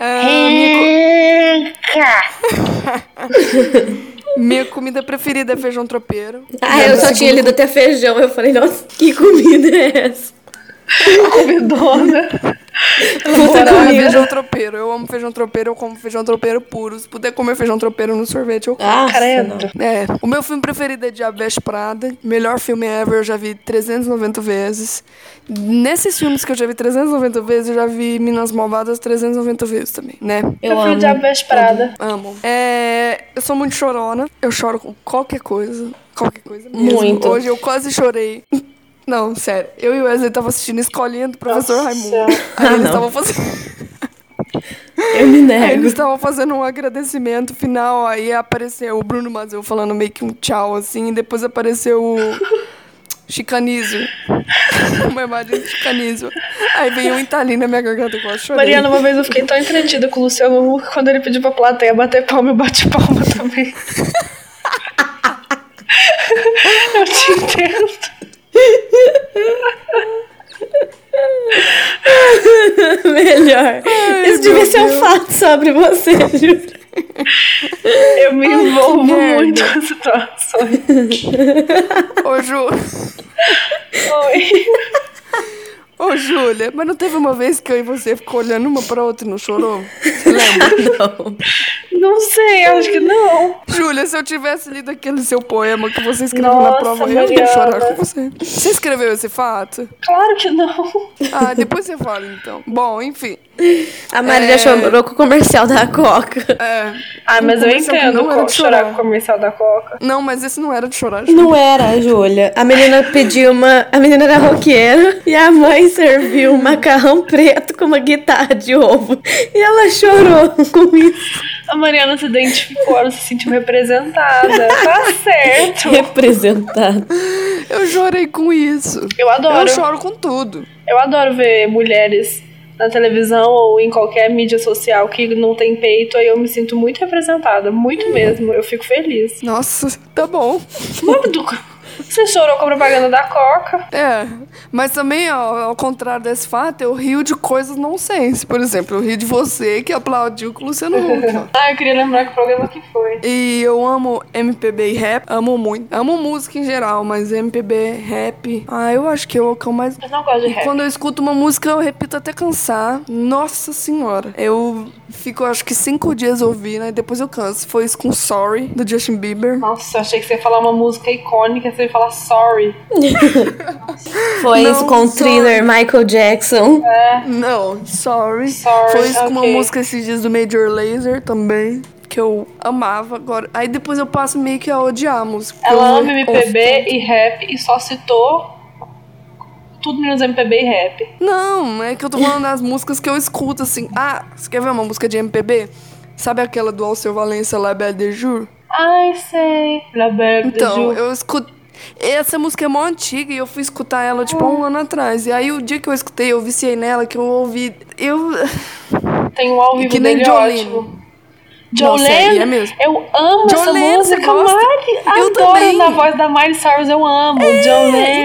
[SPEAKER 1] Ah, minha, co- minha comida preferida é feijão tropeiro.
[SPEAKER 2] Ah, eu só tinha lido até feijão. Eu falei, nossa, que comida é essa?
[SPEAKER 3] Comidona.
[SPEAKER 2] Puta
[SPEAKER 1] Não, é
[SPEAKER 2] comida.
[SPEAKER 1] feijão tropeiro. Eu amo feijão tropeiro, eu como feijão tropeiro puro. Se puder comer feijão tropeiro no sorvete, eu como.
[SPEAKER 2] Ah,
[SPEAKER 3] Credo.
[SPEAKER 1] É, o meu filme preferido é Diabetes Prada. Melhor filme ever, eu já vi 390 vezes. Nesses filmes que eu já vi 390 vezes, eu já vi Minas Malvadas 390 vezes também, né?
[SPEAKER 2] Eu,
[SPEAKER 3] fui
[SPEAKER 2] amo.
[SPEAKER 3] Diabetes Prada.
[SPEAKER 1] Amo. É, eu sou muito chorona. Eu choro com qualquer coisa. Qualquer coisa mesmo.
[SPEAKER 2] Muito.
[SPEAKER 1] Hoje eu quase chorei. Não, sério. Eu e o Wesley tava assistindo Escolinha do Professor
[SPEAKER 3] Nossa Ah,
[SPEAKER 1] Raimundo. Aí eles estavam fazendo,
[SPEAKER 2] Eu me
[SPEAKER 1] aí
[SPEAKER 2] nego.
[SPEAKER 1] eles estavam fazendo um agradecimento final. Aí apareceu o Bruno Mazeu falando meio que um tchau, assim. E depois apareceu o Chicanizo. Uma imagem de Chicanizo. Aí veio um italinho na minha garganta que eu quase chorei.
[SPEAKER 3] Mariana, uma vez eu fiquei tão entretida com o Luciano Huck quando ele pediu pra plateia bater palma, eu bati palma também. eu te entendo.
[SPEAKER 2] Melhor. Isso devia
[SPEAKER 1] meu
[SPEAKER 2] ser um fato sobre você, Júlia.
[SPEAKER 3] Eu me envolvo
[SPEAKER 1] merda.
[SPEAKER 3] muito com situações.
[SPEAKER 1] Ô, Ju.
[SPEAKER 3] Oi.
[SPEAKER 1] Ô, Júlia, mas não teve uma vez que eu e você ficou olhando uma pra outra e não chorou? Você lembra?
[SPEAKER 2] Não.
[SPEAKER 3] Não sei, acho que não.
[SPEAKER 1] Júlia, se eu tivesse lido aquele seu poema que você escreveu na
[SPEAKER 3] Nossa,
[SPEAKER 1] prova, eu ia
[SPEAKER 3] Mariana.
[SPEAKER 1] chorar com você. Você escreveu esse fato?
[SPEAKER 3] Claro que não.
[SPEAKER 1] Ah, depois você fala então. Bom, enfim.
[SPEAKER 2] A Marília chorou com o comercial da Coca.
[SPEAKER 1] É.
[SPEAKER 3] Ah, mas eu
[SPEAKER 1] Comercial que
[SPEAKER 3] entendo
[SPEAKER 1] não era
[SPEAKER 3] co-
[SPEAKER 1] de
[SPEAKER 3] chorar
[SPEAKER 1] chorar.
[SPEAKER 3] com o comercial da Coca.
[SPEAKER 1] Não, mas esse não era de chorar. Ju.
[SPEAKER 2] Não era, Júlia. A menina pediu uma. A menina era roqueira e a mãe serviu um macarrão preto com uma guitarra de ovo. E ela chorou com isso.
[SPEAKER 3] A Mariana se identificou, ela se sentiu representada. Tá certo.
[SPEAKER 2] Representada.
[SPEAKER 1] Eu chorei com isso.
[SPEAKER 3] Eu
[SPEAKER 1] Eu
[SPEAKER 3] adoro.
[SPEAKER 1] choro com tudo.
[SPEAKER 3] Eu adoro ver mulheres na televisão ou em qualquer mídia social que não tem peito, aí eu me sinto muito representada, muito mesmo. Eu fico feliz.
[SPEAKER 1] Nossa, tá bom.
[SPEAKER 3] Mano, do- você chorou com a propaganda da Coca.
[SPEAKER 1] É. Mas também, ó, ao contrário desse fato, eu rio de coisas nonsense. Por exemplo, eu rio de você que aplaudiu com o Luciano Huck. ó.
[SPEAKER 3] Ah, eu queria lembrar que programa que foi.
[SPEAKER 1] E eu amo MPB e rap, amo muito. Amo música em geral, mas MPB, rap. Ah, eu acho que é o que eu mais
[SPEAKER 3] Eu não gosto de
[SPEAKER 1] E
[SPEAKER 3] rap.
[SPEAKER 1] quando eu escuto uma música, eu repito até cansar. Nossa senhora. Eu fico, acho que cinco dias ouvindo, e depois eu canso. Foi isso com Sorry, do Justin Bieber.
[SPEAKER 3] Nossa, eu achei que você ia falar uma música icônica, você ia falar sorry.
[SPEAKER 2] Foi
[SPEAKER 1] Não,
[SPEAKER 2] isso com o thriller Michael Jackson.
[SPEAKER 1] Não, Sorry.
[SPEAKER 3] Sorry,
[SPEAKER 1] Foi isso com uma
[SPEAKER 3] ok.
[SPEAKER 1] música esses dias do Major Lazer também, que eu amava agora. Aí depois eu passo meio que a odiar a música. porque eu
[SPEAKER 3] Ela ama
[SPEAKER 1] ouço
[SPEAKER 3] MPB e rap e só citou tudo menos MPB e rap.
[SPEAKER 1] Não, é que eu tô falando das músicas que eu escuto, assim. Ah, você quer ver uma música de MPB? Sabe aquela do Alceu Valença, La Belle de Jour?
[SPEAKER 3] Ai, sei. La Belle de
[SPEAKER 1] Então,
[SPEAKER 3] Jour.
[SPEAKER 1] eu escuto. Essa música é mó antiga e eu fui escutar ela, tipo, há um ano atrás. E aí, o dia que eu escutei, eu viciei nela, que eu ouvi. Eu.
[SPEAKER 3] Tem um ao
[SPEAKER 1] E
[SPEAKER 3] vivo
[SPEAKER 1] que nem
[SPEAKER 3] dele
[SPEAKER 1] Jolene.
[SPEAKER 3] ótimo.
[SPEAKER 1] Nossa,
[SPEAKER 3] Jolene,
[SPEAKER 1] é mesmo.
[SPEAKER 3] eu amo
[SPEAKER 1] Jolene,
[SPEAKER 3] essa
[SPEAKER 1] você
[SPEAKER 3] música,
[SPEAKER 1] gosta?
[SPEAKER 3] Mari.
[SPEAKER 1] Eu
[SPEAKER 3] adoro
[SPEAKER 1] também. É,
[SPEAKER 3] na voz da Miley Cyrus, eu amo. Jolene.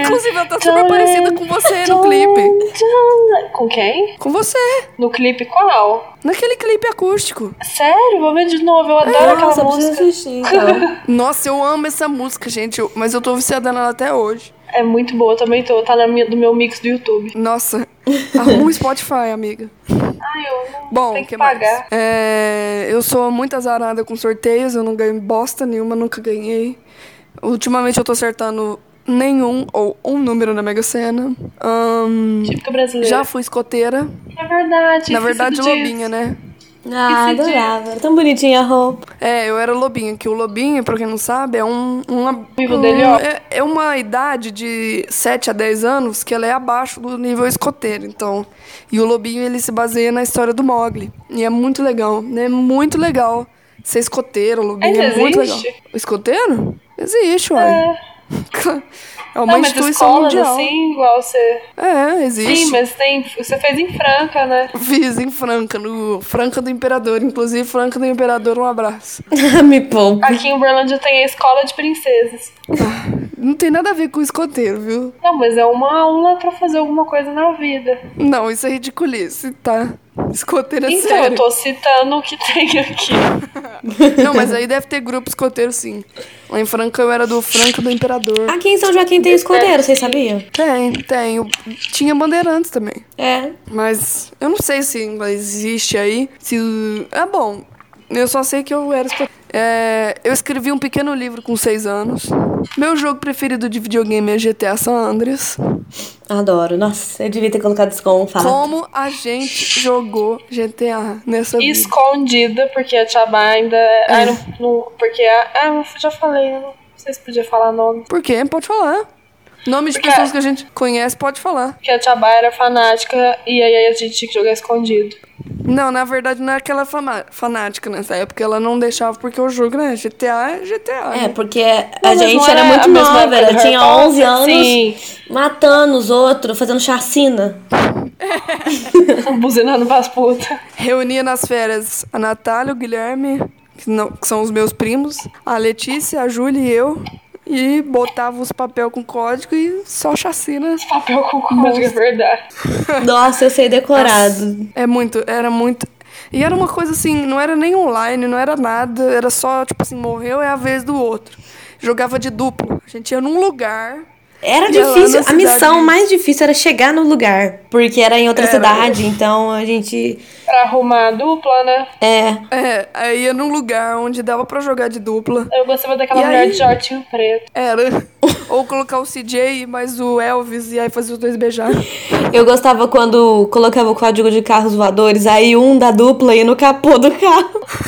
[SPEAKER 1] Inclusive, ela tá super
[SPEAKER 3] Jolene,
[SPEAKER 1] parecida com você no
[SPEAKER 3] Jolene,
[SPEAKER 1] clipe.
[SPEAKER 3] Jolene. Com quem?
[SPEAKER 1] Com você.
[SPEAKER 3] No clipe qual?
[SPEAKER 1] Naquele clipe acústico.
[SPEAKER 3] Sério, vou ver de novo, eu
[SPEAKER 1] É,
[SPEAKER 3] adoro aquela
[SPEAKER 2] eu preciso
[SPEAKER 3] música.
[SPEAKER 2] assistir, então.
[SPEAKER 1] Nossa, eu amo essa música, gente. eu- mas eu tô viciada nela até hoje.
[SPEAKER 3] É muito boa, eu também tô, tá na minha, no meu mix do YouTube.
[SPEAKER 1] Nossa, arruma um Spotify, amiga.
[SPEAKER 3] Ai, eu não
[SPEAKER 1] Bom,
[SPEAKER 3] tenho
[SPEAKER 1] o
[SPEAKER 3] que,
[SPEAKER 1] que
[SPEAKER 3] pagar.
[SPEAKER 1] mais? É, eu sou muito azarada com sorteios, eu não ganho bosta nenhuma, nunca ganhei. Ultimamente eu tô acertando nenhum ou um número na Mega Sena. Ahn,
[SPEAKER 3] Típica brasileira.
[SPEAKER 1] já fui escoteira.
[SPEAKER 3] É verdade.
[SPEAKER 1] na verdade, lobinha, né?
[SPEAKER 2] Ah,
[SPEAKER 3] Esse dia.
[SPEAKER 2] adorava. Tão bonitinha a roupa.
[SPEAKER 1] É, eu era lobinha, que o lobinho, pra quem não sabe, é um. Uma,
[SPEAKER 3] Vivo
[SPEAKER 1] um-
[SPEAKER 3] dele, ó.
[SPEAKER 1] é, é uma idade de 7 a 10 anos que ela é abaixo do nível escoteiro, então. E o lobinho, ele se baseia na história do Mogli. E é muito legal, né? É muito legal ser escoteiro, lobinho.
[SPEAKER 3] Ainda
[SPEAKER 1] é muito legal.
[SPEAKER 3] existe? É.
[SPEAKER 1] O escoteiro? Existe, uai. É, uma
[SPEAKER 3] Não, mas
[SPEAKER 1] instituição
[SPEAKER 3] escolas
[SPEAKER 1] mundial.
[SPEAKER 3] assim, igual você...
[SPEAKER 1] É, existe.
[SPEAKER 3] Sim, mas tem. Você fez em Franca, né?
[SPEAKER 1] Fiz em Franca, no Franca do Imperador. Inclusive, Franca do Imperador, um abraço.
[SPEAKER 2] Ah, Me poupa.
[SPEAKER 3] Aqui em Uberlândia tem a escola de princesas.
[SPEAKER 1] Não tem nada a ver com escoteiro, viu?
[SPEAKER 3] Não, mas é uma aula pra fazer alguma coisa na vida.
[SPEAKER 1] Não, isso é ridiculice, tá? Escoteiro é
[SPEAKER 3] então, eu
[SPEAKER 1] sério.
[SPEAKER 3] tô citando o que tem aqui.
[SPEAKER 1] Não, mas aí deve ter grupo escoteiro, sim. Lá em Franca eu era do Franca do Imperador.
[SPEAKER 2] Aqui em São Joaquim tem escudeiro, vocês sabiam?
[SPEAKER 1] Tem, tem. Eu tinha bandeirantes também.
[SPEAKER 2] É.
[SPEAKER 1] Mas eu não sei se ainda existe aí. Se. É bom. Eu só sei que eu era escoteiro. É, eu escrevi um pequeno livro com seis anos. Meu jogo preferido de videogame é GTA San Andreas.
[SPEAKER 3] Ah.
[SPEAKER 2] Adoro. Nossa, eu devia ter colocado isso como um fato.
[SPEAKER 1] Como a gente jogou GTA nessa vida?
[SPEAKER 3] Escondida, porque a Tchabá ainda.
[SPEAKER 1] É.
[SPEAKER 3] Ai, não, não- porque a. Ah, eu já falei, eu não sei se podia falar nome.
[SPEAKER 1] Por quê? Pode falar. Nome de
[SPEAKER 3] Porque-
[SPEAKER 1] pessoas que a gente conhece, pode falar.
[SPEAKER 3] Porque a Tchabá era fanática e aí a gente tinha que jogar escondido.
[SPEAKER 1] Não, na verdade, não é aquela fama- fanática nessa época. Ela não deixava porque o jogo, né? GTA é GTA.
[SPEAKER 2] É,
[SPEAKER 1] né?
[SPEAKER 2] porque a
[SPEAKER 3] mas não
[SPEAKER 2] gente era,
[SPEAKER 3] era a
[SPEAKER 2] muito
[SPEAKER 3] mesma
[SPEAKER 2] nova,
[SPEAKER 3] época do
[SPEAKER 2] ela
[SPEAKER 3] Harry
[SPEAKER 2] tinha
[SPEAKER 3] Potter?
[SPEAKER 2] 11 anos
[SPEAKER 3] Sim.
[SPEAKER 2] matando os outros, fazendo chacina.
[SPEAKER 3] Buzinando pras putas.
[SPEAKER 1] Reunia nas férias a Natália, o Guilherme, que, não- que são os meus primos, a Letícia, a Júlia e eu. E botava os papel com código e só chacina.
[SPEAKER 3] Papel com código, é verdade.
[SPEAKER 2] Nossa, eu sei decorado.
[SPEAKER 1] É muito, era muito. E era uma coisa assim, não era nem online, não era nada, era só, tipo assim, morreu é a vez do outro. Jogava de duplo. A gente ia num lugar,
[SPEAKER 2] Era
[SPEAKER 1] E ela
[SPEAKER 2] difícil,
[SPEAKER 1] na
[SPEAKER 2] a missão
[SPEAKER 1] cidade-
[SPEAKER 2] mais difícil era chegar no lugar, porque era em outra cidade, então a gente
[SPEAKER 3] Pra arrumar a dupla, né?
[SPEAKER 2] é,
[SPEAKER 1] É, aí ia num lugar onde dava pra jogar de dupla.
[SPEAKER 3] Eu gostava daquela
[SPEAKER 1] E
[SPEAKER 3] mulher
[SPEAKER 1] aí?
[SPEAKER 3] de shortinho preto.
[SPEAKER 1] Era. Ou colocar o CJ mais o Elvis e aí fazer os dois beijar.
[SPEAKER 2] eu gostava quando colocava o código de carros voadores, aí um da dupla ia no capô do carro.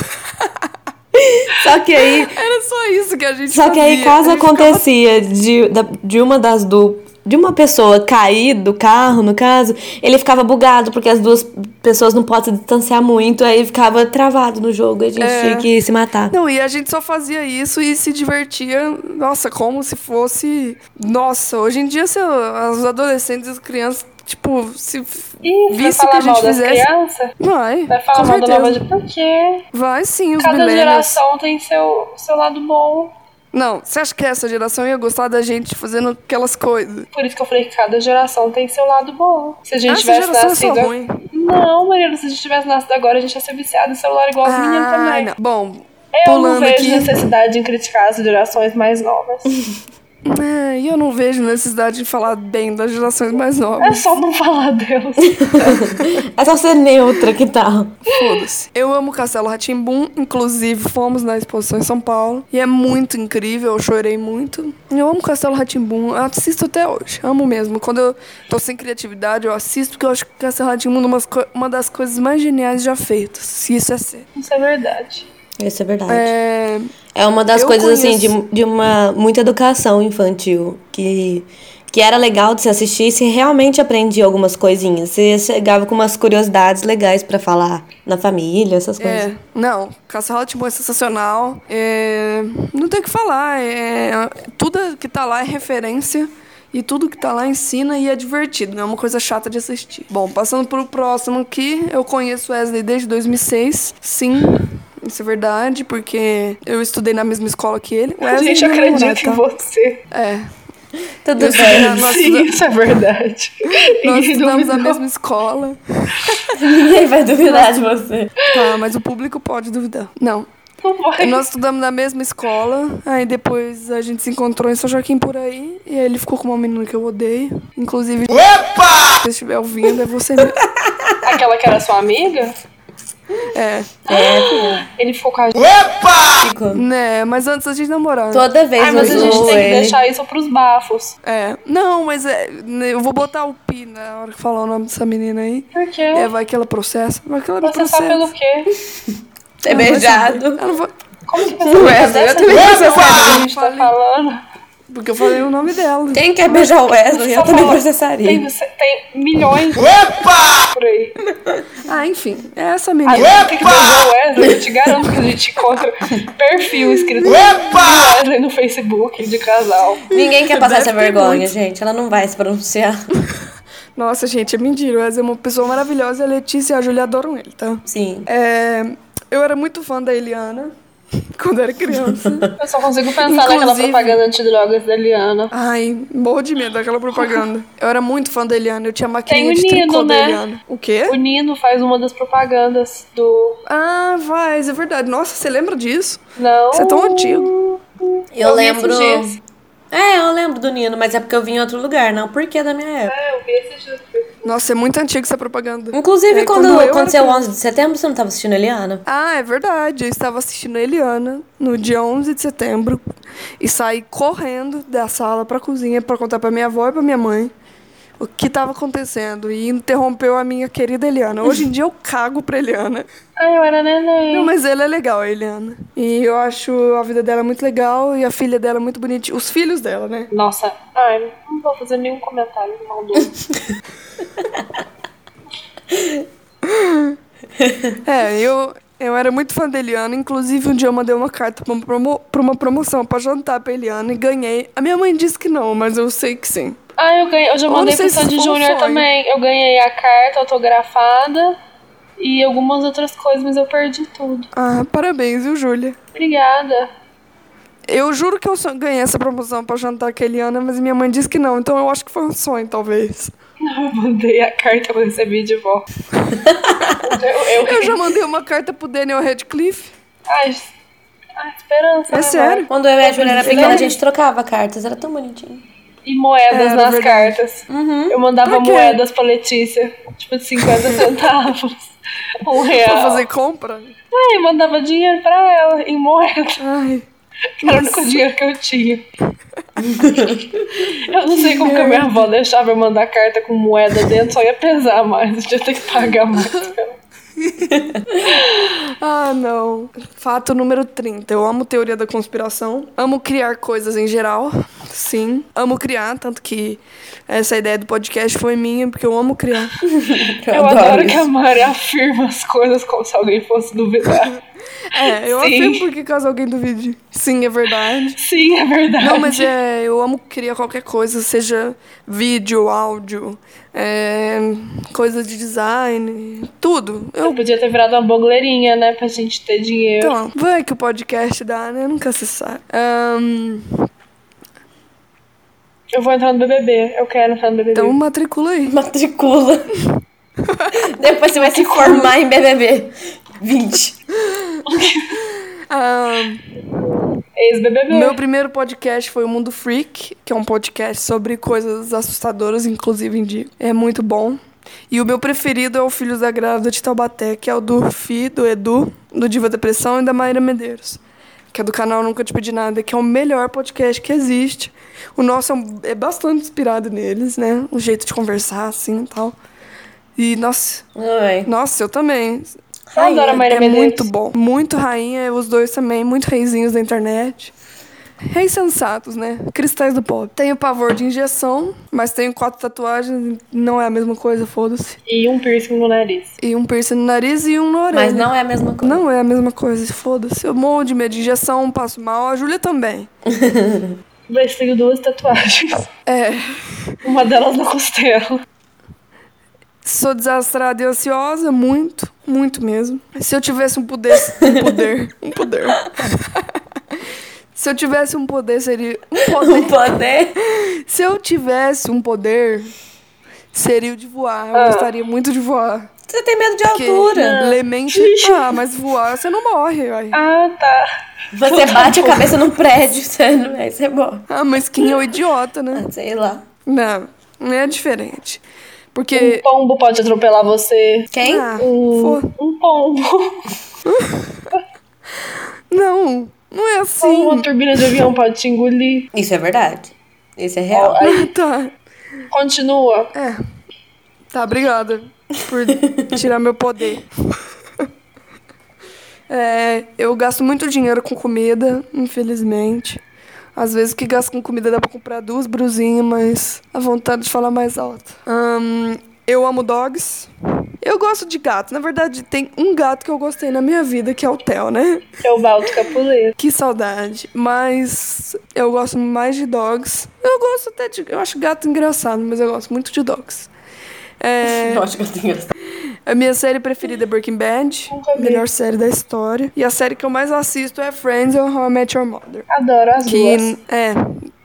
[SPEAKER 2] Só que aí,
[SPEAKER 1] Era só isso que a gente
[SPEAKER 2] só que
[SPEAKER 1] fazia.
[SPEAKER 2] aí caso
[SPEAKER 1] A gente ficava-
[SPEAKER 2] acontecia de, da- de uma das duplas de uma pessoa cair do carro, no caso, ele ficava bugado porque as duas pessoas não podem se distanciar muito, aí ficava travado no jogo, a gente
[SPEAKER 1] É.
[SPEAKER 2] tinha que se matar.
[SPEAKER 1] Não, e a gente só fazia isso e se divertia, nossa, como se fosse. Nossa, hoje em dia, se os adolescentes e as crianças, tipo, se.
[SPEAKER 3] Ih, você vai
[SPEAKER 1] Visto que
[SPEAKER 3] falar
[SPEAKER 1] a
[SPEAKER 3] mal
[SPEAKER 1] gente
[SPEAKER 3] das
[SPEAKER 1] fizesse.
[SPEAKER 3] crianças?
[SPEAKER 1] Vai,
[SPEAKER 3] Vai
[SPEAKER 1] com
[SPEAKER 3] falar mal da nova
[SPEAKER 1] certeza.
[SPEAKER 3] de por quê?
[SPEAKER 1] Vai sim, os
[SPEAKER 3] Cada
[SPEAKER 1] millennials.
[SPEAKER 3] geração tem seu, seu lado bom.
[SPEAKER 1] Não, você acha que essa geração ia gostar da gente fazendo aquelas coisas?
[SPEAKER 3] Por isso que eu falei que cada geração tem seu lado bom. Se a gente assim,
[SPEAKER 1] Essa
[SPEAKER 3] tivesse
[SPEAKER 1] geração é só
[SPEAKER 3] nascido.
[SPEAKER 1] ruim.
[SPEAKER 3] Não, Mariana, se a gente tivesse nascido agora, a gente ia ser viciado em celular igual as meninas também.
[SPEAKER 1] Ah, não. Bom,
[SPEAKER 3] Eu não
[SPEAKER 1] pulando
[SPEAKER 3] vejo
[SPEAKER 1] aqui.
[SPEAKER 3] necessidade em criticar as gerações mais novas.
[SPEAKER 1] É, e eu não vejo necessidade de falar bem das gerações mais
[SPEAKER 3] É
[SPEAKER 1] novas.
[SPEAKER 3] só não falar Deus.
[SPEAKER 2] É só ser neutra, que tá. tal?
[SPEAKER 1] Foda-se. Eu amo Castelo Ratimbum, inclusive fomos na exposição em São Paulo. E é muito incrível, eu chorei muito. Eu amo Castelo Ratimbum, assisto até hoje, amo mesmo. Quando eu tô sem criatividade, eu assisto, porque eu acho que Castelo Ratimbum é umas co- uma das coisas mais geniais já feitas. Se isso é ser.
[SPEAKER 3] Isso é verdade.
[SPEAKER 2] Isso é verdade. É,
[SPEAKER 1] É.
[SPEAKER 2] uma das
[SPEAKER 1] eu
[SPEAKER 2] coisas, assim,
[SPEAKER 1] conheço.
[SPEAKER 2] de, de uma muita educação infantil, que, que era legal de se assistir, se realmente aprendia algumas coisinhas. Você chegava com umas curiosidades legais pra falar na família, essas coisas.
[SPEAKER 1] É, não, Castelo Rá-Tim-Bum é sensacional. É, não tem o que falar. É, tudo que tá lá é referência. E tudo que tá lá ensina e é divertido, não é uma coisa chata de assistir. Bom, passando pro próximo aqui, eu conheço Wesley desde 2006. Sim, isso é verdade, porque eu estudei na mesma escola que ele.
[SPEAKER 3] A
[SPEAKER 1] Wesley
[SPEAKER 3] gente
[SPEAKER 1] é meu namorado,
[SPEAKER 3] acredita em
[SPEAKER 1] tá?
[SPEAKER 3] você.
[SPEAKER 1] É,
[SPEAKER 2] Tudo
[SPEAKER 1] Eu sei,
[SPEAKER 2] bem.
[SPEAKER 1] né? Nós
[SPEAKER 3] Sim,
[SPEAKER 1] estuda-
[SPEAKER 3] isso é verdade.
[SPEAKER 1] nós
[SPEAKER 3] Ninguém
[SPEAKER 1] estudamos na
[SPEAKER 3] duvidou.
[SPEAKER 1] mesma escola.
[SPEAKER 2] Ninguém vai duvidar de você.
[SPEAKER 1] Tá, mas o público pode duvidar. Não,
[SPEAKER 3] Não vai.
[SPEAKER 1] Nós estudamos na mesma escola, aí depois a gente se encontrou em São Joaquim por aí, e aí ele ficou com uma menina que eu odeio. Inclusive, se você estiver ouvindo, é você mesmo.
[SPEAKER 3] Aquela que era sua amiga,
[SPEAKER 1] É,
[SPEAKER 3] ele ficou com a gente.
[SPEAKER 2] Ficou.
[SPEAKER 1] né? Mas antes a gente né? namorava.
[SPEAKER 2] Toda vez
[SPEAKER 3] Ah, mas a
[SPEAKER 2] eu
[SPEAKER 3] gente
[SPEAKER 2] zoou
[SPEAKER 3] tem que
[SPEAKER 2] ele.
[SPEAKER 3] deixar isso pros bafos.
[SPEAKER 1] É. Não, mas é, né, eu vou botar o pi na hora que falar o nome dessa menina aí.
[SPEAKER 3] Por quê?
[SPEAKER 1] É, vai que ela processa. Vai que ela me
[SPEAKER 3] Você sabe
[SPEAKER 1] processa.
[SPEAKER 3] pelo quê?
[SPEAKER 2] Ser beijado.
[SPEAKER 1] Ela vai-
[SPEAKER 3] Como que você
[SPEAKER 2] Wesley, eu também
[SPEAKER 3] Não
[SPEAKER 2] sou assim.
[SPEAKER 3] sabe o que a gente tá
[SPEAKER 1] Falei.
[SPEAKER 3] falando?
[SPEAKER 1] Porque eu falei o nome dela.
[SPEAKER 2] Quem quer beijar o Wesley? Eu
[SPEAKER 3] Só
[SPEAKER 2] também
[SPEAKER 3] fala.
[SPEAKER 2] processaria.
[SPEAKER 3] Tem, você- tem milhões por aí.
[SPEAKER 1] Ah, enfim. É essa menina.
[SPEAKER 3] Aí você tem que pegar o Wesley, eu te garanto que a gente encontra perfil escrito Wesley no Facebook de casal.
[SPEAKER 2] Ninguém quer passar
[SPEAKER 1] Deve
[SPEAKER 2] essa
[SPEAKER 1] ter
[SPEAKER 2] vergonha,
[SPEAKER 1] muito.
[SPEAKER 2] gente. Ela não vai se pronunciar.
[SPEAKER 1] Nossa, gente, é mentira. O Wesley é uma pessoa maravilhosa. A Letícia e a Júlia adoram ele, tá?
[SPEAKER 2] Sim.
[SPEAKER 1] É, eu era muito fã da Eliana quando era criança.
[SPEAKER 3] Eu só consigo pensar naquela
[SPEAKER 1] Inclusive-
[SPEAKER 3] propaganda antidrogas da Liana.
[SPEAKER 1] Ai, morro de medo daquela propaganda. Eu era muito fã da Eliana, eu tinha
[SPEAKER 3] Tem
[SPEAKER 1] maquininha
[SPEAKER 3] o
[SPEAKER 1] de tricô
[SPEAKER 3] Nino,
[SPEAKER 1] da
[SPEAKER 3] né?
[SPEAKER 1] Eliana. O quê?
[SPEAKER 3] O Nino faz uma das propagandas do.
[SPEAKER 1] Ah, vai, é verdade. Nossa, você lembra disso?
[SPEAKER 3] Não.
[SPEAKER 1] Você é tão antigo.
[SPEAKER 2] Eu,
[SPEAKER 3] Eu vi
[SPEAKER 2] lembro.
[SPEAKER 3] esses dias.
[SPEAKER 2] É, eu lembro do Nino, mas é porque eu vim em outro lugar, não porque é da minha época.
[SPEAKER 3] É, eu vi esse dia.
[SPEAKER 1] Nossa, é muito antigo essa propaganda.
[SPEAKER 2] Inclusive,
[SPEAKER 1] É,
[SPEAKER 2] quando,
[SPEAKER 1] eu era
[SPEAKER 2] aconteceu o
[SPEAKER 1] criança-
[SPEAKER 2] 11 de setembro, você não tava assistindo a Eliana?
[SPEAKER 1] Ah, é verdade. Eu estava assistindo a Eliana no dia 11 de setembro e saí correndo da sala para a cozinha para contar para minha avó e para minha mãe o que estava acontecendo e interrompeu a minha querida Eliana. Hoje em dia eu cago para Eliana.
[SPEAKER 3] Ah, eu era neném.
[SPEAKER 1] Não, mas ela é legal, a Eliana. E eu acho a vida dela muito legal e a filha dela muito bonitinha. Os filhos dela, né?
[SPEAKER 3] Nossa, ai, não vou fazer nenhum comentário maldoso.
[SPEAKER 1] É, eu, eu era muito fã da Eliana. Inclusive, um dia eu mandei uma carta pra uma, promo, pra uma promoção pra jantar pra Eliana e ganhei. A minha mãe disse que não, mas eu sei que sim.
[SPEAKER 3] Ah, eu ganhei. Eu já
[SPEAKER 1] Eu
[SPEAKER 3] mandei
[SPEAKER 1] não sei
[SPEAKER 3] pro
[SPEAKER 1] se
[SPEAKER 3] Sandy
[SPEAKER 1] foi um
[SPEAKER 3] Júnior
[SPEAKER 1] sonho.
[SPEAKER 3] também. Eu ganhei a carta autografada e algumas outras coisas, mas eu perdi tudo.
[SPEAKER 1] Ah, parabéns, viu, Júlia?
[SPEAKER 3] Obrigada.
[SPEAKER 1] Eu juro que eu só ganhei essa promoção pra jantar com a Eliana, mas minha mãe disse que não. Então eu acho que foi um sonho, talvez.
[SPEAKER 3] Eu mandei a carta, eu recebi de volta. eu, eu-
[SPEAKER 1] Eu já mandei uma carta pro Daniel Radcliffe.
[SPEAKER 3] Ai, es- ai, esperança.
[SPEAKER 1] É
[SPEAKER 3] né,
[SPEAKER 1] sério.
[SPEAKER 3] vai?
[SPEAKER 2] Quando eu e a Júlia era
[SPEAKER 3] Ele
[SPEAKER 2] pequena,
[SPEAKER 3] é-
[SPEAKER 2] a gente trocava cartas, era tão bonitinho.
[SPEAKER 3] e moedas
[SPEAKER 1] Era
[SPEAKER 3] nas
[SPEAKER 1] É, verdade. Uhum.
[SPEAKER 3] cartas. Eu mandava
[SPEAKER 1] Pra quê?
[SPEAKER 3] moedas pra Letícia. Tipo, de 50 centavos. Um real.
[SPEAKER 1] Pra fazer compra?
[SPEAKER 3] Ah, eu mandava dinheiro pra ela em moeda.
[SPEAKER 1] Ai.
[SPEAKER 3] Era o único dinheiro que eu tinha. eu não sei como que a minha avó deixava eu mandar carta com moeda dentro, só ia pesar mais, eu ia ter que pagar mais.
[SPEAKER 1] Ah, não. Fato número 30. Eu amo teoria da conspiração. Amo criar coisas em geral. Sim. Amo criar, tanto que essa ideia do podcast foi minha, porque eu amo criar.
[SPEAKER 2] Eu,
[SPEAKER 3] Eu adoro que a
[SPEAKER 2] isso.
[SPEAKER 3] Mari afirma as coisas como se alguém fosse duvidar.
[SPEAKER 1] É, eu
[SPEAKER 3] Sim.
[SPEAKER 1] afirmo porque caso alguém duvide. Sim, é verdade.
[SPEAKER 3] Sim, é verdade.
[SPEAKER 1] Não, mas é, eu amo criar qualquer coisa, seja vídeo, áudio, é, coisa de design, tudo.
[SPEAKER 3] Eu
[SPEAKER 1] Eu,
[SPEAKER 3] podia ter virado uma bogleirinha, né? Pra gente ter dinheiro.
[SPEAKER 1] então, vai que o podcast dá, né? Nunca se sabe. Ahn,
[SPEAKER 3] Eu vou entrar no BBB. Eu quero entrar no BBB.
[SPEAKER 1] então matricula aí.
[SPEAKER 2] Matricula. Depois você vai se formar em BBB. 20.
[SPEAKER 1] Ahn,
[SPEAKER 3] Ex-BBB.
[SPEAKER 1] meu primeiro podcast foi o Mundo Freak, que é um podcast sobre coisas assustadoras, inclusive indico. É muito bom. E o meu preferido é o Filhos da Grávida de Taubaté, que é o do Fi, do Edu, do Diva Depressão e da Maíra Medeiros. Que é do canal Nunca Te Pedi Nada, que é o melhor podcast que existe. O nosso é, um- é bastante inspirado neles, né? O jeito de conversar, assim e tal. E, nossa,
[SPEAKER 2] Ai.
[SPEAKER 1] nossa, eu também.
[SPEAKER 3] Eu adoro a Maíra
[SPEAKER 1] é
[SPEAKER 3] Medeiros.
[SPEAKER 1] muito bom. Muito rainha, os dois também, muito reizinhos da internet. Reis sensatos, né? Cristais do pop. Tenho pavor de injeção, mas tenho quatro tatuagens, não é a mesma coisa, foda-se.
[SPEAKER 3] E um piercing no nariz.
[SPEAKER 1] E um piercing no nariz e um na orelha.
[SPEAKER 2] Mas não é a mesma coisa.
[SPEAKER 1] Não é a mesma coisa, foda-se. Eu morro de medo de injeção, passo mal, a Júlia também.
[SPEAKER 3] Mas tenho duas tatuagens.
[SPEAKER 1] É,
[SPEAKER 3] Uma delas na costela.
[SPEAKER 1] sou desastrada e ansiosa, muito, muito mesmo. Se eu tivesse um poder, um poder, um poder. Se eu tivesse um poder, seria um poder.
[SPEAKER 2] O poder.
[SPEAKER 1] Se eu tivesse um poder, seria o de voar. Eu
[SPEAKER 3] Ah.
[SPEAKER 1] gostaria muito de voar.
[SPEAKER 2] Você tem medo de
[SPEAKER 1] Porque
[SPEAKER 2] altura.
[SPEAKER 1] lemente. Ah, mas voar você não morre, ai.
[SPEAKER 3] Ah, tá.
[SPEAKER 2] Você bate a cabeça num prédio. Você não é, isso é bom. Ah,
[SPEAKER 1] Ah, mas quem é o idiota, né?
[SPEAKER 2] Sei lá.
[SPEAKER 1] Não, não é diferente.
[SPEAKER 3] Um
[SPEAKER 1] Porque.
[SPEAKER 3] pombo pode atropelar você.
[SPEAKER 2] Quem?
[SPEAKER 1] Ah,
[SPEAKER 3] Um,
[SPEAKER 1] fo-
[SPEAKER 3] um pombo.
[SPEAKER 1] Não, não é assim.
[SPEAKER 3] Uma turbina de avião pode te engolir.
[SPEAKER 2] Isso é verdade. Isso é real.
[SPEAKER 1] Ah, tá.
[SPEAKER 3] Continua.
[SPEAKER 1] É. Tá, obrigada por tirar meu poder. É, eu gasto muito dinheiro com comida, infelizmente. Às vezes o que gasto com comida dá pra comprar duas brusinhas, mas a vontade de falar mais alto. Ahn, eu amo dogs. Eu gosto de gatos. Na verdade, tem um gato que eu gostei na minha vida, que é o Theo, né?
[SPEAKER 3] É o Balto Capuleiro.
[SPEAKER 1] Que saudade. Mas eu gosto mais de dogs. Eu gosto até de. Eu acho gato engraçado, mas eu gosto muito de dogs. É,
[SPEAKER 2] Eu acho que eu tenho engraçado.
[SPEAKER 1] a minha série preferida é Breaking Bad,
[SPEAKER 3] Nunca vi.
[SPEAKER 1] melhor série da história. E a série que eu mais assisto é Friends ou How I Met Your Mother.
[SPEAKER 3] Adoro as
[SPEAKER 1] Que
[SPEAKER 3] duas.
[SPEAKER 1] é.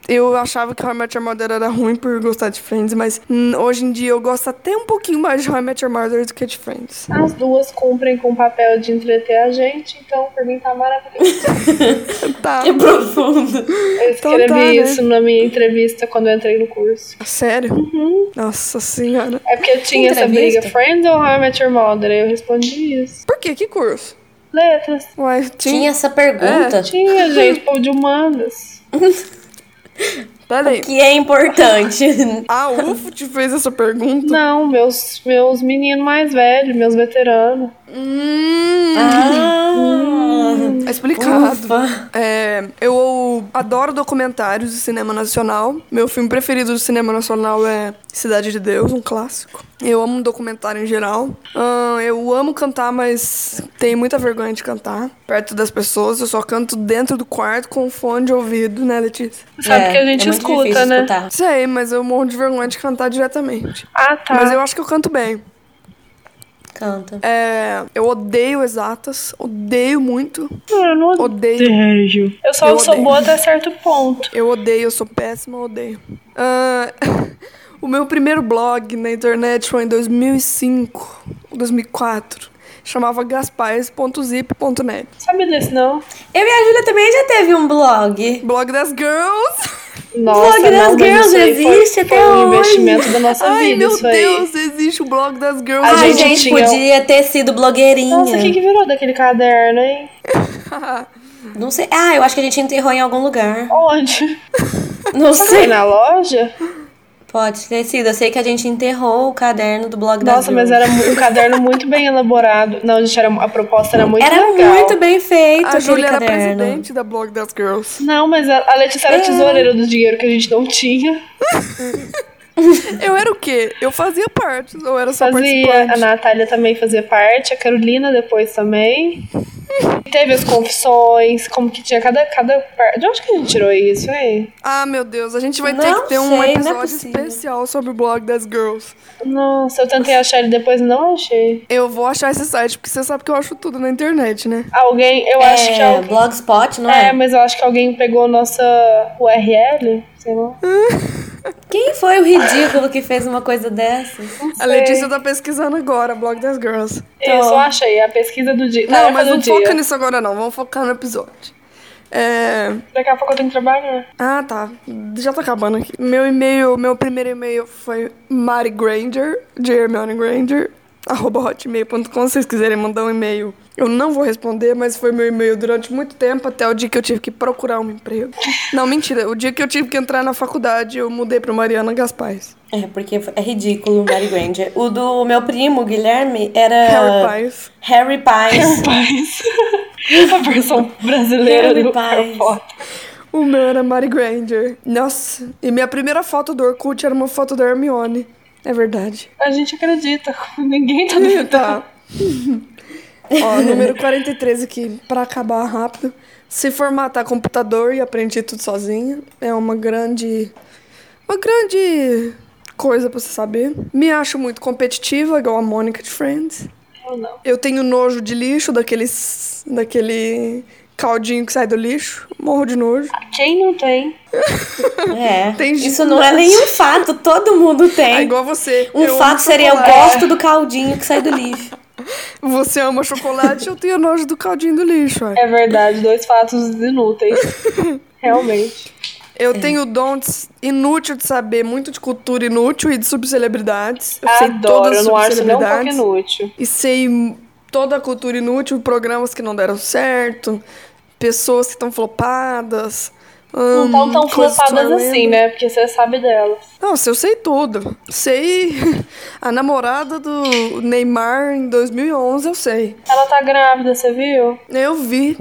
[SPEAKER 1] Eu achava que How I Met Your Mother era ruim por gostar de Friends, mas hum, hoje em dia eu gosto até um pouquinho mais de How I Met Your Mother do que de Friends.
[SPEAKER 3] As duas cumprem com o papel de entreter a gente, então por mim tá maravilhoso.
[SPEAKER 1] Tá,
[SPEAKER 2] Que profundo.
[SPEAKER 3] Eu
[SPEAKER 1] Então
[SPEAKER 3] escrevi
[SPEAKER 1] tá, né?
[SPEAKER 3] isso na minha entrevista quando eu entrei no curso.
[SPEAKER 1] sério? Nossa senhora.
[SPEAKER 3] É porque eu tinha essa
[SPEAKER 2] entrevista?
[SPEAKER 3] briga, Friend ou How I Met Your Mother? Aí Eu respondi isso.
[SPEAKER 1] Por quê? Que curso?
[SPEAKER 3] Letras.
[SPEAKER 1] Uai, tinha.
[SPEAKER 2] Tinha essa pergunta
[SPEAKER 1] É,
[SPEAKER 3] Tinha, gente, povo de humanas.
[SPEAKER 1] Peraí.
[SPEAKER 2] que é importante.
[SPEAKER 1] A UFO te fez essa pergunta?
[SPEAKER 3] Não, meus, meus meninos mais velhos, meus veteranos.
[SPEAKER 1] Hum,
[SPEAKER 2] Ah,
[SPEAKER 1] tá explicado.
[SPEAKER 2] ufa.
[SPEAKER 1] É, eu adoro documentários de cinema nacional. Meu filme preferido do cinema nacional é Cidade de Deus, um clássico. Eu amo documentário em geral. Ahn, eu amo cantar, mas tenho muita vergonha de cantar perto das pessoas. Eu só canto dentro do quarto com fone de ouvido, né, Letícia?
[SPEAKER 3] Sabe
[SPEAKER 2] É,
[SPEAKER 3] que a gente
[SPEAKER 2] é muito
[SPEAKER 3] escuta,
[SPEAKER 2] difícil
[SPEAKER 3] né?
[SPEAKER 2] escutar.
[SPEAKER 1] Sei, mas eu morro de vergonha de cantar diretamente.
[SPEAKER 3] Ah, tá.
[SPEAKER 1] Mas eu acho que eu canto bem.
[SPEAKER 2] Canta.
[SPEAKER 1] É, eu odeio exatas, odeio muito.
[SPEAKER 3] Não, eu não
[SPEAKER 1] Odeio.
[SPEAKER 3] odeio. Eu só
[SPEAKER 1] Eu
[SPEAKER 3] sou
[SPEAKER 1] odeio.
[SPEAKER 3] boa até certo ponto.
[SPEAKER 1] Eu odeio, eu sou péssima, eu odeio. Ah, o meu primeiro blog na internet foi em 2005, 2004. Chamava gaspais.zip.net.
[SPEAKER 3] Sabe desse, não?
[SPEAKER 2] Eu e a Júlia também já teve um blog.
[SPEAKER 1] Blog das girls.
[SPEAKER 3] Nossa,
[SPEAKER 2] blog das
[SPEAKER 3] não, mas
[SPEAKER 2] girls
[SPEAKER 3] isso aí foi-
[SPEAKER 2] existe até
[SPEAKER 3] foi um
[SPEAKER 2] hoje.
[SPEAKER 3] investimento da nossa
[SPEAKER 1] Ai,
[SPEAKER 3] vida,
[SPEAKER 1] meu
[SPEAKER 3] isso aí.
[SPEAKER 1] Deus, existe o blog das girls.
[SPEAKER 3] A
[SPEAKER 2] A
[SPEAKER 1] Ai,
[SPEAKER 2] gente,
[SPEAKER 3] gente tinha-
[SPEAKER 2] podia ter sido blogueirinha.
[SPEAKER 3] Nossa, o que, que virou daquele caderno, hein?
[SPEAKER 2] Não sei. Ah, eu acho que a gente enterrou em algum lugar.
[SPEAKER 3] Onde?
[SPEAKER 2] Não
[SPEAKER 3] Foi
[SPEAKER 2] sei.
[SPEAKER 3] na loja?
[SPEAKER 2] Pode ter sido. Eu sei que a gente enterrou o caderno do blog das
[SPEAKER 3] Nossa, mas
[SPEAKER 2] girls.
[SPEAKER 3] era mu- um caderno muito bem elaborado. Não, gente, era, a proposta era muito
[SPEAKER 2] Era
[SPEAKER 3] legal.
[SPEAKER 2] muito bem feito
[SPEAKER 1] a
[SPEAKER 2] aquele
[SPEAKER 1] Júlia era
[SPEAKER 2] caderno.
[SPEAKER 1] presidente da blog das girls.
[SPEAKER 3] Não, mas a a Letícia
[SPEAKER 2] É.
[SPEAKER 3] era tesoureira do dinheiro que a gente não tinha.
[SPEAKER 1] Eu era o quê? Eu fazia parte, ou era
[SPEAKER 2] Tá
[SPEAKER 1] só
[SPEAKER 3] Fazia, a
[SPEAKER 1] participante?
[SPEAKER 3] Natália também fazia parte, a Carolina depois também. Teve as confissões, como que tinha cada, cada parte. De onde que a gente tirou isso, hein?
[SPEAKER 1] Ah, meu Deus, a gente vai ter
[SPEAKER 2] Não
[SPEAKER 1] que ter um
[SPEAKER 2] sei, não é
[SPEAKER 1] episódio
[SPEAKER 2] possível.
[SPEAKER 1] especial sobre o blog das girls.
[SPEAKER 3] Nossa, eu tentei achar ele depois e não achei.
[SPEAKER 1] Eu vou achar esse site, porque você sabe que eu acho tudo na internet, né?
[SPEAKER 3] Alguém, eu acho que
[SPEAKER 2] É,
[SPEAKER 3] alguém.
[SPEAKER 2] blogspot, não é?
[SPEAKER 3] É, mas eu acho que alguém pegou nossa URL, sei lá.
[SPEAKER 2] Quem foi o ridículo que fez uma coisa dessas?
[SPEAKER 1] A
[SPEAKER 3] É.
[SPEAKER 1] Letícia tá pesquisando agora, blog das girls.
[SPEAKER 3] Eu só achei a pesquisa do dia.
[SPEAKER 1] Não,
[SPEAKER 3] tarefa
[SPEAKER 1] mas
[SPEAKER 3] do
[SPEAKER 1] não
[SPEAKER 3] um dia.
[SPEAKER 1] foca nisso agora não, vamos focar no episódio. É...
[SPEAKER 3] Daqui a pouco eu tenho que trabalhar.
[SPEAKER 1] Ah, tá. Já tá acabando aqui. Meu e-mail, meu primeiro e-mail foi Mari Granger, de Hermione Granger, arroba hotmail.com. Se vocês quiserem mandar um e-mail, eu não vou responder, mas foi meu e-mail durante muito tempo, até o dia que eu tive que procurar um emprego. Não, mentira. O dia que eu tive que entrar na faculdade, eu mudei pra Mariana Gaspais.
[SPEAKER 2] É, porque é ridículo, Mary Granger. O do meu primo, Guilherme, era.
[SPEAKER 1] Harry Pies.
[SPEAKER 2] Harry Pies.
[SPEAKER 3] Paz. a versão brasileira
[SPEAKER 2] Harry
[SPEAKER 3] do
[SPEAKER 2] Paz.
[SPEAKER 3] Harry Potter.
[SPEAKER 1] O meu era Mari Granger. Nossa, e minha primeira foto do Orkut era uma foto da Hermione. É verdade.
[SPEAKER 3] A gente acredita. Ninguém tá duvidando.
[SPEAKER 1] Tá. Ó, número 43 aqui, pra acabar rápido. Se formatar computador e aprendi tudo sozinha, é uma grande. Uma grande coisa pra você saber. Me acho muito competitiva, igual a Mônica de Friends.
[SPEAKER 3] Ou não.
[SPEAKER 1] Eu tenho nojo de lixo, daqueles, daquele caldinho que sai do lixo. Morro de nojo.
[SPEAKER 3] Quem não tem?
[SPEAKER 2] É.
[SPEAKER 1] Tem gente-
[SPEAKER 2] Isso não é nenhum fato, todo mundo tem.
[SPEAKER 1] É igual você.
[SPEAKER 2] Um
[SPEAKER 1] Eu
[SPEAKER 2] fato
[SPEAKER 1] amo
[SPEAKER 2] seria eu
[SPEAKER 1] chocolate.
[SPEAKER 2] gosto do caldinho que sai do lixo.
[SPEAKER 1] Você ama chocolate, eu tenho nojo do caldinho do lixo. ué.
[SPEAKER 3] É verdade, dois fatos inúteis. Realmente. É.
[SPEAKER 1] Eu tenho o dom de s- inútil de saber muito de cultura inútil e de subcelebridades. Eu sei
[SPEAKER 3] Adoro,
[SPEAKER 1] todas as
[SPEAKER 3] eu não acho nem um pouco
[SPEAKER 1] subcelebridades.
[SPEAKER 3] inútil.
[SPEAKER 1] E sei m- toda a cultura inútil, programas que não deram certo, pessoas que estão flopadas.
[SPEAKER 3] Não
[SPEAKER 1] hum,
[SPEAKER 3] tão tão
[SPEAKER 1] coisas que
[SPEAKER 3] flopadas
[SPEAKER 1] estão
[SPEAKER 3] assim,
[SPEAKER 1] lendo.
[SPEAKER 3] né? Porque você sabe delas.
[SPEAKER 1] Nossa, eu sei tudo. Sei a namorada do Neymar em 2011, eu sei.
[SPEAKER 3] Ela tá grávida, você viu?
[SPEAKER 1] Eu vi.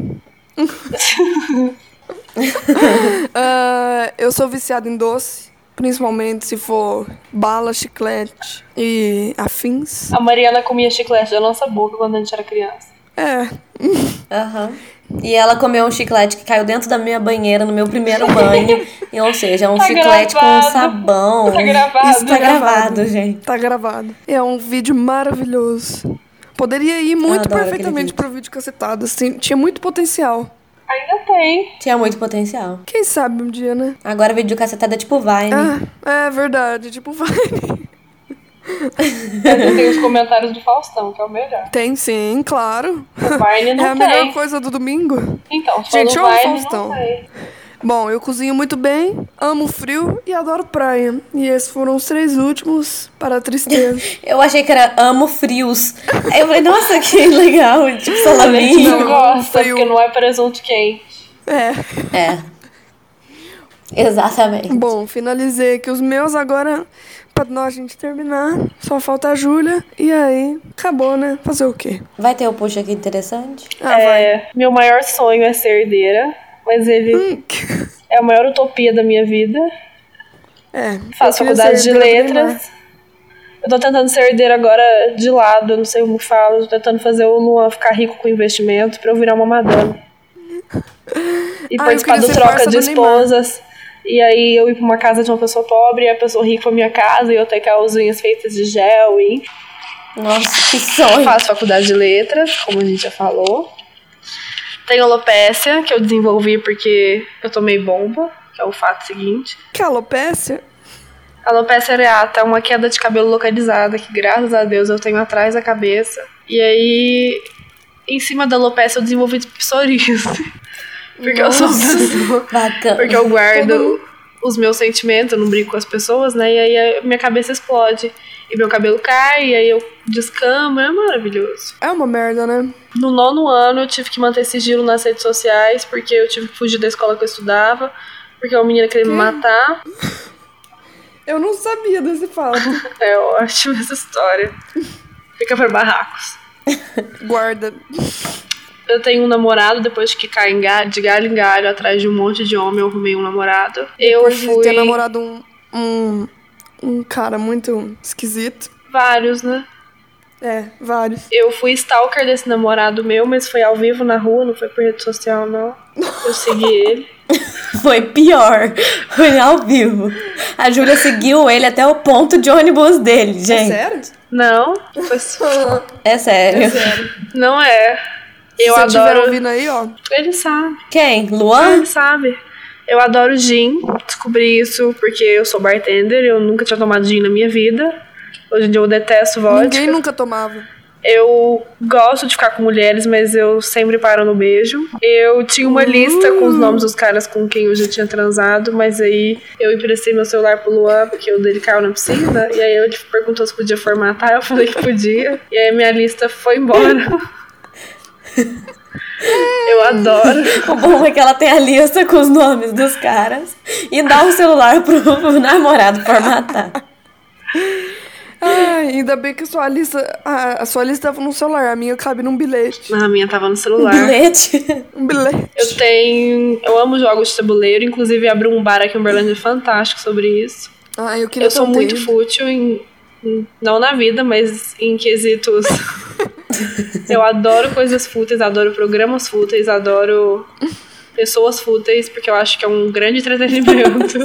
[SPEAKER 1] Ah, eu sou viciada em doce, principalmente se for bala, chiclete e afins.
[SPEAKER 3] A Mariana comia chiclete da nossa boca quando a gente era criança.
[SPEAKER 1] É,
[SPEAKER 2] Aham. E ela comeu um chiclete que caiu dentro da minha banheira no meu primeiro banho. E, ou seja, é um
[SPEAKER 3] Tá
[SPEAKER 2] chiclete
[SPEAKER 3] gravado.
[SPEAKER 2] com sabão.
[SPEAKER 3] Tá gravado.
[SPEAKER 2] Isso tá gravado, gente.
[SPEAKER 1] tá gravado. É um vídeo maravilhoso. Poderia ir muito
[SPEAKER 2] adoro aquele
[SPEAKER 1] perfeitamente
[SPEAKER 2] vídeo.
[SPEAKER 1] pro vídeo cacetado, assim, tinha muito potencial.
[SPEAKER 3] Ainda tem.
[SPEAKER 2] Tinha É muito potencial.
[SPEAKER 1] Quem sabe um dia, né?
[SPEAKER 2] Agora vídeo cacetada é tipo Vine.
[SPEAKER 1] Ah, é verdade, tipo, vai.
[SPEAKER 3] Ainda tem os comentários do Faustão, que é o melhor.
[SPEAKER 1] Tem sim, claro.
[SPEAKER 3] O Barney não
[SPEAKER 1] é a
[SPEAKER 3] tem.
[SPEAKER 1] melhor coisa do domingo.
[SPEAKER 3] Então,
[SPEAKER 1] Gente,
[SPEAKER 3] só
[SPEAKER 1] eu
[SPEAKER 3] do
[SPEAKER 1] amo
[SPEAKER 3] Barney
[SPEAKER 1] Faustão.
[SPEAKER 3] não tem.
[SPEAKER 1] Bom, eu cozinho muito bem, amo frio e adoro praia. E esses foram os três últimos para a tristeza.
[SPEAKER 2] Eu achei que era amo frios. Aí eu falei, nossa, que legal. Tipo,
[SPEAKER 3] A gente
[SPEAKER 2] salaminho.
[SPEAKER 3] não
[SPEAKER 1] Não,
[SPEAKER 3] gosta,
[SPEAKER 1] frio.
[SPEAKER 3] porque não é presunto quente.
[SPEAKER 1] é.
[SPEAKER 2] É. Exatamente.
[SPEAKER 1] Bom, finalizei aqui os meus agora para nós a gente terminar. Só falta a Júlia e aí acabou, né? Fazer o quê?
[SPEAKER 2] Vai ter o puxa aqui interessante?
[SPEAKER 1] Ah,
[SPEAKER 3] É, meu maior sonho é ser herdeira, mas ele
[SPEAKER 1] Hum.
[SPEAKER 3] é a maior utopia da minha vida.
[SPEAKER 1] É.
[SPEAKER 3] Faço
[SPEAKER 1] eu queria
[SPEAKER 3] faculdade de
[SPEAKER 1] ser herdeira do Neymar.
[SPEAKER 3] letras. Eu tô tentando ser herdeira agora de lado, eu não sei como falo. Tô tentando fazer o Luan ficar rico com investimento pra eu virar uma madame.
[SPEAKER 1] Ah,
[SPEAKER 3] E
[SPEAKER 1] eu
[SPEAKER 3] participar
[SPEAKER 1] queria
[SPEAKER 3] do
[SPEAKER 1] ser
[SPEAKER 3] troca
[SPEAKER 1] parça
[SPEAKER 3] de
[SPEAKER 1] do Neymar.
[SPEAKER 3] esposas. E aí eu ir pra uma casa de uma pessoa pobre e a pessoa rica pra minha casa e eu ter aquelas unhas feitas de gel e
[SPEAKER 2] Nossa, que sonho.
[SPEAKER 3] Faço faculdade de letras, como a gente já falou. Tenho alopécia, que eu desenvolvi porque eu tomei bomba, que é o fato seguinte.
[SPEAKER 1] Que alopecia?
[SPEAKER 3] Alopecia areata é uma queda de cabelo localizada que, graças a Deus, eu tenho atrás da cabeça. E aí, em cima da alopecia, eu desenvolvi psoríase. porque eu sou
[SPEAKER 2] Bacana.
[SPEAKER 3] porque eu guardo os meus sentimentos, eu não brinco com as pessoas, né? E aí a minha cabeça explode. E meu cabelo cai, e aí eu descamo, é maravilhoso.
[SPEAKER 1] É uma merda, né?
[SPEAKER 3] No nono ano eu tive que manter sigilo nas redes sociais, porque eu tive que fugir da escola que eu estudava, porque uma menina
[SPEAKER 1] Hum.
[SPEAKER 3] queria me matar.
[SPEAKER 1] Eu não sabia desse fato.
[SPEAKER 3] É ótima essa história. Fica para barracos.
[SPEAKER 1] Guarda.
[SPEAKER 3] Eu tenho um namorado, depois que cai em ga- de galho em galho, atrás de um monte de homem, eu arrumei um namorado. Eu
[SPEAKER 1] Depois de
[SPEAKER 3] fui
[SPEAKER 1] ter namorado um, um, um cara muito esquisito.
[SPEAKER 3] vários, né?
[SPEAKER 1] É, vários.
[SPEAKER 3] Eu fui stalker desse namorado meu, mas foi ao vivo na rua, não foi por rede social, não. Eu segui ele.
[SPEAKER 2] Foi pior. Foi ao vivo. A Júlia seguiu ele até o ponto de ônibus dele,
[SPEAKER 1] É
[SPEAKER 2] gente.
[SPEAKER 1] sério?
[SPEAKER 3] Não, foi só.
[SPEAKER 2] É sério.
[SPEAKER 3] Não é. Eu
[SPEAKER 1] Se estiver
[SPEAKER 3] adoro.
[SPEAKER 1] ouvindo aí, ó.
[SPEAKER 3] Ele sabe.
[SPEAKER 2] Quem? Luan?
[SPEAKER 3] Ele sabe. Eu adoro gin. Descobri isso porque eu sou bartender. Eu nunca tinha tomado gin na minha vida. Hoje em dia eu detesto vodka.
[SPEAKER 1] Ninguém nunca tomava.
[SPEAKER 3] Eu gosto de ficar com mulheres, mas eu sempre paro no beijo. Eu tinha uma lista com os nomes dos caras com quem eu já tinha transado, mas aí eu emprestei meu celular pro Luan, porque o dele caiu na piscina. E aí ele perguntou se podia formatar, eu falei que podia. E aí minha lista foi embora. Eu adoro.
[SPEAKER 2] O bom é que ela tem a lista com os nomes dos caras e dá o celular pro, pro namorado formatar.
[SPEAKER 1] Ai, ainda bem que a sua lista. A, a sua lista tava no celular, a minha cabe num bilhete.
[SPEAKER 3] Mas a minha tava no
[SPEAKER 2] Né?
[SPEAKER 3] celular.
[SPEAKER 2] Bilhete.
[SPEAKER 1] Um bilhete.
[SPEAKER 3] Eu tenho. Eu amo jogos de tabuleiro, inclusive abri um bar aqui em Berlândia fantástico sobre isso.
[SPEAKER 1] Ai, eu queria
[SPEAKER 3] Eu sou
[SPEAKER 1] tanto
[SPEAKER 3] muito
[SPEAKER 1] ir.
[SPEAKER 3] fútil em. em- Não na vida, mas em quesitos. eu adoro coisas fúteis, adoro programas fúteis, adoro pessoas fúteis, porque eu acho que é um grande entretenimento.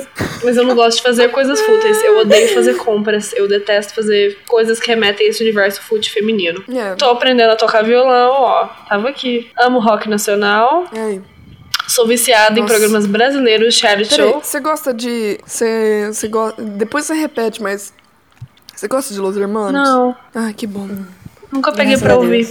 [SPEAKER 3] mas eu não gosto de fazer coisas fúteis. Eu odeio fazer compras. Eu detesto fazer coisas que remetem a esse universo fútil feminino.
[SPEAKER 1] É.
[SPEAKER 3] Tô aprendendo a tocar violão, ó. Tava aqui. Amo rock nacional.
[SPEAKER 1] Ai.
[SPEAKER 3] Sou viciada em
[SPEAKER 1] Nossa.
[SPEAKER 3] programas brasileiros, reality
[SPEAKER 1] Peraí,
[SPEAKER 3] show.
[SPEAKER 1] você gosta de. Você, você go... Depois você repete, mas. Você gosta de Los Hermanos?
[SPEAKER 3] Não.
[SPEAKER 1] Ai, que bom.
[SPEAKER 3] Nunca peguei
[SPEAKER 2] Graças
[SPEAKER 3] pra
[SPEAKER 2] a
[SPEAKER 3] ouvir.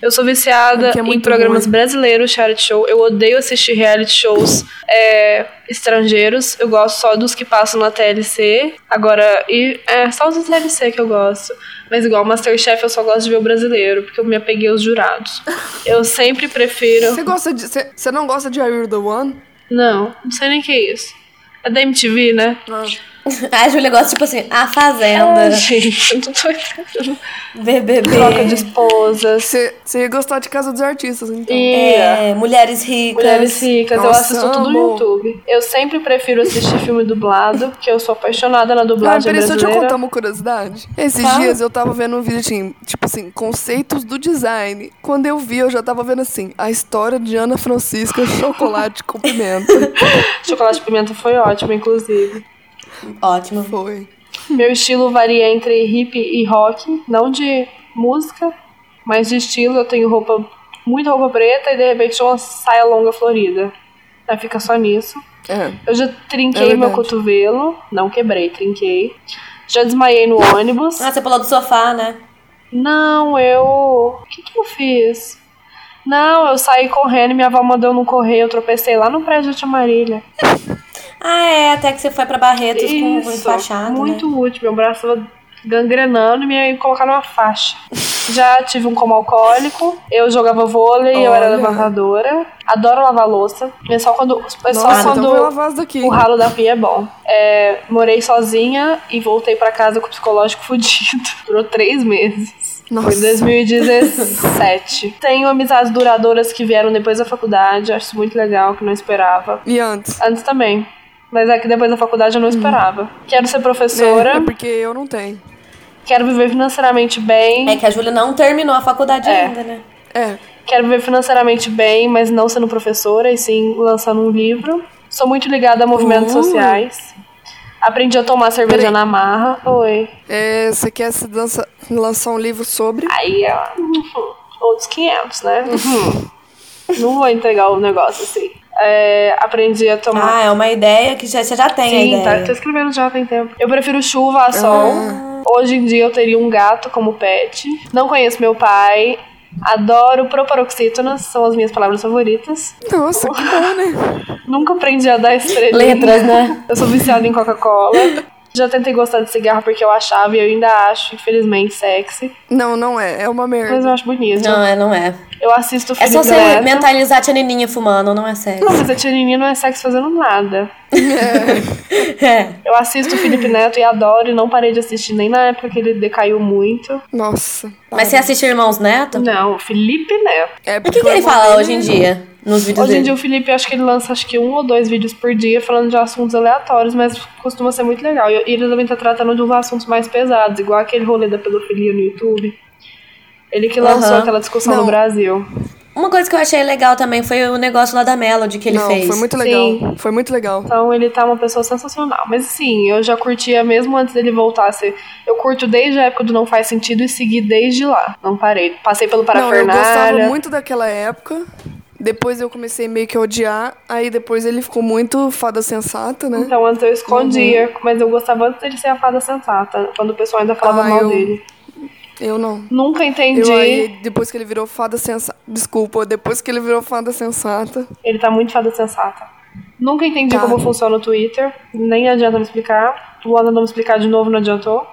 [SPEAKER 3] Eu sou viciada
[SPEAKER 1] Porque é
[SPEAKER 3] em
[SPEAKER 1] muito
[SPEAKER 3] programas
[SPEAKER 1] ruim.
[SPEAKER 3] brasileiros, reality show. Eu odeio assistir reality shows é, estrangeiros. Eu gosto só dos que passam na TLC. Agora, e, é só os da TLC que eu gosto. Mas igual Masterchef, eu só gosto de ver o brasileiro, porque eu me apeguei aos jurados. Eu sempre prefiro.
[SPEAKER 1] Você gosta de. Você você não gosta de Are You the One?
[SPEAKER 3] Não, não sei nem o que é isso. É da MTV, né?
[SPEAKER 1] Ah,
[SPEAKER 2] A Júlia gosta, tipo assim, a
[SPEAKER 3] Ah,
[SPEAKER 2] fazenda,
[SPEAKER 3] gente, eu não tô entendendo. Troca de
[SPEAKER 2] BBB,
[SPEAKER 3] esposas.
[SPEAKER 1] Você, você ia gostar de Casa dos Artistas, então.
[SPEAKER 3] E
[SPEAKER 2] é, mulheres ricas.
[SPEAKER 3] Mulheres ricas, eu
[SPEAKER 1] Nossa,
[SPEAKER 3] assisto tudo no
[SPEAKER 1] amo.
[SPEAKER 3] YouTube. Eu sempre prefiro assistir filme dublado, porque eu sou apaixonada na
[SPEAKER 1] Ah,
[SPEAKER 3] dublagem
[SPEAKER 1] peraí, deixa eu te
[SPEAKER 3] brasileira.
[SPEAKER 1] contar uma curiosidade. Esses
[SPEAKER 2] Fala.
[SPEAKER 1] dias eu tava vendo um vídeo, assim, tipo assim, conceitos do design. Quando eu vi, eu já tava vendo assim, a história de Ana Francisca, chocolate com pimenta.
[SPEAKER 3] Chocolate e pimenta foi ótimo, inclusive.
[SPEAKER 2] Ótimo.
[SPEAKER 1] Foi.
[SPEAKER 3] Meu estilo varia entre hip e rock, não de música, mas de estilo. Eu tenho roupa, muita roupa preta e de repente uma saia longa florida. Aí fica só nisso.
[SPEAKER 1] É.
[SPEAKER 3] Eu já
[SPEAKER 1] É
[SPEAKER 3] trinquei meu
[SPEAKER 1] verdade.
[SPEAKER 3] cotovelo, não quebrei, trinquei. Já desmaiei no ônibus.
[SPEAKER 2] Ah, você falou do sofá, né?
[SPEAKER 3] Não, eu. O que, que eu fiz? Não, eu saí correndo e minha avó mandou no correio. Eu tropecei lá no prédio de Marília.
[SPEAKER 2] Ah, é, até que você foi pra Barretos com um
[SPEAKER 3] Isso,
[SPEAKER 2] enfaixado,
[SPEAKER 3] muito
[SPEAKER 2] né?
[SPEAKER 3] útil. Meu braço tava gangrenando e me iam colocar numa faixa. Já tive um coma alcoólico. Eu jogava vôlei, eu era
[SPEAKER 1] Olha.
[SPEAKER 3] levantadora. Adoro lavar louça. É só quando, é só
[SPEAKER 1] Nossa, então
[SPEAKER 3] quando
[SPEAKER 1] vou lavar isso daqui.
[SPEAKER 3] o ralo da pia é bom. É, morei sozinha e voltei pra casa com o psicológico fudido. Durou três meses. Foi
[SPEAKER 1] Nossa.
[SPEAKER 3] 2017. Tenho amizades duradouras que vieram depois da faculdade. Acho isso muito legal, que não esperava.
[SPEAKER 1] E antes?
[SPEAKER 3] Antes também. Mas é que depois da faculdade eu não esperava. Quero ser
[SPEAKER 1] É,
[SPEAKER 3] professora,
[SPEAKER 1] Hum. é porque eu não tenho.
[SPEAKER 3] quero viver financeiramente bem.
[SPEAKER 2] É que a Júlia não terminou a faculdade
[SPEAKER 3] É.
[SPEAKER 2] ainda, né?
[SPEAKER 1] É.
[SPEAKER 3] Quero viver financeiramente bem, mas não sendo professora, e sim lançando um livro. Sou muito ligada a movimentos
[SPEAKER 1] Uh.
[SPEAKER 3] sociais. Aprendi a tomar cerveja
[SPEAKER 1] Peraí.
[SPEAKER 3] na marra. Oi.
[SPEAKER 1] É, Você quer se dança- lançar um livro sobre?
[SPEAKER 3] Aí, ó, uhum, outros 500, né?
[SPEAKER 2] Uhum.
[SPEAKER 3] Não vou entregar o negócio assim. É, aprendi a tomar.
[SPEAKER 2] Ah, é uma ideia que já, você já tem a
[SPEAKER 3] Sim, tá,
[SPEAKER 2] ideia. Ah.
[SPEAKER 3] tô escrevendo já tem tempo. Eu prefiro chuva a sol. Hoje em dia eu teria um gato como pet. Não conheço meu pai. Adoro proparoxítonas, são as minhas palavras favoritas.
[SPEAKER 1] Nossa, que bom, né?
[SPEAKER 3] Nunca aprendi a dar estrelinha.
[SPEAKER 2] Letras, né?
[SPEAKER 3] Eu sou viciada em Coca-Cola. Já tentei gostar de cigarro porque eu achava e eu ainda acho, infelizmente, sexy.
[SPEAKER 1] Não, não é. É uma
[SPEAKER 3] Mas
[SPEAKER 1] merda.
[SPEAKER 3] eu acho bonito.
[SPEAKER 2] Não, é, não é.
[SPEAKER 3] Eu assisto o
[SPEAKER 2] É
[SPEAKER 3] Felipe
[SPEAKER 2] só você
[SPEAKER 3] Neto.
[SPEAKER 2] mentalizar a tia Nininha fumando, não é sério.
[SPEAKER 3] Não, mas a tia Nini não é sexy fazendo nada.
[SPEAKER 2] É.
[SPEAKER 3] Eu assisto o Felipe Neto e adoro e não parei de assistir nem na época que ele decaiu muito.
[SPEAKER 1] Nossa.
[SPEAKER 2] Mas você assiste Irmãos Neto?
[SPEAKER 3] Não, Felipe Neto.
[SPEAKER 1] É
[SPEAKER 2] O que, que ele fala hoje em dia? Nos vídeos
[SPEAKER 3] Hoje em
[SPEAKER 2] dele?
[SPEAKER 3] dia o Felipe, acho que ele lança acho que um ou dois vídeos por dia falando de assuntos aleatórios, mas costuma ser muito legal. E e ele também tá tratando de uns assuntos mais pesados, igual aquele rolê da pedofilia no YouTube. Ele que lançou
[SPEAKER 2] Aham.
[SPEAKER 3] aquela discussão
[SPEAKER 1] Não.
[SPEAKER 3] no Brasil.
[SPEAKER 2] Uma coisa que eu achei legal também foi o negócio lá da Melody que ele
[SPEAKER 1] Não,
[SPEAKER 2] fez.
[SPEAKER 1] foi muito legal.
[SPEAKER 3] Sim.
[SPEAKER 1] Foi muito legal.
[SPEAKER 3] Então ele tá uma pessoa sensacional. Mas assim, eu já curtia mesmo antes dele voltar. assim, Eu curto desde a época do Não Faz Sentido e segui desde lá. Não parei. Passei pelo
[SPEAKER 1] Não, eu
[SPEAKER 3] Parafernália.
[SPEAKER 1] gostava muito daquela época. Depois eu comecei meio que a odiar. Aí depois ele ficou muito fada sensata, né?
[SPEAKER 3] Então antes eu escondia,
[SPEAKER 1] Uhum.
[SPEAKER 3] mas eu gostava antes dele ser a fada sensata, quando o pessoal ainda falava
[SPEAKER 1] Ah,
[SPEAKER 3] mal
[SPEAKER 1] eu-
[SPEAKER 3] dele.
[SPEAKER 1] Eu não.
[SPEAKER 3] Nunca entendi.
[SPEAKER 1] Eu aí, depois que ele virou fada sensata. Desculpa, depois que ele virou fada sensata.
[SPEAKER 3] Ele tá muito fada sensata. Nunca entendi
[SPEAKER 1] Tá.
[SPEAKER 3] como funciona o Twitter, nem adianta me explicar. O Ana não me explicar de novo, não adiantou.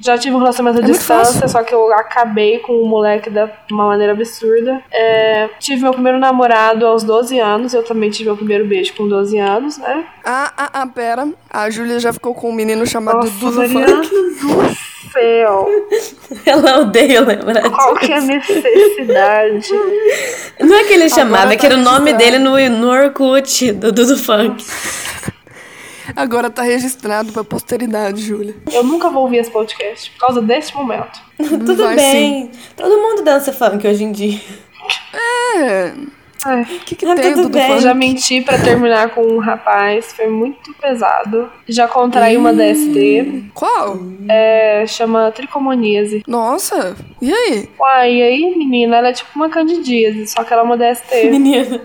[SPEAKER 3] Já tive um relacionamento à
[SPEAKER 1] É muito
[SPEAKER 3] distância, só que eu acabei com o moleque da de uma maneira absurda. É, tive meu primeiro namorado aos 12 anos, eu também tive meu primeiro beijo com 12 anos, né?
[SPEAKER 1] Ah, ah, ah, pera. A Júlia já ficou com um menino chamado
[SPEAKER 3] Nossa,
[SPEAKER 1] Dudu
[SPEAKER 3] Mariana
[SPEAKER 1] Funk.
[SPEAKER 3] do céu!
[SPEAKER 2] Ela odeia lembrar
[SPEAKER 3] Qual
[SPEAKER 2] disso.
[SPEAKER 3] que é a necessidade?
[SPEAKER 2] Não é que ele chamava, é que era o
[SPEAKER 1] tá
[SPEAKER 2] nome dele
[SPEAKER 1] registrado.
[SPEAKER 2] no, no Orkut, do Dudu Funk.
[SPEAKER 1] Agora tá registrado pra posteridade, Júlia.
[SPEAKER 3] Eu nunca vou ouvir esse podcast por causa desse momento.
[SPEAKER 2] Tudo
[SPEAKER 1] Vai
[SPEAKER 2] bem. Todo mundo dança funk hoje em dia.
[SPEAKER 1] É.
[SPEAKER 3] Ai.
[SPEAKER 1] O que, que
[SPEAKER 2] Ah,
[SPEAKER 1] tem,
[SPEAKER 2] tudo
[SPEAKER 1] Dudu
[SPEAKER 2] bem.
[SPEAKER 3] É, Eu
[SPEAKER 1] Funk?
[SPEAKER 3] já menti pra terminar com um rapaz, foi muito pesado. Já contraí uma DST,
[SPEAKER 1] Qual?
[SPEAKER 3] é, chama tricomoníase.
[SPEAKER 1] Nossa, e aí?
[SPEAKER 3] Uai, e aí, menina, ela é tipo uma candidíase, só que ela é uma DST.
[SPEAKER 2] Menina.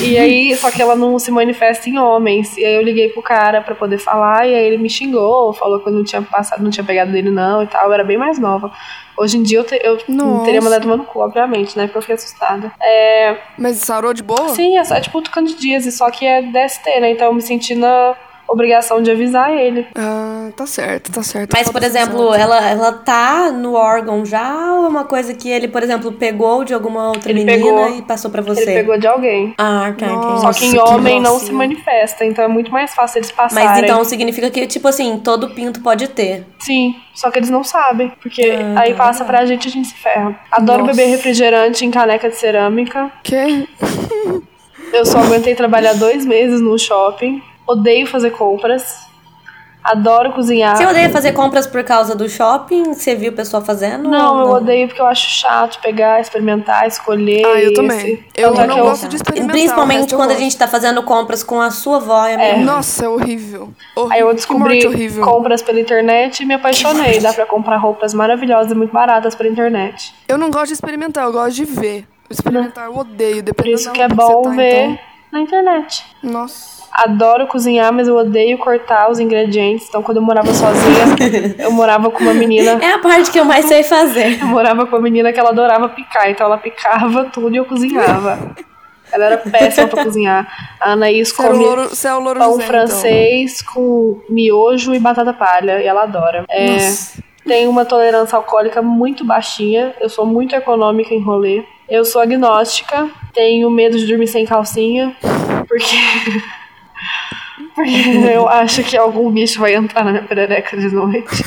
[SPEAKER 3] e aí, só que ela não se manifesta em homens. E aí eu liguei pro cara pra poder falar, e aí ele me xingou, falou que eu não tinha passado, não tinha pegado dele não e tal. Eu era bem mais nova. Hoje em dia eu, te- eu
[SPEAKER 1] Nossa.
[SPEAKER 3] teria mandado tomar no cu, obviamente, né? Porque eu fiquei assustada. É,
[SPEAKER 1] Mas sarou de
[SPEAKER 2] Ah.
[SPEAKER 1] boa?
[SPEAKER 3] Sim, é, é tipo o Candidíase, só que é DST, né? Então eu me senti na obrigação de avisar ele.
[SPEAKER 1] Ah, tá certo, tá certo.
[SPEAKER 2] Mas,
[SPEAKER 1] Fada
[SPEAKER 2] por exemplo,
[SPEAKER 1] sensata.
[SPEAKER 2] ela, ela tá no órgão já ou é uma coisa que ele, por exemplo, pegou de alguma outra
[SPEAKER 3] Ele
[SPEAKER 2] menina
[SPEAKER 3] pegou.
[SPEAKER 2] e passou pra você?
[SPEAKER 3] Ele pegou de alguém.
[SPEAKER 2] Ah, tá. entendi.
[SPEAKER 1] Nossa,
[SPEAKER 3] só que em
[SPEAKER 1] que
[SPEAKER 3] homem não
[SPEAKER 1] gracinha.
[SPEAKER 3] se manifesta, então é muito mais fácil eles passarem.
[SPEAKER 2] Mas então significa que, tipo assim, todo pinto pode ter.
[SPEAKER 3] Sim, só que eles não sabem, porque
[SPEAKER 2] Ah,
[SPEAKER 3] aí
[SPEAKER 2] tá
[SPEAKER 3] passa
[SPEAKER 2] legal.
[SPEAKER 3] pra gente e a gente se ferra. Adoro
[SPEAKER 1] Nossa.
[SPEAKER 3] beber refrigerante em caneca de cerâmica.
[SPEAKER 2] é-
[SPEAKER 1] Que?
[SPEAKER 3] Eu só aguentei trabalhar dois meses no shopping. Odeio fazer compras. Adoro cozinhar.
[SPEAKER 2] Você odeia fazer compras por causa do shopping? Você viu o pessoal fazendo?
[SPEAKER 3] Não,
[SPEAKER 2] ou
[SPEAKER 3] eu odeio porque eu acho chato pegar, experimentar, escolher.
[SPEAKER 1] Ah, eu
[SPEAKER 3] esse.
[SPEAKER 1] também. Eu
[SPEAKER 3] Tanto é
[SPEAKER 1] não
[SPEAKER 3] que
[SPEAKER 1] gosto de experimentar, o resto
[SPEAKER 2] Principalmente
[SPEAKER 1] eu
[SPEAKER 2] quando a
[SPEAKER 1] gosto.
[SPEAKER 2] gente tá fazendo compras com a sua avó e a minha mãe.
[SPEAKER 1] Nossa, é horrível. horrível.
[SPEAKER 3] Aí
[SPEAKER 1] que
[SPEAKER 3] eu
[SPEAKER 1] morte
[SPEAKER 3] descobri
[SPEAKER 1] horrível.
[SPEAKER 3] compras pela internet e me apaixonei. Dá pra comprar roupas maravilhosas e muito baratas pela internet.
[SPEAKER 1] Eu não gosto de experimentar, eu gosto de ver. Experimentar eu odeio,
[SPEAKER 3] Por
[SPEAKER 1] dependendo
[SPEAKER 3] isso
[SPEAKER 1] da
[SPEAKER 3] que é
[SPEAKER 1] roupa
[SPEAKER 3] bom
[SPEAKER 1] você tá,
[SPEAKER 3] ver
[SPEAKER 1] então.
[SPEAKER 3] na internet.
[SPEAKER 1] Nossa.
[SPEAKER 3] Adoro cozinhar, mas eu odeio cortar os ingredientes. Então, quando eu morava sozinha, eu morava com uma menina.
[SPEAKER 2] É a parte que eu mais sei fazer.
[SPEAKER 3] Eu morava com uma menina que ela adorava picar, então ela picava tudo e eu cozinhava. Ela era péssima pra cozinhar. A Anaís
[SPEAKER 1] Você, era o
[SPEAKER 3] come
[SPEAKER 1] louro, você é o louro
[SPEAKER 3] pão
[SPEAKER 1] José,
[SPEAKER 3] francês com miojo e batata palha, e ela adora. É,
[SPEAKER 1] Então. Nossa.
[SPEAKER 3] Tenho uma tolerância alcoólica muito baixinha. Eu sou muito econômica em rolê. Eu sou agnóstica. Tenho medo de dormir sem calcinha. Porque. porque eu acho que algum bicho vai entrar na minha perereca de noite.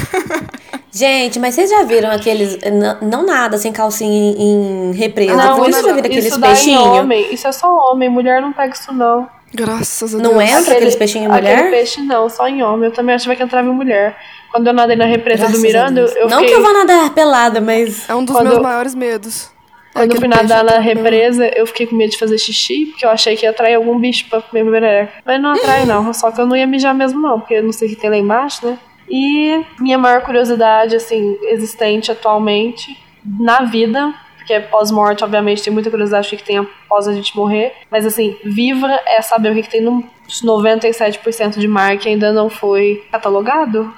[SPEAKER 2] Gente, mas vocês já viram aqueles. n- Não nada sem calcinha em, em represa.
[SPEAKER 1] Não,
[SPEAKER 2] Vocês
[SPEAKER 1] isso-
[SPEAKER 2] já viram aqueles
[SPEAKER 3] isso dá em
[SPEAKER 2] peixinhos?
[SPEAKER 3] homem. Isso é só homem. Mulher não pega isso, não.
[SPEAKER 1] Graças a Deus.
[SPEAKER 2] Não entra aqueles peixinhos em
[SPEAKER 3] Aquele
[SPEAKER 2] é mulher?
[SPEAKER 3] peixe não, só em homem. Eu também achava que entrava em mulher. Quando eu nadei na
[SPEAKER 1] tá
[SPEAKER 3] represa
[SPEAKER 2] Graças
[SPEAKER 3] do
[SPEAKER 2] a
[SPEAKER 3] Miranda,
[SPEAKER 2] Deus.
[SPEAKER 3] eu
[SPEAKER 2] Não
[SPEAKER 3] fiquei...
[SPEAKER 2] que eu vá nadar pelada, mas.
[SPEAKER 1] É um dos
[SPEAKER 3] Quando-
[SPEAKER 1] meus maiores medos.
[SPEAKER 3] Quando eu
[SPEAKER 1] Aquele
[SPEAKER 3] fui
[SPEAKER 2] é
[SPEAKER 3] nadar
[SPEAKER 1] peixe que
[SPEAKER 3] na
[SPEAKER 1] eu tô comendo.
[SPEAKER 3] represa, eu fiquei com medo de fazer xixi, porque eu achei que ia atrair algum bicho pra comer minha perereca. Mas não atrai, não. Só que eu não ia mijar mesmo, não, porque eu não sei o que tem lá embaixo, né? E minha maior curiosidade, assim, existente atualmente, na vida, porque pós-morte, obviamente, tem muita curiosidade do que que tem após a gente morrer, mas, assim, viva é saber o que, que tem nos 97% de mar que ainda não foi catalogado,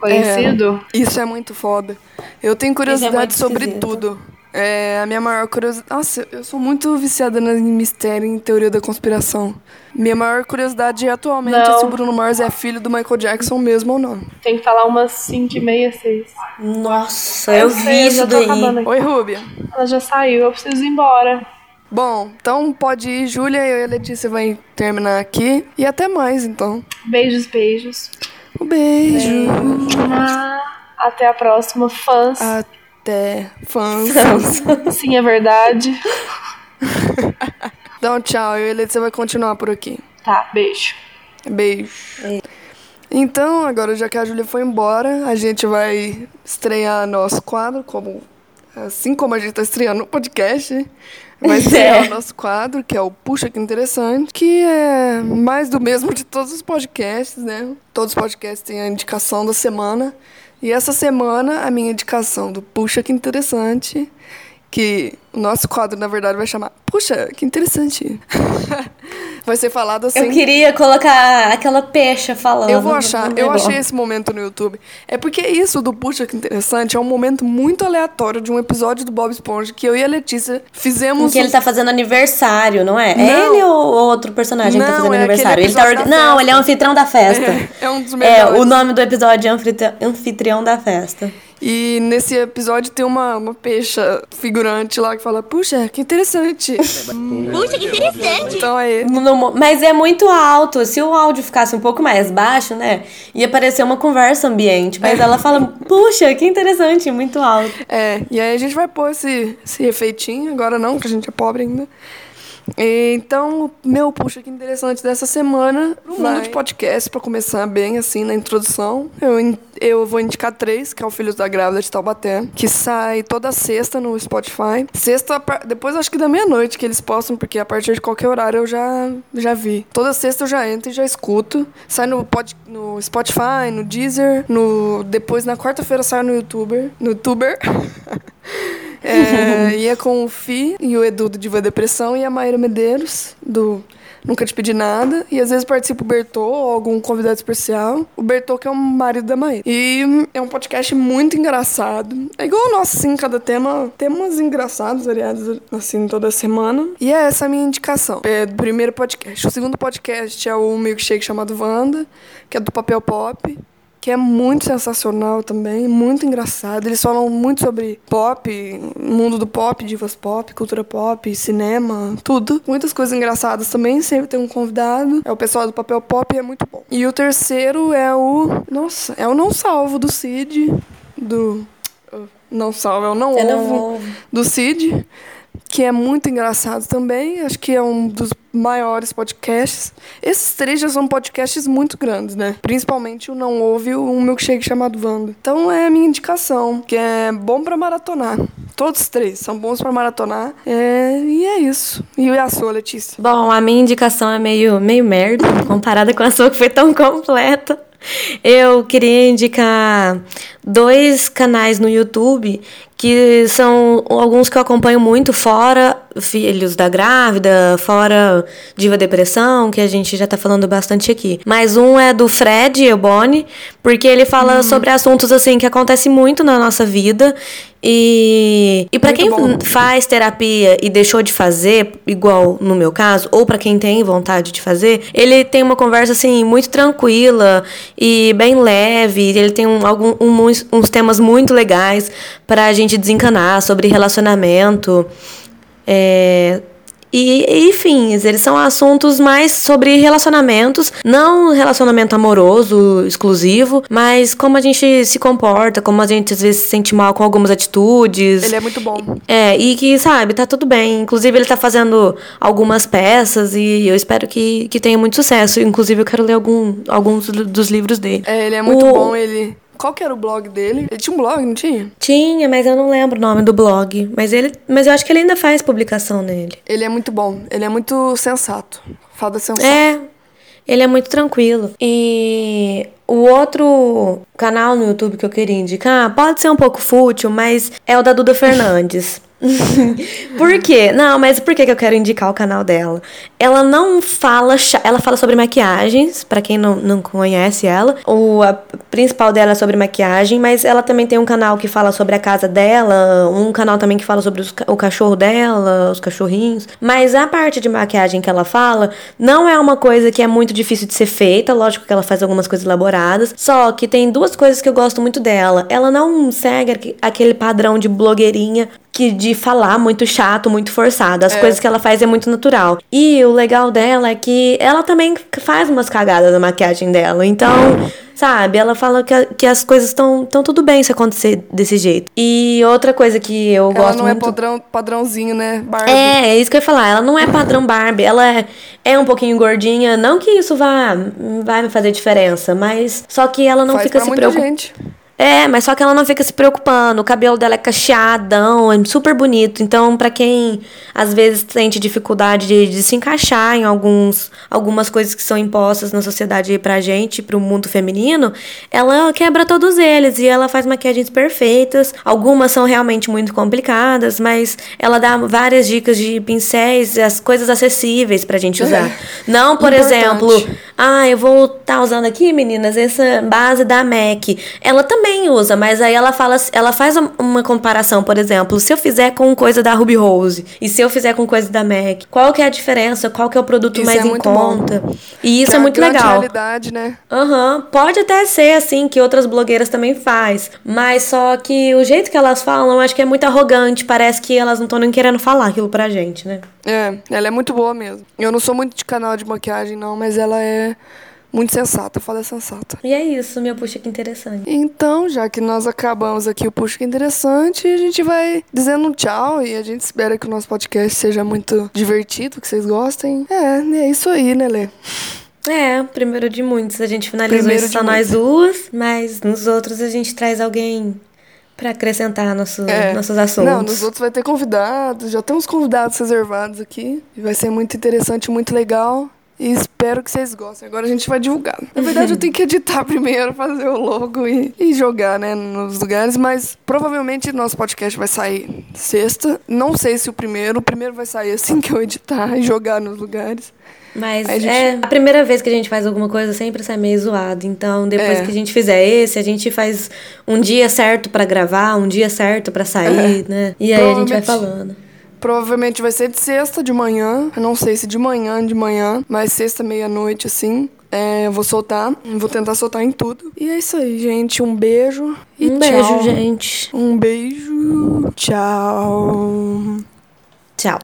[SPEAKER 3] conhecido.
[SPEAKER 1] Isso é muito foda. Eu tenho
[SPEAKER 2] Isso é
[SPEAKER 1] curiosidade
[SPEAKER 2] muito
[SPEAKER 1] sobre
[SPEAKER 2] esquisito.
[SPEAKER 1] tudo. É, a minha maior curiosidade. Nossa, eu sou muito viciada na- em mistério e em teoria da conspiração. Minha maior curiosidade atualmente é
[SPEAKER 3] Não.
[SPEAKER 1] se o Bruno Mars é filho do Michael Jackson mesmo ou não.
[SPEAKER 3] Tem que falar umas 5 e meia, 6.
[SPEAKER 2] Nossa, eu, vi isso
[SPEAKER 3] já tô
[SPEAKER 2] daí.
[SPEAKER 3] acabando aqui.
[SPEAKER 1] Oi, Rúbia.
[SPEAKER 3] Ela já saiu, eu preciso ir embora. Bom,
[SPEAKER 1] Bom, então pode ir, Júlia. Eu e a Letícia vai terminar aqui. E até mais, então.
[SPEAKER 3] beijos, beijos.
[SPEAKER 1] Um beijo.
[SPEAKER 3] Até a próxima, fãs.
[SPEAKER 1] Ah. Até fãs.
[SPEAKER 3] Sim, é verdade.
[SPEAKER 1] Então, tchau. Eu e a Letícia vai continuar por aqui.
[SPEAKER 3] Tá, beijo.
[SPEAKER 1] Beijo.
[SPEAKER 2] É.
[SPEAKER 1] Então, agora já que a Júlia foi embora, a gente vai estrear nosso quadro, como assim como a gente está estreando o podcast, vai estrear o nosso quadro, que é o Puxa Que Interessante, que é mais do mesmo de todos os podcasts, né? Todos os podcasts têm a indicação da semana. E essa semana, a minha indicação do Puxa Que Interessante, que o nosso quadro, na verdade, vai chamar Puxa, que interessante. vai ser falado assim.
[SPEAKER 2] Eu queria colocar aquela pecha falando.
[SPEAKER 1] Eu vou achar, eu
[SPEAKER 2] Melhor.
[SPEAKER 1] achei um esse momento no YouTube. É porque isso do Puxa que interessante é um momento muito aleatório de um episódio do Bob Esponja que eu e a Letícia
[SPEAKER 2] Em
[SPEAKER 1] fizemos.
[SPEAKER 2] que ele tá fazendo aniversário, não é? É
[SPEAKER 1] Não.
[SPEAKER 2] ele ou ou outro personagem que
[SPEAKER 1] Não,
[SPEAKER 2] tá fazendo
[SPEAKER 1] é
[SPEAKER 2] aniversário?
[SPEAKER 1] aquele
[SPEAKER 2] Ele tá
[SPEAKER 1] episódio
[SPEAKER 2] orga-
[SPEAKER 1] da
[SPEAKER 2] Não,
[SPEAKER 1] festa.
[SPEAKER 2] ele é o anfitrião da festa.
[SPEAKER 1] É, é um dos
[SPEAKER 2] É,
[SPEAKER 1] melhores.
[SPEAKER 2] o nome do episódio é anfitri- Anfitrião da Festa.
[SPEAKER 1] E nesse episódio tem uma, uma peixa figurante lá que fala: Puxa, que interessante.
[SPEAKER 4] Puxa, que interessante.
[SPEAKER 1] então é.
[SPEAKER 2] No- no- Mas é muito alto. Se o áudio ficasse um pouco mais baixo, né? Ia parecer uma conversa ambiente. Mas ela fala, puxa, que interessante, muito alto.
[SPEAKER 1] É, e aí a gente vai pôr esse, esse efeitinho, agora não, que a gente é pobre ainda. E, Então, meu puxa que interessante dessa semana, no mundo de podcast, pra começar bem assim na introdução, eu, in- eu vou indicar três, que é o Filhos da Grávida de Taubaté, que sai toda sexta no Spotify. Sexta, a par- depois acho que da meia-noite que eles postam, porque a partir de qualquer horário eu já, já vi. Toda sexta eu já entro e já escuto. Sai no, pod, no Spotify, no Deezer, no depois na quarta-feira sai no YouTuber, no YouTuber. É, e é com o Fi e o Edu do Diva Depressão e a Maíra Medeiros, do Nunca Te Pedi Nada. E às vezes participa o Bertô ou algum convidado especial. O Bertô, que é o marido da Maíra. E hum, é um podcast muito engraçado. É igual o nosso, assim, cada tema. Temas engraçados, variados, assim, toda semana. E é essa a minha indicação. É do primeiro podcast. O segundo podcast é o milkshake chamado Wanda, que é do Papel Pop que é muito sensacional também, muito engraçado. Eles falam muito sobre pop, mundo do pop, divas pop, cultura pop, cinema, tudo. Muitas coisas engraçadas também, sempre tem um convidado. É o pessoal do Papel Pop e é muito bom. E o terceiro é o... Nossa, é o Não Salvo do Cid, do... Não Salvo, é o Não
[SPEAKER 2] É Não
[SPEAKER 1] Ovo
[SPEAKER 2] Ovo.
[SPEAKER 1] do Cid, que é muito engraçado também. Acho que é um dos maiores podcasts. Esses três já são podcasts muito grandes, né? Principalmente o Não Ouve um milkshake chamado Wanda. Então é a minha indicação, que é bom pra maratonar. Todos os três são bons pra maratonar. É, e é isso. E a sua, Letícia?
[SPEAKER 2] Bom, a minha indicação é meio, meio merda, comparada com a sua que foi tão completa. Eu queria indicar dois canais no YouTube que são alguns que eu acompanho muito, fora Filhos da Grávida, fora Diva Depressão, que a gente já tá falando bastante aqui. Mas um é do Fred Eboni, porque ele fala sobre assuntos assim que acontecem muito na nossa vida. E, e para
[SPEAKER 1] Muito
[SPEAKER 2] quem
[SPEAKER 1] bom.
[SPEAKER 2] faz terapia e deixou de fazer, igual no meu caso, ou pra quem tem vontade de fazer, ele tem uma conversa assim muito tranquila e bem leve. Ele tem um, algum, um- uns, uns temas muito legais pra gente desencanar sobre relacionamento. É, e, enfim, eles são assuntos mais sobre relacionamentos, não relacionamento amoroso exclusivo, mas como a gente se comporta, como a gente às vezes se sente mal com algumas atitudes.
[SPEAKER 1] Ele é muito bom.
[SPEAKER 2] É, e que, sabe, tá tudo bem. Inclusive, ele tá fazendo algumas peças e eu espero que, que tenha muito sucesso. Inclusive, eu quero ler algum, alguns do- dos livros dele.
[SPEAKER 1] É, ele é muito
[SPEAKER 2] O-
[SPEAKER 1] bom, ele... Qual que era o blog dele? Ele tinha um blog, não tinha?
[SPEAKER 2] Tinha, mas eu não lembro o nome do blog. Mas ele. Mas eu acho que ele ainda faz publicação nele.
[SPEAKER 1] Ele é muito bom, ele é muito sensato. Fada sensato.
[SPEAKER 2] É, ele é muito tranquilo. E o outro canal no YouTube que eu queria indicar pode ser um pouco fútil, mas é o da Duda Fernandes. Por quê? Não, mas por que que eu quero indicar o canal dela? Ela não fala. cha- Ela fala sobre maquiagens, pra quem não, não conhece ela. O a principal dela é sobre maquiagem, mas ela também tem um canal que fala sobre a casa dela, um canal também que fala sobre os ca- o cachorro dela, os cachorrinhos. Mas a parte de maquiagem que ela fala não é uma coisa que é muito difícil de ser feita. Lógico que ela faz algumas coisas elaboradas. Só que tem duas coisas que eu gosto muito dela. Ela não segue aque- aquele padrão de blogueirinha que de falar muito chato, muito forçado. As coisas que ela faz é muito natural. E o legal dela é que ela também c- faz umas cagadas na maquiagem dela. Então, sabe, ela fala que, a- que as coisas estão tão tudo bem se acontecer desse jeito. E outra coisa que eu
[SPEAKER 1] Ela
[SPEAKER 2] gosto
[SPEAKER 1] não é
[SPEAKER 2] muito.
[SPEAKER 1] padrão, padrãozinho, né? Barbie.
[SPEAKER 2] É, é isso que eu ia falar. Ela não é padrão Barbie. Ela é, é um pouquinho gordinha. Não que isso vá, vai me fazer diferença, mas só que ela não
[SPEAKER 1] Faz
[SPEAKER 2] fica
[SPEAKER 1] pra
[SPEAKER 2] se
[SPEAKER 1] muita
[SPEAKER 2] preocupando.
[SPEAKER 1] gente.
[SPEAKER 2] É, mas só que ela não fica se preocupando. O cabelo dela é cacheadão, é super bonito. Então, pra quem às vezes sente dificuldade de, de se encaixar em alguns, algumas coisas que são impostas na sociedade pra gente, pro mundo feminino, ela quebra todos eles e ela faz maquiagens perfeitas. Algumas são realmente muito complicadas, mas ela dá várias dicas de pincéis, as coisas acessíveis pra gente usar. Não, por
[SPEAKER 1] Importante.
[SPEAKER 2] exemplo, ah, eu vou estar usando aqui, meninas, essa base da MAC. Ela também usa, mas aí ela fala, ela faz um- uma comparação, por exemplo, se eu fizer com coisa da Ruby Rose e se eu fizer com coisa da MAC, qual que é a diferença? Qual que é o produto
[SPEAKER 1] Isso
[SPEAKER 2] mais
[SPEAKER 1] é
[SPEAKER 2] em
[SPEAKER 1] muito bom.
[SPEAKER 2] conta? E isso
[SPEAKER 1] Que
[SPEAKER 2] é
[SPEAKER 1] a
[SPEAKER 2] muito
[SPEAKER 1] grande
[SPEAKER 2] legal.
[SPEAKER 1] realidade, né?
[SPEAKER 2] Aham, pode até ser assim que outras blogueiras também faz, mas só que o jeito que elas falam, acho que é muito arrogante, parece que elas não estão nem querendo falar aquilo pra gente, né?
[SPEAKER 1] É, ela é muito boa mesmo. Eu não sou muito de canal de maquiagem, não, mas ela é muito sensata, fala sensata.
[SPEAKER 2] E é isso, meu puxa que interessante.
[SPEAKER 1] Então, já que nós acabamos aqui o Puxa que Interessante, a gente vai dizendo um tchau e a gente espera que o nosso podcast seja muito divertido, que vocês gostem. É, é isso aí, né, Lê?
[SPEAKER 2] É, primeiro de muitos. A gente finalizou
[SPEAKER 1] Primeiro
[SPEAKER 2] isso
[SPEAKER 1] de
[SPEAKER 2] só nós duas, mas nos outros a gente traz alguém pra acrescentar nosso,
[SPEAKER 1] É.
[SPEAKER 2] nossos assuntos.
[SPEAKER 1] Não, nos outros vai ter convidados, já tem uns convidados reservados aqui. E vai ser muito interessante, muito legal. E espero que vocês gostem. Agora a gente vai divulgar. Na verdade, eu tenho que editar primeiro, fazer o logo e, e jogar, né, nos lugares. Mas provavelmente nosso podcast vai sair sexta. Não sei se o primeiro. O primeiro vai sair assim que eu editar e jogar nos lugares.
[SPEAKER 2] Mas
[SPEAKER 1] a gente-
[SPEAKER 2] é a primeira vez que a gente faz alguma coisa sempre sai meio zoado. Então, depois
[SPEAKER 1] É.
[SPEAKER 2] que a gente fizer esse, a gente faz um dia certo pra gravar, um dia certo pra sair, né? E aí a gente vai
[SPEAKER 1] É. Provavelmente.
[SPEAKER 2] falando.
[SPEAKER 1] Provavelmente vai ser de sexta de manhã. Eu não sei se de manhã, de manhã, mas sexta, meia-noite, assim. É, eu vou soltar. Vou tentar soltar em tudo. E é isso aí, gente. Um beijo. E
[SPEAKER 2] um
[SPEAKER 1] tchau.
[SPEAKER 2] beijo, gente.
[SPEAKER 1] Um beijo. Tchau.